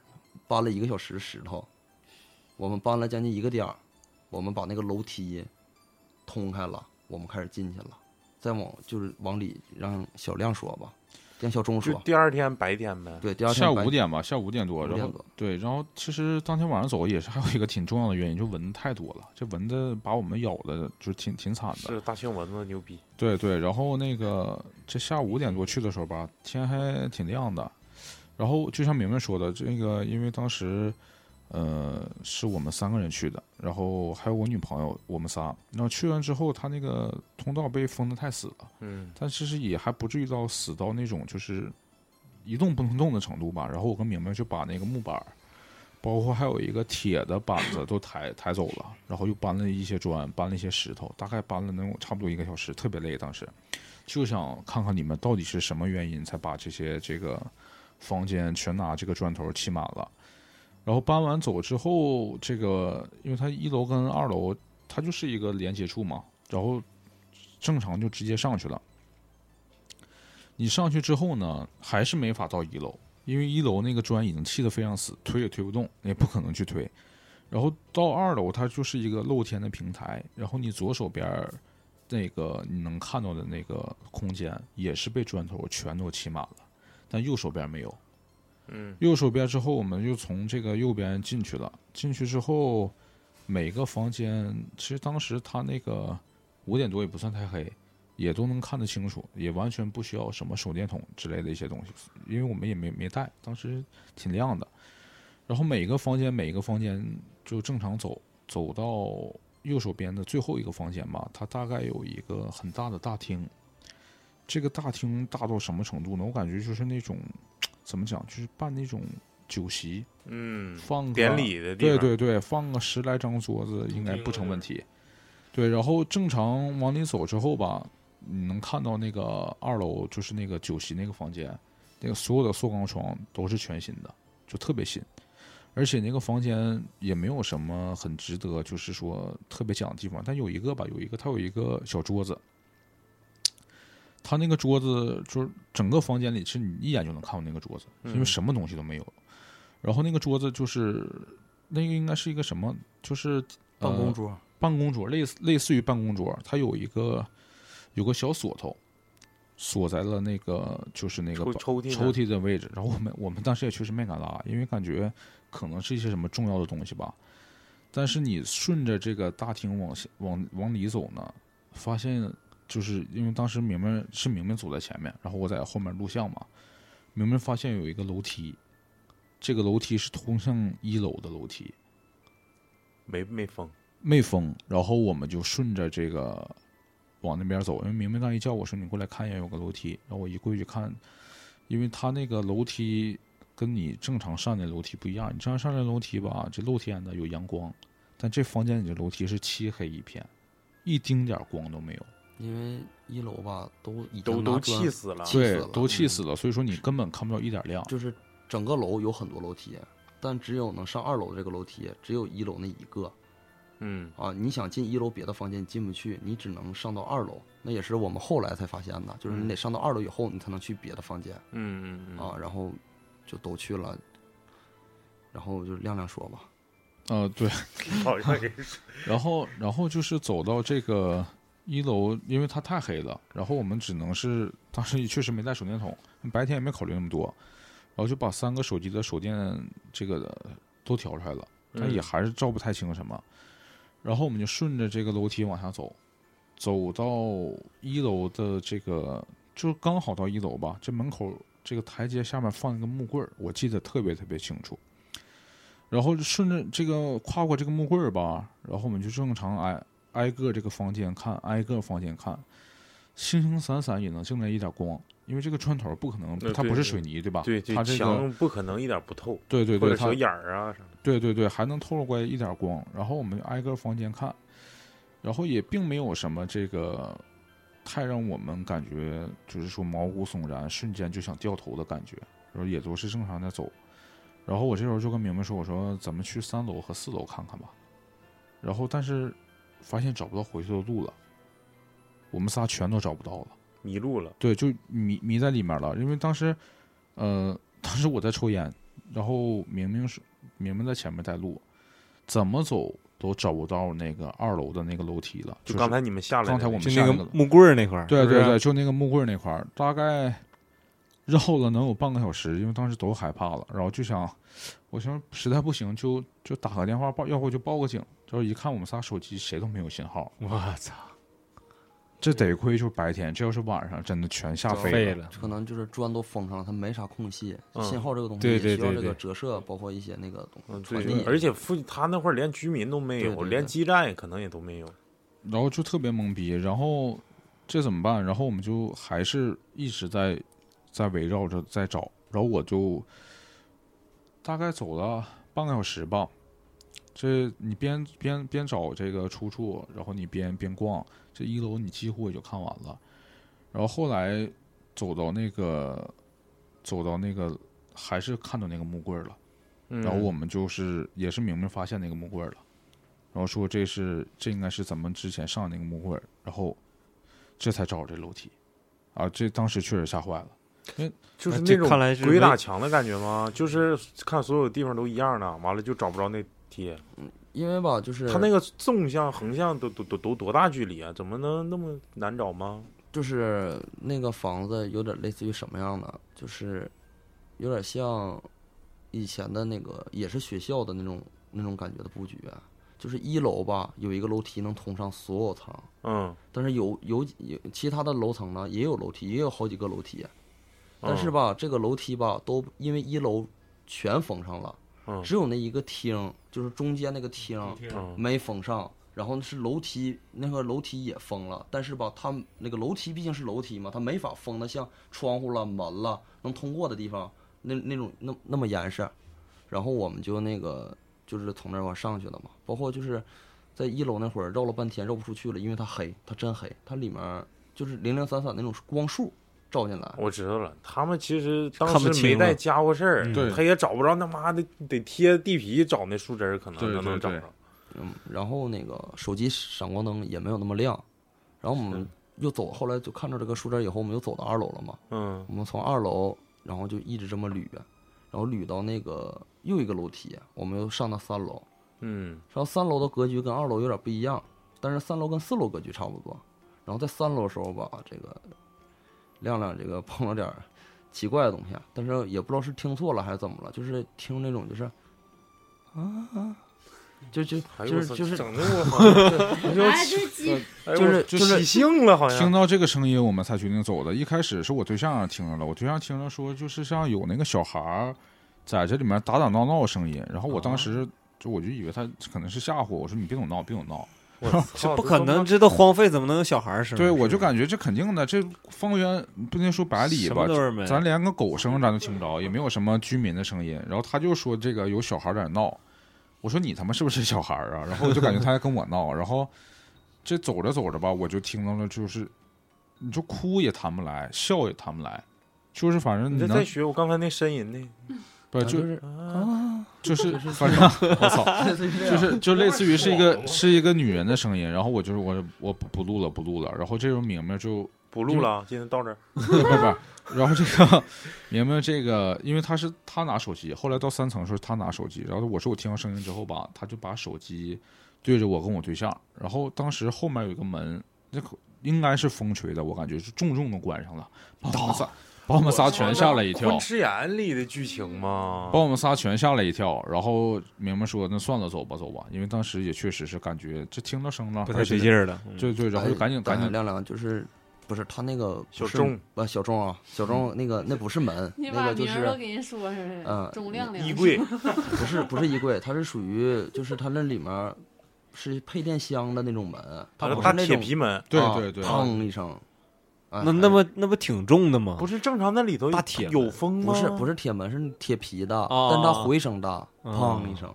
S3: 搬了一个小时石头，我们搬了将近一个点儿，我们把那个楼梯通开了，我们开始进去了，再往就是往里让小亮说吧，让小钟
S1: 就
S3: 说，
S1: 第二天白天呗。
S3: 对，第二天
S2: 下午
S3: 白
S2: 五点吧，下午五点多，
S3: 五
S2: 然
S3: 点
S2: 后
S3: 多
S2: 对，然后其实当天晚上走也是还有一个挺重要的原因，就蚊子太多了，这蚊子把我们咬的就是挺挺惨的。
S1: 是大庆蚊子牛逼，
S2: 对对，然后那个这下午五点多去的时候吧，天还挺亮的。然后就像明明说的，这个因为当时，呃，是我们三个人去的，然后还有我女朋友，我们仨。然后去完之后，他那个通道被封的太死了，
S1: 嗯，
S2: 但其实也还不至于到死到那种就是一动不能动的程度吧。然后我跟明明就把那个木板儿，包括还有一个铁的板子都抬抬走了，然后又搬了一些砖，搬了一些石头，大概搬了能有差不多一个小时，特别累。当时就想看看你们到底是什么原因才把这些这个房间全拿这个砖头砌满了。然后搬完走之后，这个因为它一楼跟二楼它就是一个连接处嘛，然后正常就直接上去了。你上去之后呢，还是没法到一楼，因为一楼那个砖已经砌得非常死，推也推不动，也不可能去推。然后到二楼，它就是一个露天的平台，然后你左手边儿那个你能看到的那个空间也是被砖头全都砌满了，但右手边没有。
S1: 嗯，
S2: 右手边之后，我们就从这个右边进去了。进去之后，每个房间其实当时它那个五点多也不算太黑，也都能看得清楚，也完全不需要什么手电筒之类的一些东西，因为我们也没没带，当时挺亮的。然后每个房间每个房间就正常走，走到右手边的最后一个房间吧，它大概有一个很大的大厅。这个大厅大到什么程度呢？我感觉就是那种怎么讲，就是办那种酒席，
S1: 嗯，
S2: 放个
S1: 典礼的地
S2: 对
S1: 方，
S2: 对对，放个十来张桌子应该不成问题。对，然后正常往里走之后吧，你能看到那个二楼就是那个酒席那个房间，那个所有的塑钢床都是全新的，就特别新。而且那个房间也没有什么很值得，就是说特别讲的地方，但有一个吧，有一个它有一个小桌子，它那个桌子就是整个房间里，其实你一眼就能看到那个桌子，因为
S1: 嗯
S2: 什么东西都没有。然后那个桌子就是那个应该是一个什么，就是、呃
S3: 办公桌，
S2: 办公桌，类似类似于办公桌，它有一个有个小锁头，锁在了那个就是那个
S1: 抽
S2: 把
S1: 抽屉呢
S2: 抽屉的位置。然后我们我们当时也确实没敢拉，因为感觉可能是一些什么重要的东西吧。但是你顺着这个大厅往下往往里走呢，发现就是因为当时明明是明明走在前面，然后我在后面录像嘛，明明发现有一个楼梯，这个楼梯是通向一楼的楼梯，
S1: 没没封，
S2: 没封，然后我们就顺着这个往那边走，因为明明当时一叫我说你过来看一眼，有个楼梯，然后我一过去看，因为他那个楼梯跟你正常上的楼梯不一样，你正常上的楼梯吧，这露天的有阳光，但这房间里的楼梯是漆黑一片，一丁点儿光都没有，
S3: 因为一楼吧都已经
S1: 都
S3: 拿
S1: 都
S3: 砖
S1: 气死了，
S3: 气
S2: 对
S3: 死了，
S2: 都气死了，所以说你根本看不到一点儿亮。
S3: 就是整个楼有很多楼梯，但只有能上二楼的这个楼梯，只有一楼那一个
S1: 嗯，
S3: 啊！你想进一楼别的房间你进不去，你只能上到二楼。那也是我们后来才发现的，就是你得上到二楼以后，你才能去别的房间
S1: 嗯嗯嗯
S3: 啊。然后就都去了，然后就亮亮说吧，
S2: 呃，对，
S1: 嗯好像给人说
S2: 然后，然后就是走到这个一楼，因为它太黑了，然后我们只能是当时也确实没带手电筒，白天也没考虑那么多，然后就把三个手机的手电这个都调出来了，但也
S1: 嗯
S2: 还是照不太清什么。然后我们就顺着这个楼梯往下走，走到一楼的这个，就刚好到一楼吧。这门口这个台阶下面放一个木棍儿，我记得特别特别清楚。然后顺着这个跨过这个木棍儿吧，然后我们就正常挨挨个这个房间看，挨个房间看，星星散散也能进来一点光，因为这个砖头不可能
S1: 呃，
S2: 它
S1: 对
S2: 不是
S1: 对
S2: 水泥对吧？
S1: 对，这
S2: 它这个
S1: 墙不可能一点不透，
S2: 对对
S1: 或
S2: 对，
S1: 者
S2: 它
S1: 小眼儿啊什么的。
S2: 对对对，还能透露过来一点光。然后我们就挨个房间看，然后也并没有什么这个太让我们感觉就是说毛骨悚然，瞬间就想掉头的感觉。然后也都是正常在走。然后我这时候就跟明明说：“我说咱们去三楼和四楼看看吧。”然后但是发现找不到回去的路了，我们仨全都找不到了。
S1: 迷路了，
S2: 对，就迷迷在里面了。因为当时，呃，当时我在抽烟，然后明明是明明在前面带路，怎么走都找不到那个二楼的那个楼梯了。
S1: 就是刚才你们下来的
S2: 刚才我们
S6: 就
S2: 下
S6: 那个
S2: 那个
S6: 木棍儿那块儿，
S2: 对
S6: 是不
S2: 对
S6: 是
S2: 对，就那个木棍儿那块儿，大概绕了能有半个小时，因为当时都害怕了，然后就想，我想实在不行就就打个电话报，要不就报个警。就是一看我们仨手机谁都没有信号，
S6: 我操，
S2: 这得亏就是白天，这要是晚上真的全吓
S6: 废
S2: 飞了。
S6: 了，
S3: 可能就是砖都封上了，它没啥空隙，
S1: 嗯
S3: 信号这个东西
S6: 对
S3: 也
S6: 对
S3: 需要
S6: 对
S3: 这个
S6: 对
S3: 折射，包括一些那个东
S1: 嗯，
S3: 西传
S1: 对
S3: 递，。
S1: 而且附近他那块儿连居民都没有，
S3: 对对对
S1: 连基站也可能也都没有。
S2: 然后就特别懵逼，然后这怎么办？然后我们就还是一直在在围绕着在找，然后我就大概走了半个小时吧。这你边边边找这个出处，然后你边边逛，这一楼你几乎也就看完了。然后后来走到那个走到那个还是看到那个木棍儿了。
S1: 然
S3: 嗯
S2: 然后我
S6: 嗯
S2: 们就是也是明明发现那个木棍儿了，然后说这是这应该是咱们之前上的那个木棍儿，然后这才找这楼梯，啊，这当时确实吓坏了。
S1: 就是哎
S6: 那
S1: 那
S6: 这
S1: 种
S6: 看来是
S1: 鬼打
S6: 没
S1: 墙的感觉吗？就是看所有地方都一样的，完了就找不着那贴。
S3: 因为吧，就是
S1: 他那个纵向、横向都都都都多大距离啊？怎么能那么难找吗？
S3: 就是那个房子有点类似于什么样的，就是有点像以前的那个也是学校的那种那种感觉的布局，啊就是一楼吧有一个楼梯能通上所有层，
S1: 嗯，
S3: 但是有有有其他的楼层呢也有楼梯，也有好几个楼梯，但是
S1: 嗯
S3: 吧、这个楼梯吧都因为一楼全封上了，
S1: 嗯
S3: 只有那一个厅，就是中间那个厅
S1: 嗯
S3: 没封上，然后是楼梯那块楼梯也封了，但是吧，它那个楼梯毕竟是楼梯嘛，它没法封的像窗户了、门了能通过的地方那那种那那么严实，然后我们就那个就是从那儿往上去了嘛，包括就是在一楼那会儿绕了半天绕不出去了，因为它黑，它真黑，它里面就是零零散散那种光束照进来，
S1: 我知道了，他们其实当
S6: 看不
S1: 时
S6: 清
S1: 没
S6: 了
S1: 带家伙事儿，
S6: 嗯
S2: 对
S1: 他也找不着，他妈的得贴地皮找那树枝儿，可能
S2: 对
S1: 才能
S2: 对
S1: 找
S2: 对
S1: 着。
S3: 嗯，然后那个手机闪光灯也没有那么亮，然后我们又走，后来就看到这个树枝儿以后，我们又走到二楼了嘛。
S1: 嗯
S3: 我们从二楼，然后就一直这么捋，然后捋到那个又一个楼梯，我们又上到三楼。
S1: 嗯，
S3: 上三楼的格局跟二楼有点不一样，但是三楼跟四楼格局差不多。然后在三楼的时候吧，这个亮亮这个碰了点儿奇怪的东西，啊但是也不知道是听错了还是怎么了，就是听那种就是啊，
S2: 啊
S3: 就就
S1: 哎呦
S3: 就
S1: 我
S3: 是
S1: 操
S3: 就是
S1: 整的我好像
S4: 哎，这鸡
S1: 哎呦
S3: 就是
S1: 我
S3: 就是
S1: 起性了，好像
S2: 听到这个声音，我们才决定走的。一开始是我对象啊听着了，我对象听着说，就是像有那个小孩儿在这里面打打闹闹的声音。然后我
S6: 哦
S2: 当时就我就以为他可能是吓唬我，我说你别总闹，别总闹。
S1: 我
S6: 这
S1: 操，
S6: 不可
S1: 都他
S6: 能，
S1: 妈
S6: 这都荒废，怎么能有小孩儿声？
S2: 对，我就感觉这肯定的，这方圆不能说百里
S6: 什
S2: 吧
S6: 么，都是没，
S2: 咱连个狗声咱都听不着，也没有什么居民的声音。然后他就说这个有小孩儿在那闹，我说你他妈是不是小孩儿啊？然后我就感觉他在跟我闹，然后这走着走着吧，我就听到了，就是你就哭也谈不来，笑也谈不来，就是反正
S1: 你
S2: 你
S1: 这再
S2: 能
S1: 学我刚才那嗯呻吟呢？
S2: 不就
S3: 就是
S2: 就是反正 我操，
S3: 类似于这
S2: 就
S3: 样
S2: 是就类似于是一
S7: 爽
S2: 个
S7: 吗
S2: 是一个女人的声音。然后我就是我我不不录了不录了。然后这时候明明就
S1: 不录了，今天到这儿。
S2: 不不，然后这个明明这个，因为他是他拿手机，后来到三层的时候他拿手机，然后我说我听到声音之后吧，他就把手机对着我跟我对象，然后当时后面有一个门，那可应该是风吹的，我感觉是重重的关上了，把我们仨哦把我们仨全吓了一跳哦
S1: 昆。池岩里的剧情吗
S2: 把？我们仨全吓了一跳，然后明明说：“那算了，走吧，走吧。”因为当时也确实是感觉这听到声了，
S6: 不太对劲
S2: 儿。
S6: 儿了。嗯
S2: 对对，然后就赶紧
S3: 哎但
S2: 赶紧
S3: 亮亮就是。不是他那个
S1: 小
S3: 不是
S1: 钟
S3: 啊，小钟啊，小钟那个那不是门，
S4: 你
S3: 那
S4: 把
S3: 个就
S4: 名儿都
S3: 是
S4: 给人说出来
S3: 呃
S4: 了，钟亮亮
S1: 衣柜，
S3: 不是不是衣柜，它是属于就是它那里面是配电箱的那种门，它不
S1: 大
S3: 是那
S1: 铁
S3: 种
S1: 皮门，
S2: 对
S3: 啊
S2: 对对，
S3: 砰一声，哎
S6: 那那不那不挺重的吗？
S1: 不
S6: 是，
S1: 是正常那里头
S6: 大铁门
S1: 有风吗？
S3: 不是不，是铁门是铁皮的，
S6: 哦
S3: 但它回声大，
S6: 哦
S3: 砰一声，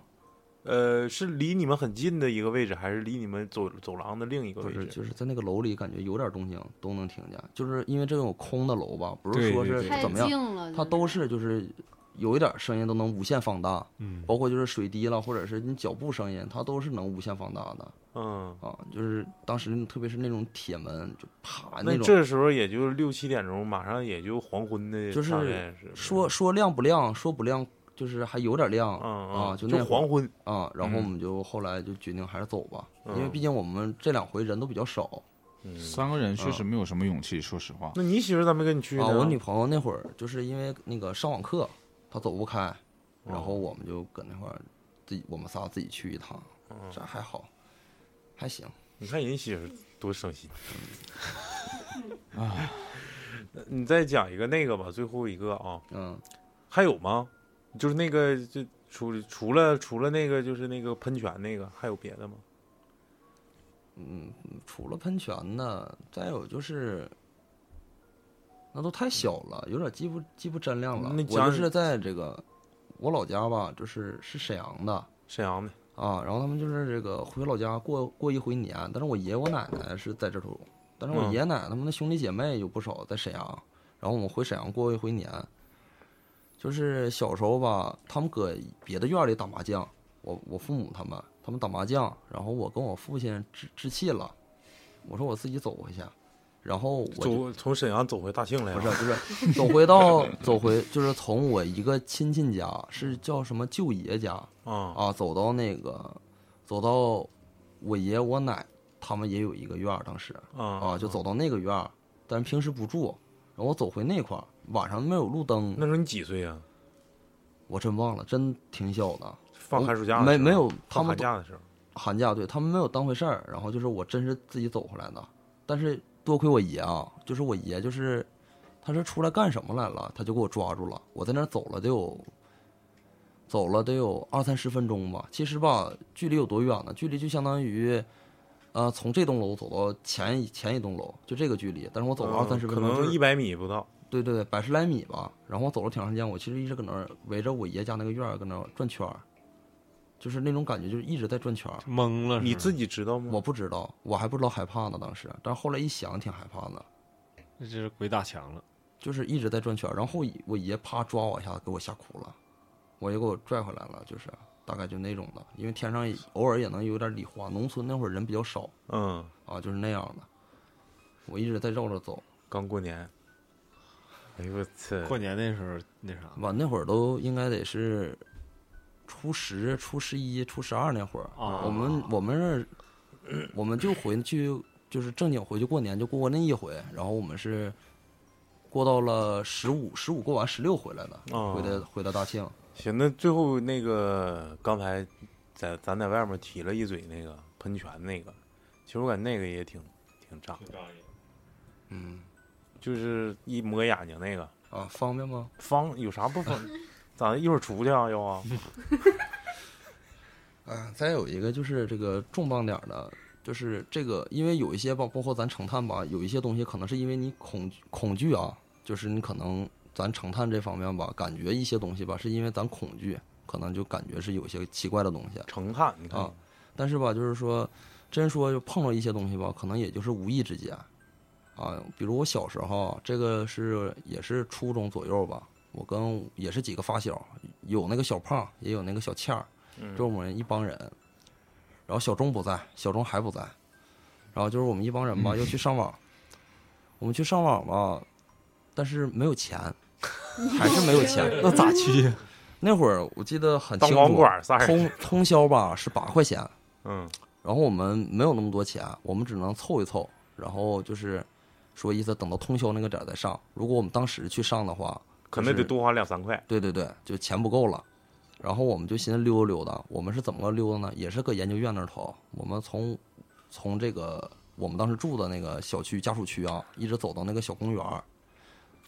S1: 呃，是离你们很近的一个位置，还是离你们走走廊的另一个
S3: 不
S1: 位
S3: 是
S1: 置？
S3: 就是在那个楼里感觉有点动静都能听见，就是因为这种空的楼吧，不是
S2: 对
S3: 说
S2: 对
S3: 是
S2: 对
S4: 太
S3: 怎么样，
S4: 静了，
S3: 它
S4: 就
S3: 都是就是有一点声音都能无限放大，
S6: 嗯，
S3: 包括就是水滴了或者是你脚步声音，它都是能无限放大的。
S1: 嗯，
S3: 啊，就是当时那种特别是那种铁门，就啪
S1: 那
S3: 种。
S1: 这时候也就六七点钟，马上也就黄昏的
S3: 就是
S1: 上面是不是
S3: 说说亮不亮，说不亮，就是还有点亮、
S1: 嗯
S3: 啊，
S1: 嗯，
S3: 就那会儿
S1: 黄昏，
S3: 啊。然后
S2: 嗯
S3: 我们就后来就决定还是走吧，因为
S1: 嗯
S3: 毕竟我们这两回人都比较少
S1: 嗯
S2: 三个人确实没有什么勇气，说实话。
S1: 那你媳妇儿咋没跟你去呢？
S3: 啊。我女朋友那会儿就是因为那个上网课，她走不开，然
S1: 哦
S3: 后我们就搁那块儿自己我们仨自己去一趟，
S1: 嗯
S3: 这还好，还行。
S1: 你看人媳妇儿多省 心啊！你再讲一个那个吧，最后一个啊，
S3: 嗯，
S1: 还有吗？就是那个，就除除了除了那个，就是那个喷泉那个，还有别的吗？
S3: 除了喷泉呢，再有就是，那都太小了，有点记不记不真亮了。
S1: 那
S3: 我
S1: 讲
S3: 就是在这个我老家吧，就是是沈阳的
S1: 沈阳的，
S3: 啊，然后他们就是这个回老家过过一回年，但是我爷我奶奶是在这头，但是我
S1: 嗯
S3: 爷爷奶奶他们的兄弟姐妹有不少在沈阳，然后我们回沈阳过一回年。就是小时候吧，他们搁别的院儿里打麻将，我我父母他们他们打麻将，然后我跟我父亲置置气了，我说我自己走回去，然后我就
S1: 走从沈阳走回大庆来
S3: 不
S1: 了，
S3: 是就是走回到走回就是从我一个亲戚家是叫什么舅爷家
S1: 啊？
S3: 啊，走到那个走到我爷我奶他们也有一个院儿，当时
S1: 啊
S3: 啊就。走到那个院儿，但是平时不住，然后我走回那块儿，晚上没有路灯，
S1: 那时候你几岁啊？
S3: 我真忘了，真挺小的。
S1: 放寒暑假的
S3: 没
S1: 时候
S3: 没有他
S1: 放
S3: 们
S1: 寒
S3: 都
S1: 假的时候，
S3: 寒假，对他们没有当回事儿。然后就是我真是自己走回来的，但是多亏我爷啊，就是我爷就是，他是出来干什么来了，他就给我抓住了。我在那儿走了得有，走了得有二三十分钟吧。其实吧，距离有多远呢？距离就相当于，呃，从这栋楼走到前一前一栋楼，就这个距离。但是我走了二三十
S1: 嗯
S3: 分
S1: 可
S3: 钟，就
S1: 能
S3: 是
S1: 一百米不到。
S3: 对对对，百十来米吧。然后我走了挺长时间，我其实一直搁那儿围着我爷家那个院儿搁那儿转圈儿，就是那种感觉，就是一直在转圈儿。
S6: 懵了是吗，
S1: 你自己知道
S3: 嗯我
S1: 吗？
S3: 不知道，我还不知道害怕呢，当时。但是后来一想，挺害怕的，
S6: 这是鬼打墙了，
S3: 就是一直在转圈儿。然后我爷啪抓我一下，给我吓哭了，我又给我拽回来了，就是大概就那种的。因为天上也偶尔也能有点礼花，农村那会儿人比较少
S1: 嗯，
S3: 啊，就是那样的。我一直在绕着走，
S1: 刚过年。哎呦我操！
S6: 过年那时候那啥，
S3: 吧，那会儿都应该得是初十、初十一、初十二那会儿。
S6: 啊
S3: 我们我们是，我们就回去，就是正经回去过年，就过过那一回。然后我们是过到了十五，十五过完十六回来的，
S1: 啊
S3: 回的回到大庆。
S1: 行，那最后那个刚才在咱在外面提了一嘴那个喷泉那个，其实我感觉那个也挺挺炸，
S7: 挺扎眼。
S3: 嗯
S1: 就是一抹眼睛那个
S3: 啊，方便吗？
S1: 方有啥不方？ 咋的一会儿出去啊？要啊？
S3: 啊，再有一个就是这个重磅点儿的，就是这个，因为有一些吧，包括咱成探吧，有一些东西可能是因为你恐惧恐惧啊，就是你可能咱成探这方面吧，感觉一些东西吧，是因为咱恐惧，可能就感觉是有一些奇怪的东西。
S1: 成探，你看嗯
S3: 啊，但是吧，就是说，真说就碰到一些东西吧，可能也就是无意之间，啊，比如我小时候，这个是也是初中左右吧，我跟也是几个发小，有那个小胖，也有那个小倩儿，
S1: 嗯
S3: 就是我们一帮人，然后小钟不在，小钟还不在，然后就是我们一帮人吧，要去上网，我们去上网吧，但是没有钱，还是没有钱，
S6: 那咋去呀？
S3: 那会儿我记得很
S1: 当
S3: 清
S1: 网
S3: 楚，
S1: 管仨人，
S3: 通通宵吧是八块钱。
S1: 嗯
S3: 然后我们没有那么多钱，我们只能凑一凑，然后就是说意思等到通宵那个点儿再上。如果我们当时去上的话，
S1: 可能
S3: 就
S1: 得
S3: 是
S1: 多花两三块。
S3: 对对对，就钱不够了。然后我们就寻思溜达溜达，我们是怎么个溜达呢？也是搁研究院那头，我们从从这个我们当时住的那个小区家属区啊，一直走到那个小公园儿，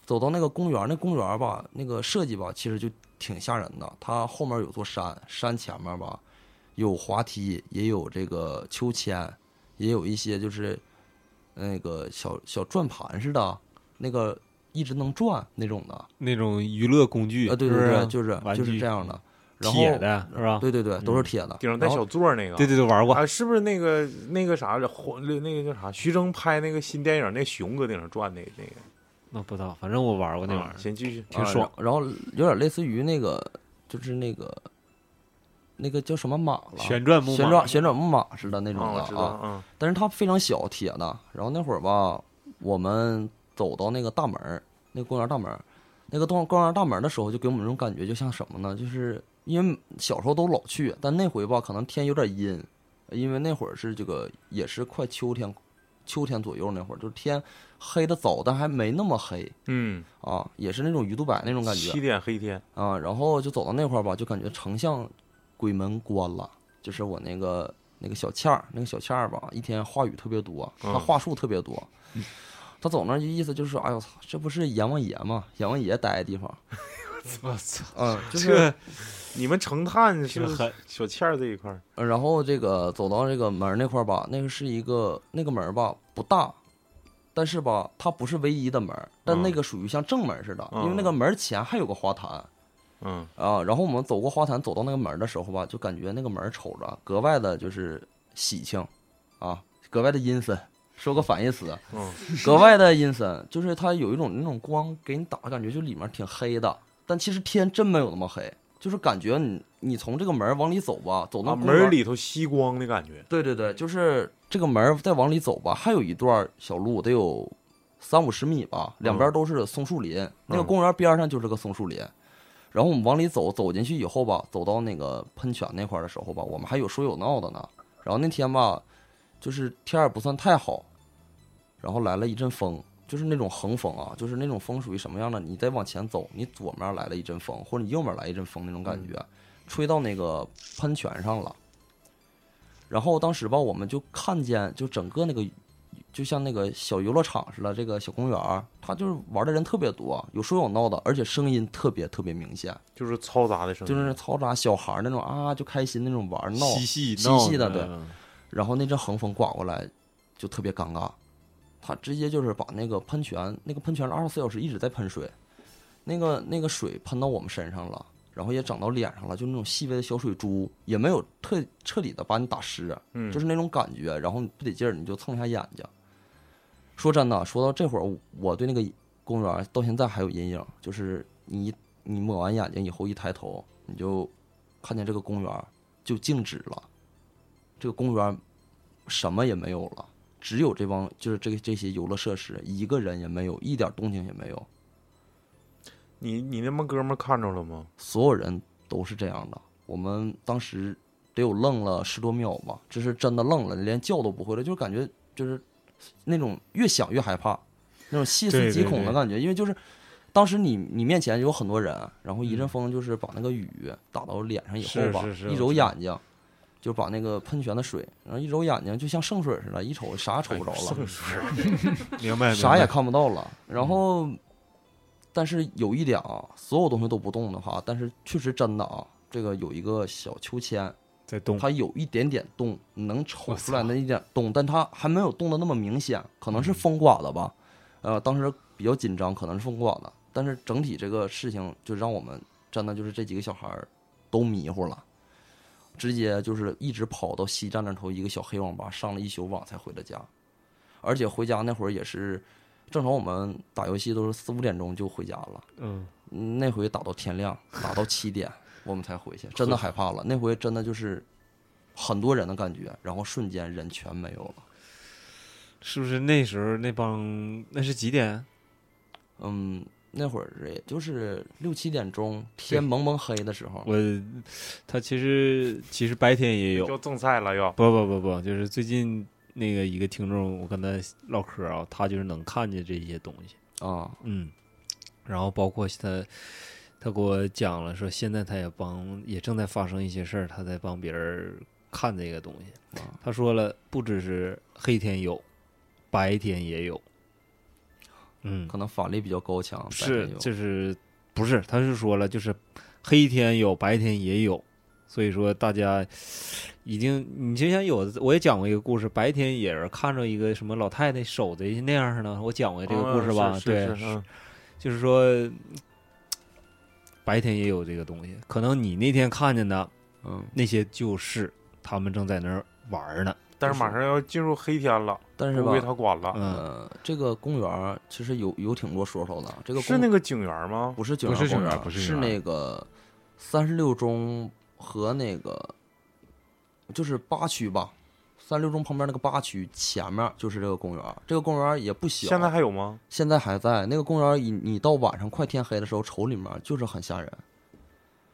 S3: 走到那个公园儿，那公园儿吧，那个设计吧，其实就挺吓人的。它后面有座山，山前面吧有滑梯，也有这个秋千，也有一些就是那个小小转盘似的，那个一直能转那种的。
S6: 那种娱乐工具
S3: 啊，对对
S6: 是不
S3: 对，
S6: 是
S3: 就是
S6: 玩
S3: 就是
S6: 具
S3: 这样的，然后
S6: 铁的是吧？
S3: 对对对，都是铁的，
S1: 顶上带
S3: 然后呃
S1: 小座儿那个，
S6: 对对对，玩过，
S1: 啊，是不是那个那个啥黄那个叫啥？徐峥拍那个新电影，那熊搁顶上转那那个
S6: 那不知道，反正我玩过那玩意
S1: 啊
S6: 儿，
S1: 先继续，
S6: 挺
S3: 啊
S6: 爽。
S3: 然后然后有点类似于那个，就是那个那个叫什么马了，旋
S6: 旋转木马，
S3: 转旋转木马似的那种
S1: 啊，我知
S3: 的
S1: 道，
S3: 啊，
S1: 啊，
S3: 但是它非常小，铁的。然后那会儿吧，我们走到那个大门儿，那个公园大门儿，那个动公园大门儿的时候，就给我们那种感觉，就像什么呢？就是因为小时候都老去，但那回吧，可能天有点阴，因为那会儿是这个也是快秋天，秋天左右那会儿，就是天黑的早，但还没那么黑
S1: 嗯，
S3: 啊，也是那种鱼肚白那种感觉
S1: 七点黑 天，
S3: 啊。然后就走到那块儿吧，就感觉成像鬼门关了，就是我那个那个小倩儿，那个小倩儿吧，一天话语特别多，她
S1: 嗯
S3: 话术特别多。她走那儿就意思就是说，哎呦我操，这不是阎王爷吗？阎王爷待的地方。
S1: 哎
S6: 我操，
S3: 嗯，就是，
S6: 这
S1: 你们成探是
S6: 挺狠，
S1: 小倩儿这一块儿，
S3: 呃然后这个走到这个门儿那块儿吧，那个是一个那个门儿吧不大，但是吧它不是唯一的门儿，但
S1: 嗯
S3: 那个属于像正门儿似的，
S1: 嗯
S3: 因为那个门儿前还有个花坛
S1: 嗯
S3: 啊。然后我们走过花坛，走到那个门儿的时候吧，就感觉那个门儿瞅着格外的就是喜庆啊，格外的阴森。说个反义词，
S1: 嗯，
S3: 格外的阴森，就是它有一种那种光给你打的感觉，就里面挺黑的，但其实天真没有那么黑，就是感觉你你从这个门儿往里走吧，走到
S1: 啊，
S3: 公
S1: 门
S3: 园
S1: 儿里头吸光的感觉，
S3: 对对对，就是这个门儿再往里走吧，还有一段小路，得有三五十米吧，两边都是松树林。那个公园边上就是个松树林。然后我们往里走，走进去以后吧，走到那个喷泉那块儿的时候吧，我们还有说有闹的呢。然后那天吧，就是天儿不算太好，然后来了一阵风，就是那种横风啊，就是那种风属于什么样的？你再往前走，你左面来了一阵风，或者你右面来一阵风那种感觉，吹到那个喷泉上了。然后当时吧，我们就看见，就整个那个，就像那个小游乐场似的，这个小公园儿，它就是玩的人特别多，有说有闹的，而且声音特别特别明显，
S1: 就是嘈杂的声音，
S3: 就是嘈杂小孩儿那种啊，就开心那种玩儿闹。
S6: 嬉戏
S3: 嬉
S6: 闹
S3: 戏的对
S6: 嗯
S3: 然后那阵横风刮过来，就特别尴尬，他直接就是把那个喷泉，那个喷泉二十四小时一直在喷水，那个那个水喷到我们身上了，然后也长到脸上了，就那种细微的小水珠，也没有彻彻底的把你打湿，
S1: 嗯，
S3: 就是那种感觉，然后你不得劲儿，你就蹭一下眼睛。说真的，说到这会儿，我对那个公园到现在还有阴影，就是你一你抹完眼睛以后一抬头，你就看见这个公园就静止了，这个公园什么也没有了，只有这帮就是这这些游乐设施，一个人也没有，一点动静也没有，
S1: 你你那帮哥们儿看着了 吗？
S3: 所有人都是这样的。我们当时得有愣了十多秒吧，这是真的愣了，连叫都不会了，就是感觉就是那种越想越害怕，那种细思极恐的感觉，因为就是。当时你你面前有很多人，然后一阵风就是把那个雨打到脸上以后吧，
S6: 是是是
S3: 一揉眼睛，就把那个喷泉的水，然后一揉眼睛就像圣水似的，一瞅啥也瞅不着
S6: 哎
S1: 哎
S3: 了，
S6: 明 白，
S3: 啥也
S6: 明白
S3: 看不到了。然后，但是有一点啊，所有东西都不动的话，但是确实真的啊，这个有一个小秋千，
S6: 在动，
S3: 它有一点点动，你能瞅
S6: 我
S3: 出来那一点动，但它还没有动的那么明显，可能是风刮的吧。
S6: 嗯
S3: 呃，当时比较紧张，可能是风刮的。但是整体这个事情就让我们真的就是这几个小孩儿都迷糊了，直接就是一直跑到西站那头一个小黑网吧上了一宿网才回的家，而且回家那会儿也是，正常我们打游戏都是四五点钟就回家了，
S6: 嗯，
S3: 嗯那回打到天亮，打到七 点我们才回去，真的害怕了。那回真的就是很多人的感觉，然后瞬间人全没有了。
S6: 是不是那时候那帮那是几点？
S3: 嗯，那会儿也就是六七点钟，天蒙蒙黑的时候，
S6: 我他其实其实白天也 有，
S1: 要种菜了要，
S6: 不不不不，就是最近那个一个听众，我跟他唠嗑啊，他就是能看见这些东西，
S3: 啊，
S6: 嗯，然后包括他，他给我讲了，说现在他也帮，也正在发生一些事儿，他在帮别人看这个东西
S3: 啊。
S6: 他说了，不只是黑天有，白天也有。嗯，
S3: 可能法力比较高强，白
S6: 是
S3: 天有
S6: 就是不是？他是说了，就是黑天有，白天也有，所以说大家已经，你就像有的我也讲过一个故事，白天也是看着一个什么老太太守着那样儿呢，我讲
S3: 哎
S6: 过这个故事吧？
S1: 啊是
S6: 对，
S1: 是是嗯
S6: 就是说白天也有这个东西，可能你那天看见的
S3: 嗯，
S6: 那些就是他们正在那儿玩儿呢，
S1: 但是马上要进入黑天了，
S3: 但是
S1: 不
S3: 吧
S1: 归，他管了。
S6: 嗯，
S3: 呃，这个公园儿其实有有挺多说头的。这个
S1: 是
S3: 公
S1: 那个警员吗？
S3: 不是景
S2: 不是
S3: 园
S2: 景
S3: 公
S2: 园
S3: 园，
S2: 不是
S3: 是
S2: 景园
S3: 那个三十六中和那个就是八区吧，三十六中旁边那个八区前面就是这个公园儿。这个公园儿也不小，
S1: 现在还有吗？
S3: 现在还在那个公园儿，你你到晚上快天黑的时候瞅里面就是很吓人，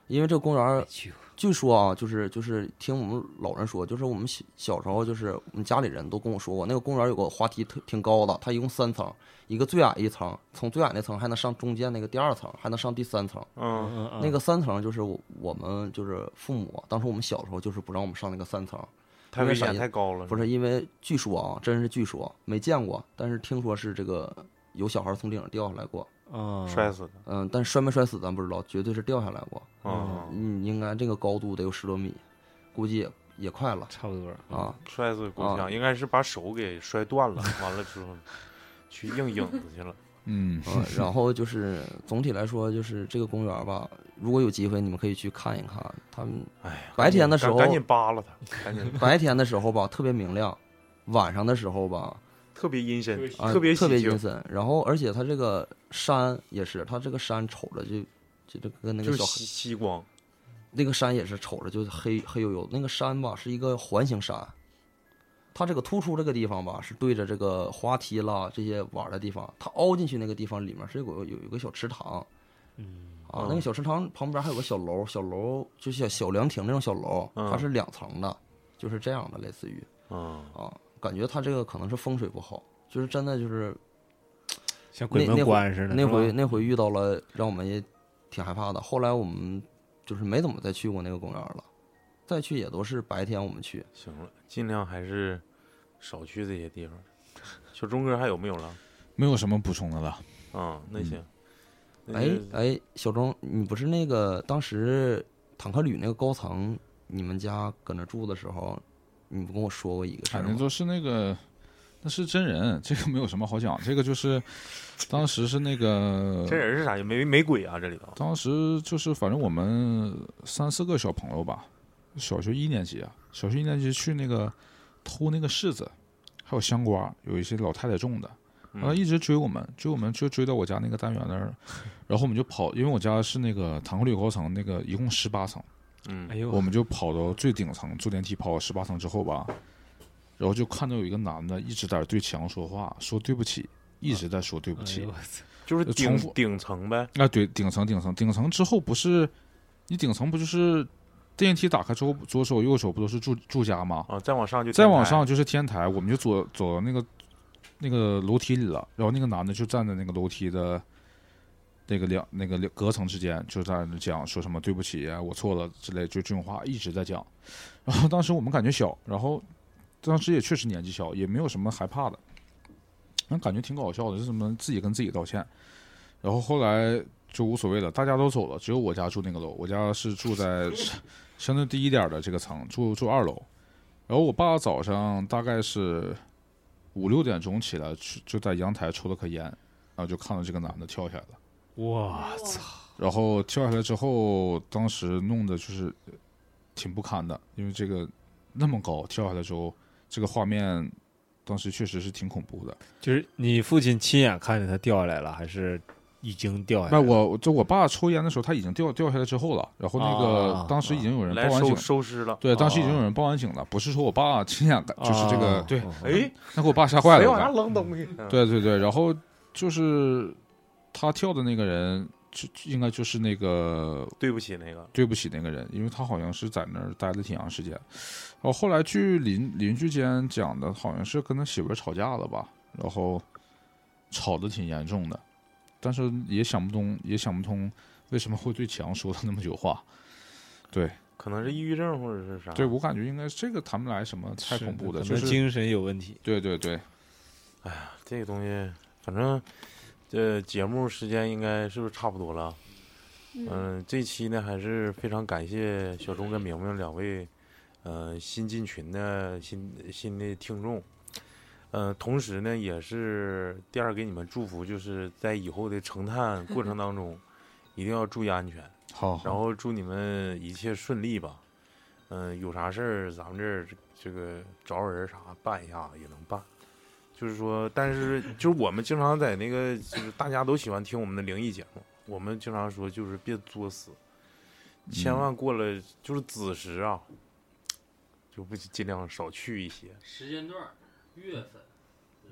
S3: 因为这个公园儿
S6: 去过
S3: 据说啊，就是就是听我们老人说，就是我们小小时候，就是我们家里人都跟我说过，那个公园有个滑梯特挺高的，它一共三层，一个最矮一层，从最矮那层还能上中间那个第二层，还能上第三层。
S1: 嗯，
S6: 嗯嗯，
S3: 那个三层就是我我们就是父母，当时我们小时候就是不让我们上那个三层，
S1: 太
S3: 因为
S1: 危
S3: 啥
S1: 险，
S3: 呀
S1: 太高
S6: 嗯
S1: 了。
S3: 不是因为据说啊，真是据说没见过，但是听说是这个有小孩从顶上掉下来过，
S6: 嗯
S1: 摔死的。
S3: 嗯，但摔没摔死咱不知道，绝对是掉下来过。
S1: 嗯，嗯
S3: 嗯，应该这个高度得有十多米，估计也快了
S6: 差不多
S3: 啊。
S1: 摔死故乡
S3: 啊
S1: 应该是把手给摔断了，完了之后去硬影子去了。
S2: 嗯，
S3: 嗯，然后就是总体来说，就是这个公园吧，如果有机会，你们可以去看一看。他 们
S1: 哎，
S3: 白天的时候
S1: 赶赶紧扒拉他，赶紧
S3: 白天的时候吧特别明亮，晚上的时候吧
S1: 特别阴森，
S3: 啊
S1: 特别
S3: 特别
S1: 喜庆
S3: 阴森。然后而且它这个山也是，它这个山瞅着就就这跟那
S1: 就
S3: 个
S1: 是
S3: 小
S1: 吸吸光。
S3: 那个山也是瞅着就是黑黑黝黝。那个山吧是一个环形山，它这个突出这个地方吧是对着这个滑梯啦这些玩儿的地方，它凹进去那个地方里面是有个有一个小池塘。
S6: 嗯
S3: 啊，那个小池塘旁边还有个小楼，小楼就是小小凉亭那种小楼，
S1: 嗯
S3: 它是两层的，就是这样的，类似于
S1: 嗯，
S3: 啊，感觉它这个可能是风水不好，就是真的就是
S6: 像鬼
S3: 那那
S6: 门
S3: 会
S6: 关似的，
S3: 那
S6: 是吧
S3: 回那回遇到了，让我们也挺害怕的。后来我们就是没怎么再去过那个公园了，再去也都是白天我们去，
S1: 行了，尽量还是少去这些地方。小钟哥还有没有了？
S2: 没有什么补充的了。
S1: 啊，那行，那
S3: 嗯哎
S1: 就
S3: 哎，小钟，你不是那个当时坦克旅那个高层，你们家搁那住的时候，你不跟我说过一个事
S2: 哎
S3: 儿，
S2: 那
S3: 吗？
S2: 座是那个，那是真人，这个没有什么好讲。这个就是当时是那个
S1: 这，人是啥？也没没鬼啊，这里头。
S2: 当时就是反正我们三四个小朋友吧，小学一年级啊，小学一年级去那个偷那个柿子，还有香瓜，有一些老太太种的。然后
S1: 嗯
S2: 一直追我们，追我们就追到我家那个单元那儿，然后我们就跑，因为我家是那个唐克绿高层，那个一共十八层，
S1: 嗯，
S6: 哎呦，
S2: 我们就跑到最顶层，坐电梯跑到十八层之后吧，然后就看到有一个男的一直在那对墙说话，说对不起，一直在说对不
S6: 哎
S2: 起
S6: 呦我。操
S1: 就是
S2: 重
S1: 顶
S2: 复
S1: 顶层呗。
S2: 啊，对，顶层顶层顶层之后不是，你顶层不就是电梯打开之后，左手右手不都是住住家吗？
S1: 啊，再往上就
S2: 再
S1: 天
S2: 往
S1: 台
S2: 上就是天台，我们就走走到那个那个楼梯里了。然后那个男的就站在那个楼梯的那个两那个两隔层之间，就在那讲说什么对不起啊，我错了之类，就这种话一直在讲。然后当时我们感觉小，然后当时也确实年纪小，也没有什么害怕的，那感觉挺搞笑的，是什么自己跟自己道歉。然后后来就无所谓了，大家都走了，只有我家住那个楼，我家是住在相对低一点的这个层，住住二楼。然后我爸早上大概是五六点钟起来，去就在阳台抽了颗烟，然后就看到这个男的跳下来了。
S6: 我操！
S2: 然后跳下来之后，当时弄得就是呃挺不堪的，因为这个那么高跳下来之后，这个画面当时确实是挺恐怖的。
S6: 就是你父亲亲眼看见他掉下来了，还是已经掉
S1: 哎
S6: 下来
S2: 那
S6: 了？
S2: 我就我爸抽烟的时候，他已经掉掉下来之后了，然后那个、
S6: 啊
S2: 当时已经有人
S1: 来啊
S2: 报完
S1: 收
S2: 警，
S1: 收尸了。
S2: 对，当时已经有人报完警了，不是说我爸亲眼的，就是这个，
S6: 啊
S2: 对，，
S1: 哎，
S2: 那给我爸吓坏了。
S1: 谁
S2: 我
S1: 往
S2: 感觉
S1: 上扔东西？嗯，
S2: 对对对，然后就是他跳的那个人，就就应该就是那个
S1: 对不起那个。
S2: 对不起那个人，因为他好像是在那儿待了挺长时间。然后后来据邻邻居间讲的，好像是跟他媳妇儿吵架了吧，然后吵得挺严重的，但是也想不通，也想不通为什么会对墙说了那么久话。
S1: 可能是抑郁症或者是 啥？
S2: 对我感觉应该是这个谈不来什么太恐怖的，
S6: 是
S2: 就
S6: 可能
S2: 是
S6: 精神有问题。
S2: 对对对，
S1: 这个东西，反正这节目时间应该是不是差不多了？
S4: 嗯，
S1: 嗯，这期呢还是非常感谢小钟跟明明两位，呃，新进群的新新的听众，呃，同时呢也是第二给你们祝福，就是在以后的成探过程当 中，一定要注意安全，
S2: 好，
S1: 然后祝你们一切顺利吧。嗯、有啥事儿咱们这儿这个找找人啥办一下也能办。就是说，但是就是我们经常在那个，就是大家都喜欢听我们的灵异节目，我们经常说就是别作死，千
S5: 嗯
S1: 万过了就是子时啊，就不尽量少去一些。
S5: 时间段儿、月份，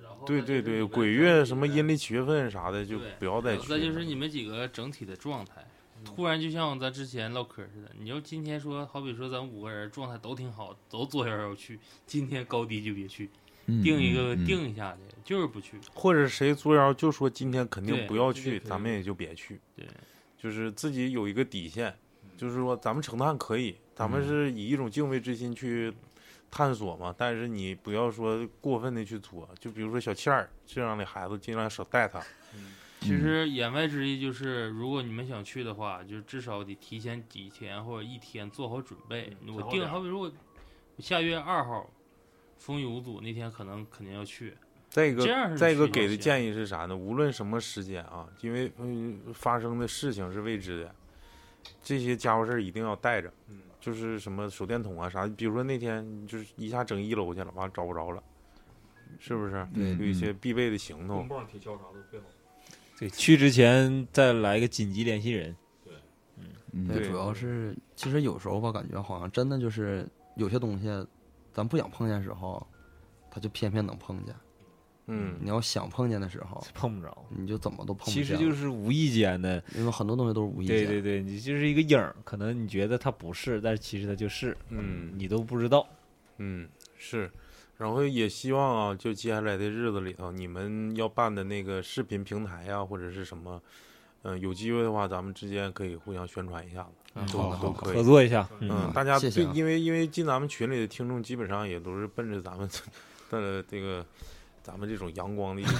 S5: 然后
S1: 对对
S5: 再就是你
S1: 对，
S5: 们
S1: 鬼
S5: 整
S1: 月
S5: 体
S1: 什么
S5: 的
S1: 阴历七月份啥的就
S5: 对
S1: 不要再
S5: 然后
S1: 去
S5: 再
S1: 了。
S5: 就是你们几个整体的状态，突然就像咱之前唠嗑似的，你要今天说，好比说咱五个人状态都挺好，都左摇右去，今天高低就别去，定一个、
S2: 嗯嗯
S5: 定一下去，就是不去。
S1: 或者谁作妖就说今天肯定
S5: 对
S1: 不要
S5: 这就
S1: 去，
S5: 可以
S1: 咱们也就别去。
S5: 对，嗯
S1: 就是自己有一个底线，就是说咱们承担可以，咱们是以一种敬畏之心去探索嘛，但是你不要说过分的去作。就比如说小倩儿这样的孩子，尽量少带他。
S5: 其实言外之意就是，如果你们想去的话，就至少得提前几天或者一天做好准备。
S7: 嗯做
S5: 我
S7: 好点
S5: 定，
S7: 儿
S5: 好比如我下月二号，风雨无阻那天可能肯定要去，
S1: 再一
S5: 这
S1: 个，
S5: 样是
S1: 再一个
S5: 去
S1: 给
S5: 就
S1: 的
S5: 行
S1: 建议是啥呢？无论什么时间啊，因为嗯发生的事情是未知的，这些家伙事儿一定要带着。
S7: 嗯，
S1: 就是什么手电筒啊啥，比如说那天你就是一下整一楼去了，完了找不着了，是不是？
S3: 嗯
S2: 对
S1: 有一些必备的行头
S7: 棍。棒、铁锹啥都备好。
S6: 对，去之前再来个紧急联系人。
S2: 嗯
S1: 对
S2: 嗯
S3: 对，主要是其实有时候吧，感觉好像真的就是有些东西，咱不想碰见的时候，它就偏偏能碰见；
S1: 嗯，
S3: 你要想碰见的时候，
S6: 碰不着，
S3: 你就怎么都碰不见。
S6: 其实就是无意间的。
S3: 因为很多东西都是无意间。
S6: 对对对，你就是一个影儿，可能你觉得它不是，但是其实它就是，
S1: 嗯
S6: 你都不知道。
S1: 嗯，是。然后也希望啊，就接下来的日子里头，你们要办的那个视频平台呀、或者是什么，嗯、有机会的话，咱们之间可以互相宣传一下子，
S3: 嗯
S1: 都
S3: 好的
S1: 都
S3: 好的
S1: 可
S6: 合
S1: 以。
S6: 作一下，
S1: 嗯，
S3: 嗯
S1: 大家
S3: 谢谢啊
S1: 因为因为进咱们群里的听众，基本上也都是奔着咱们 的这个咱们这种阳光的 一种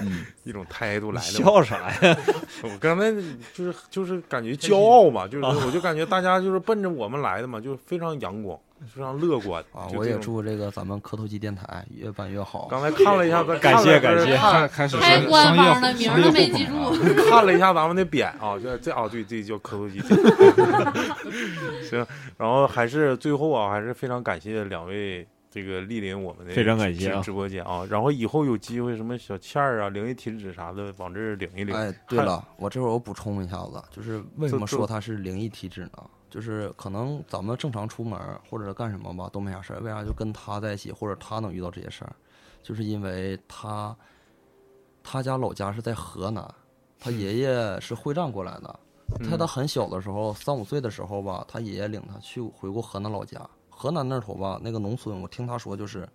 S3: 嗯
S1: 一种态度来的嘛。
S6: 笑啥呀？
S1: 我刚才就是就是感觉骄傲嘛，就是
S3: 啊
S1: 我就感觉大家就是奔着我们来的嘛，就是非常阳光，非常乐观
S3: 啊，
S1: 就
S3: 我
S1: 这
S3: 也
S1: 种
S3: 祝这个咱们磕头机电台越办越好。
S1: 刚才看了一 下，咱
S6: 感谢
S1: 看了
S6: 感谢
S2: 开
S1: 看
S2: 开始
S4: 太
S2: 商
S4: 官
S2: 商业
S4: 方了，
S2: 互
S4: 名
S2: 商业
S4: 儿都
S2: 互
S4: 没
S2: 捧
S4: 记住
S2: 啊。
S1: 看了一下咱们的匾啊，这这啊，对，这叫磕头机。 行，然后还是最后啊，还是非常感谢两位这个莅临我们的
S6: 非常感谢啊
S1: 直直播间啊。然后以后有机会什么小倩儿啊、灵异体质啥的，往这儿领一领。
S3: 哎，对了，我这会儿我补充一下子，就是为什么
S1: 这这
S3: 说它是灵异体质呢？就是可能咱们正常出门儿或者干什么吧都没啥事儿，为啥就跟他在一起，或者他能遇到这些事儿？就是因为他他家老家是在河南，他
S1: 嗯
S3: 爷爷是会战过来的。他他很小的时候，三五岁的时候吧，他爷爷领他去回过河南老家。河南那头吧，那个农村，我听他说就是，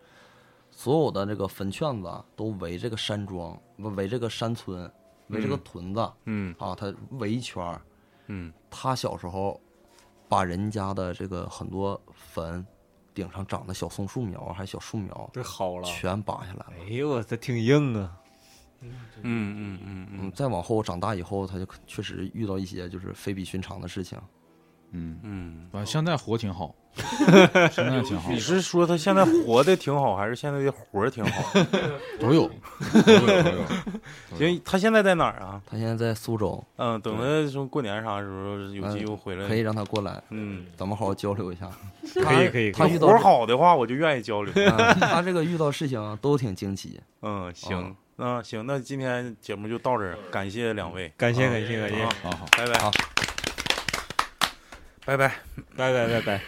S3: 所有的这个坟圈子啊都围这个山庄，不围这个山村，围这个
S1: 嗯
S3: 屯子、
S1: 嗯
S3: 啊，他围一圈儿。
S1: 嗯
S3: 他小时候把人家的这个很多坟顶上长的小松树苗还有小树苗
S6: 这好了，
S3: 全拔下来了。
S6: 哎呦我这挺硬啊！
S1: 嗯嗯嗯
S3: 嗯，
S1: 嗯
S3: 再往后长大以后，他就确实遇到一些就是非比寻常的事情。
S2: 嗯，
S1: 嗯。
S2: 完现在活挺 好，现在挺 好
S1: 你，是说他现在活的挺好，还是现在的活儿挺 好？
S2: 都有，都有， 都有。
S1: 行，他现在在哪儿啊？
S3: 他现在在苏州，
S1: 嗯，等他说过年啥时候有机会回来，
S3: 可以让他过来，
S1: 嗯，
S3: 咱们好好交流一下。
S6: 可以可以可
S3: 他
S6: 以，
S3: 遇
S1: 活
S3: 到
S1: 儿
S3: 这
S1: 好的话，我就愿意交流。
S3: 啊 他这个遇到事情啊都挺惊奇。
S1: 嗯，行
S3: 啊，
S1: 那行，那今天节目就到这儿，感谢两位，
S6: 感谢
S1: 啊
S6: 感谢感谢
S1: 啊，
S2: 好好。
S1: 拜拜
S3: 好，
S1: 拜拜。
S6: 拜拜拜拜。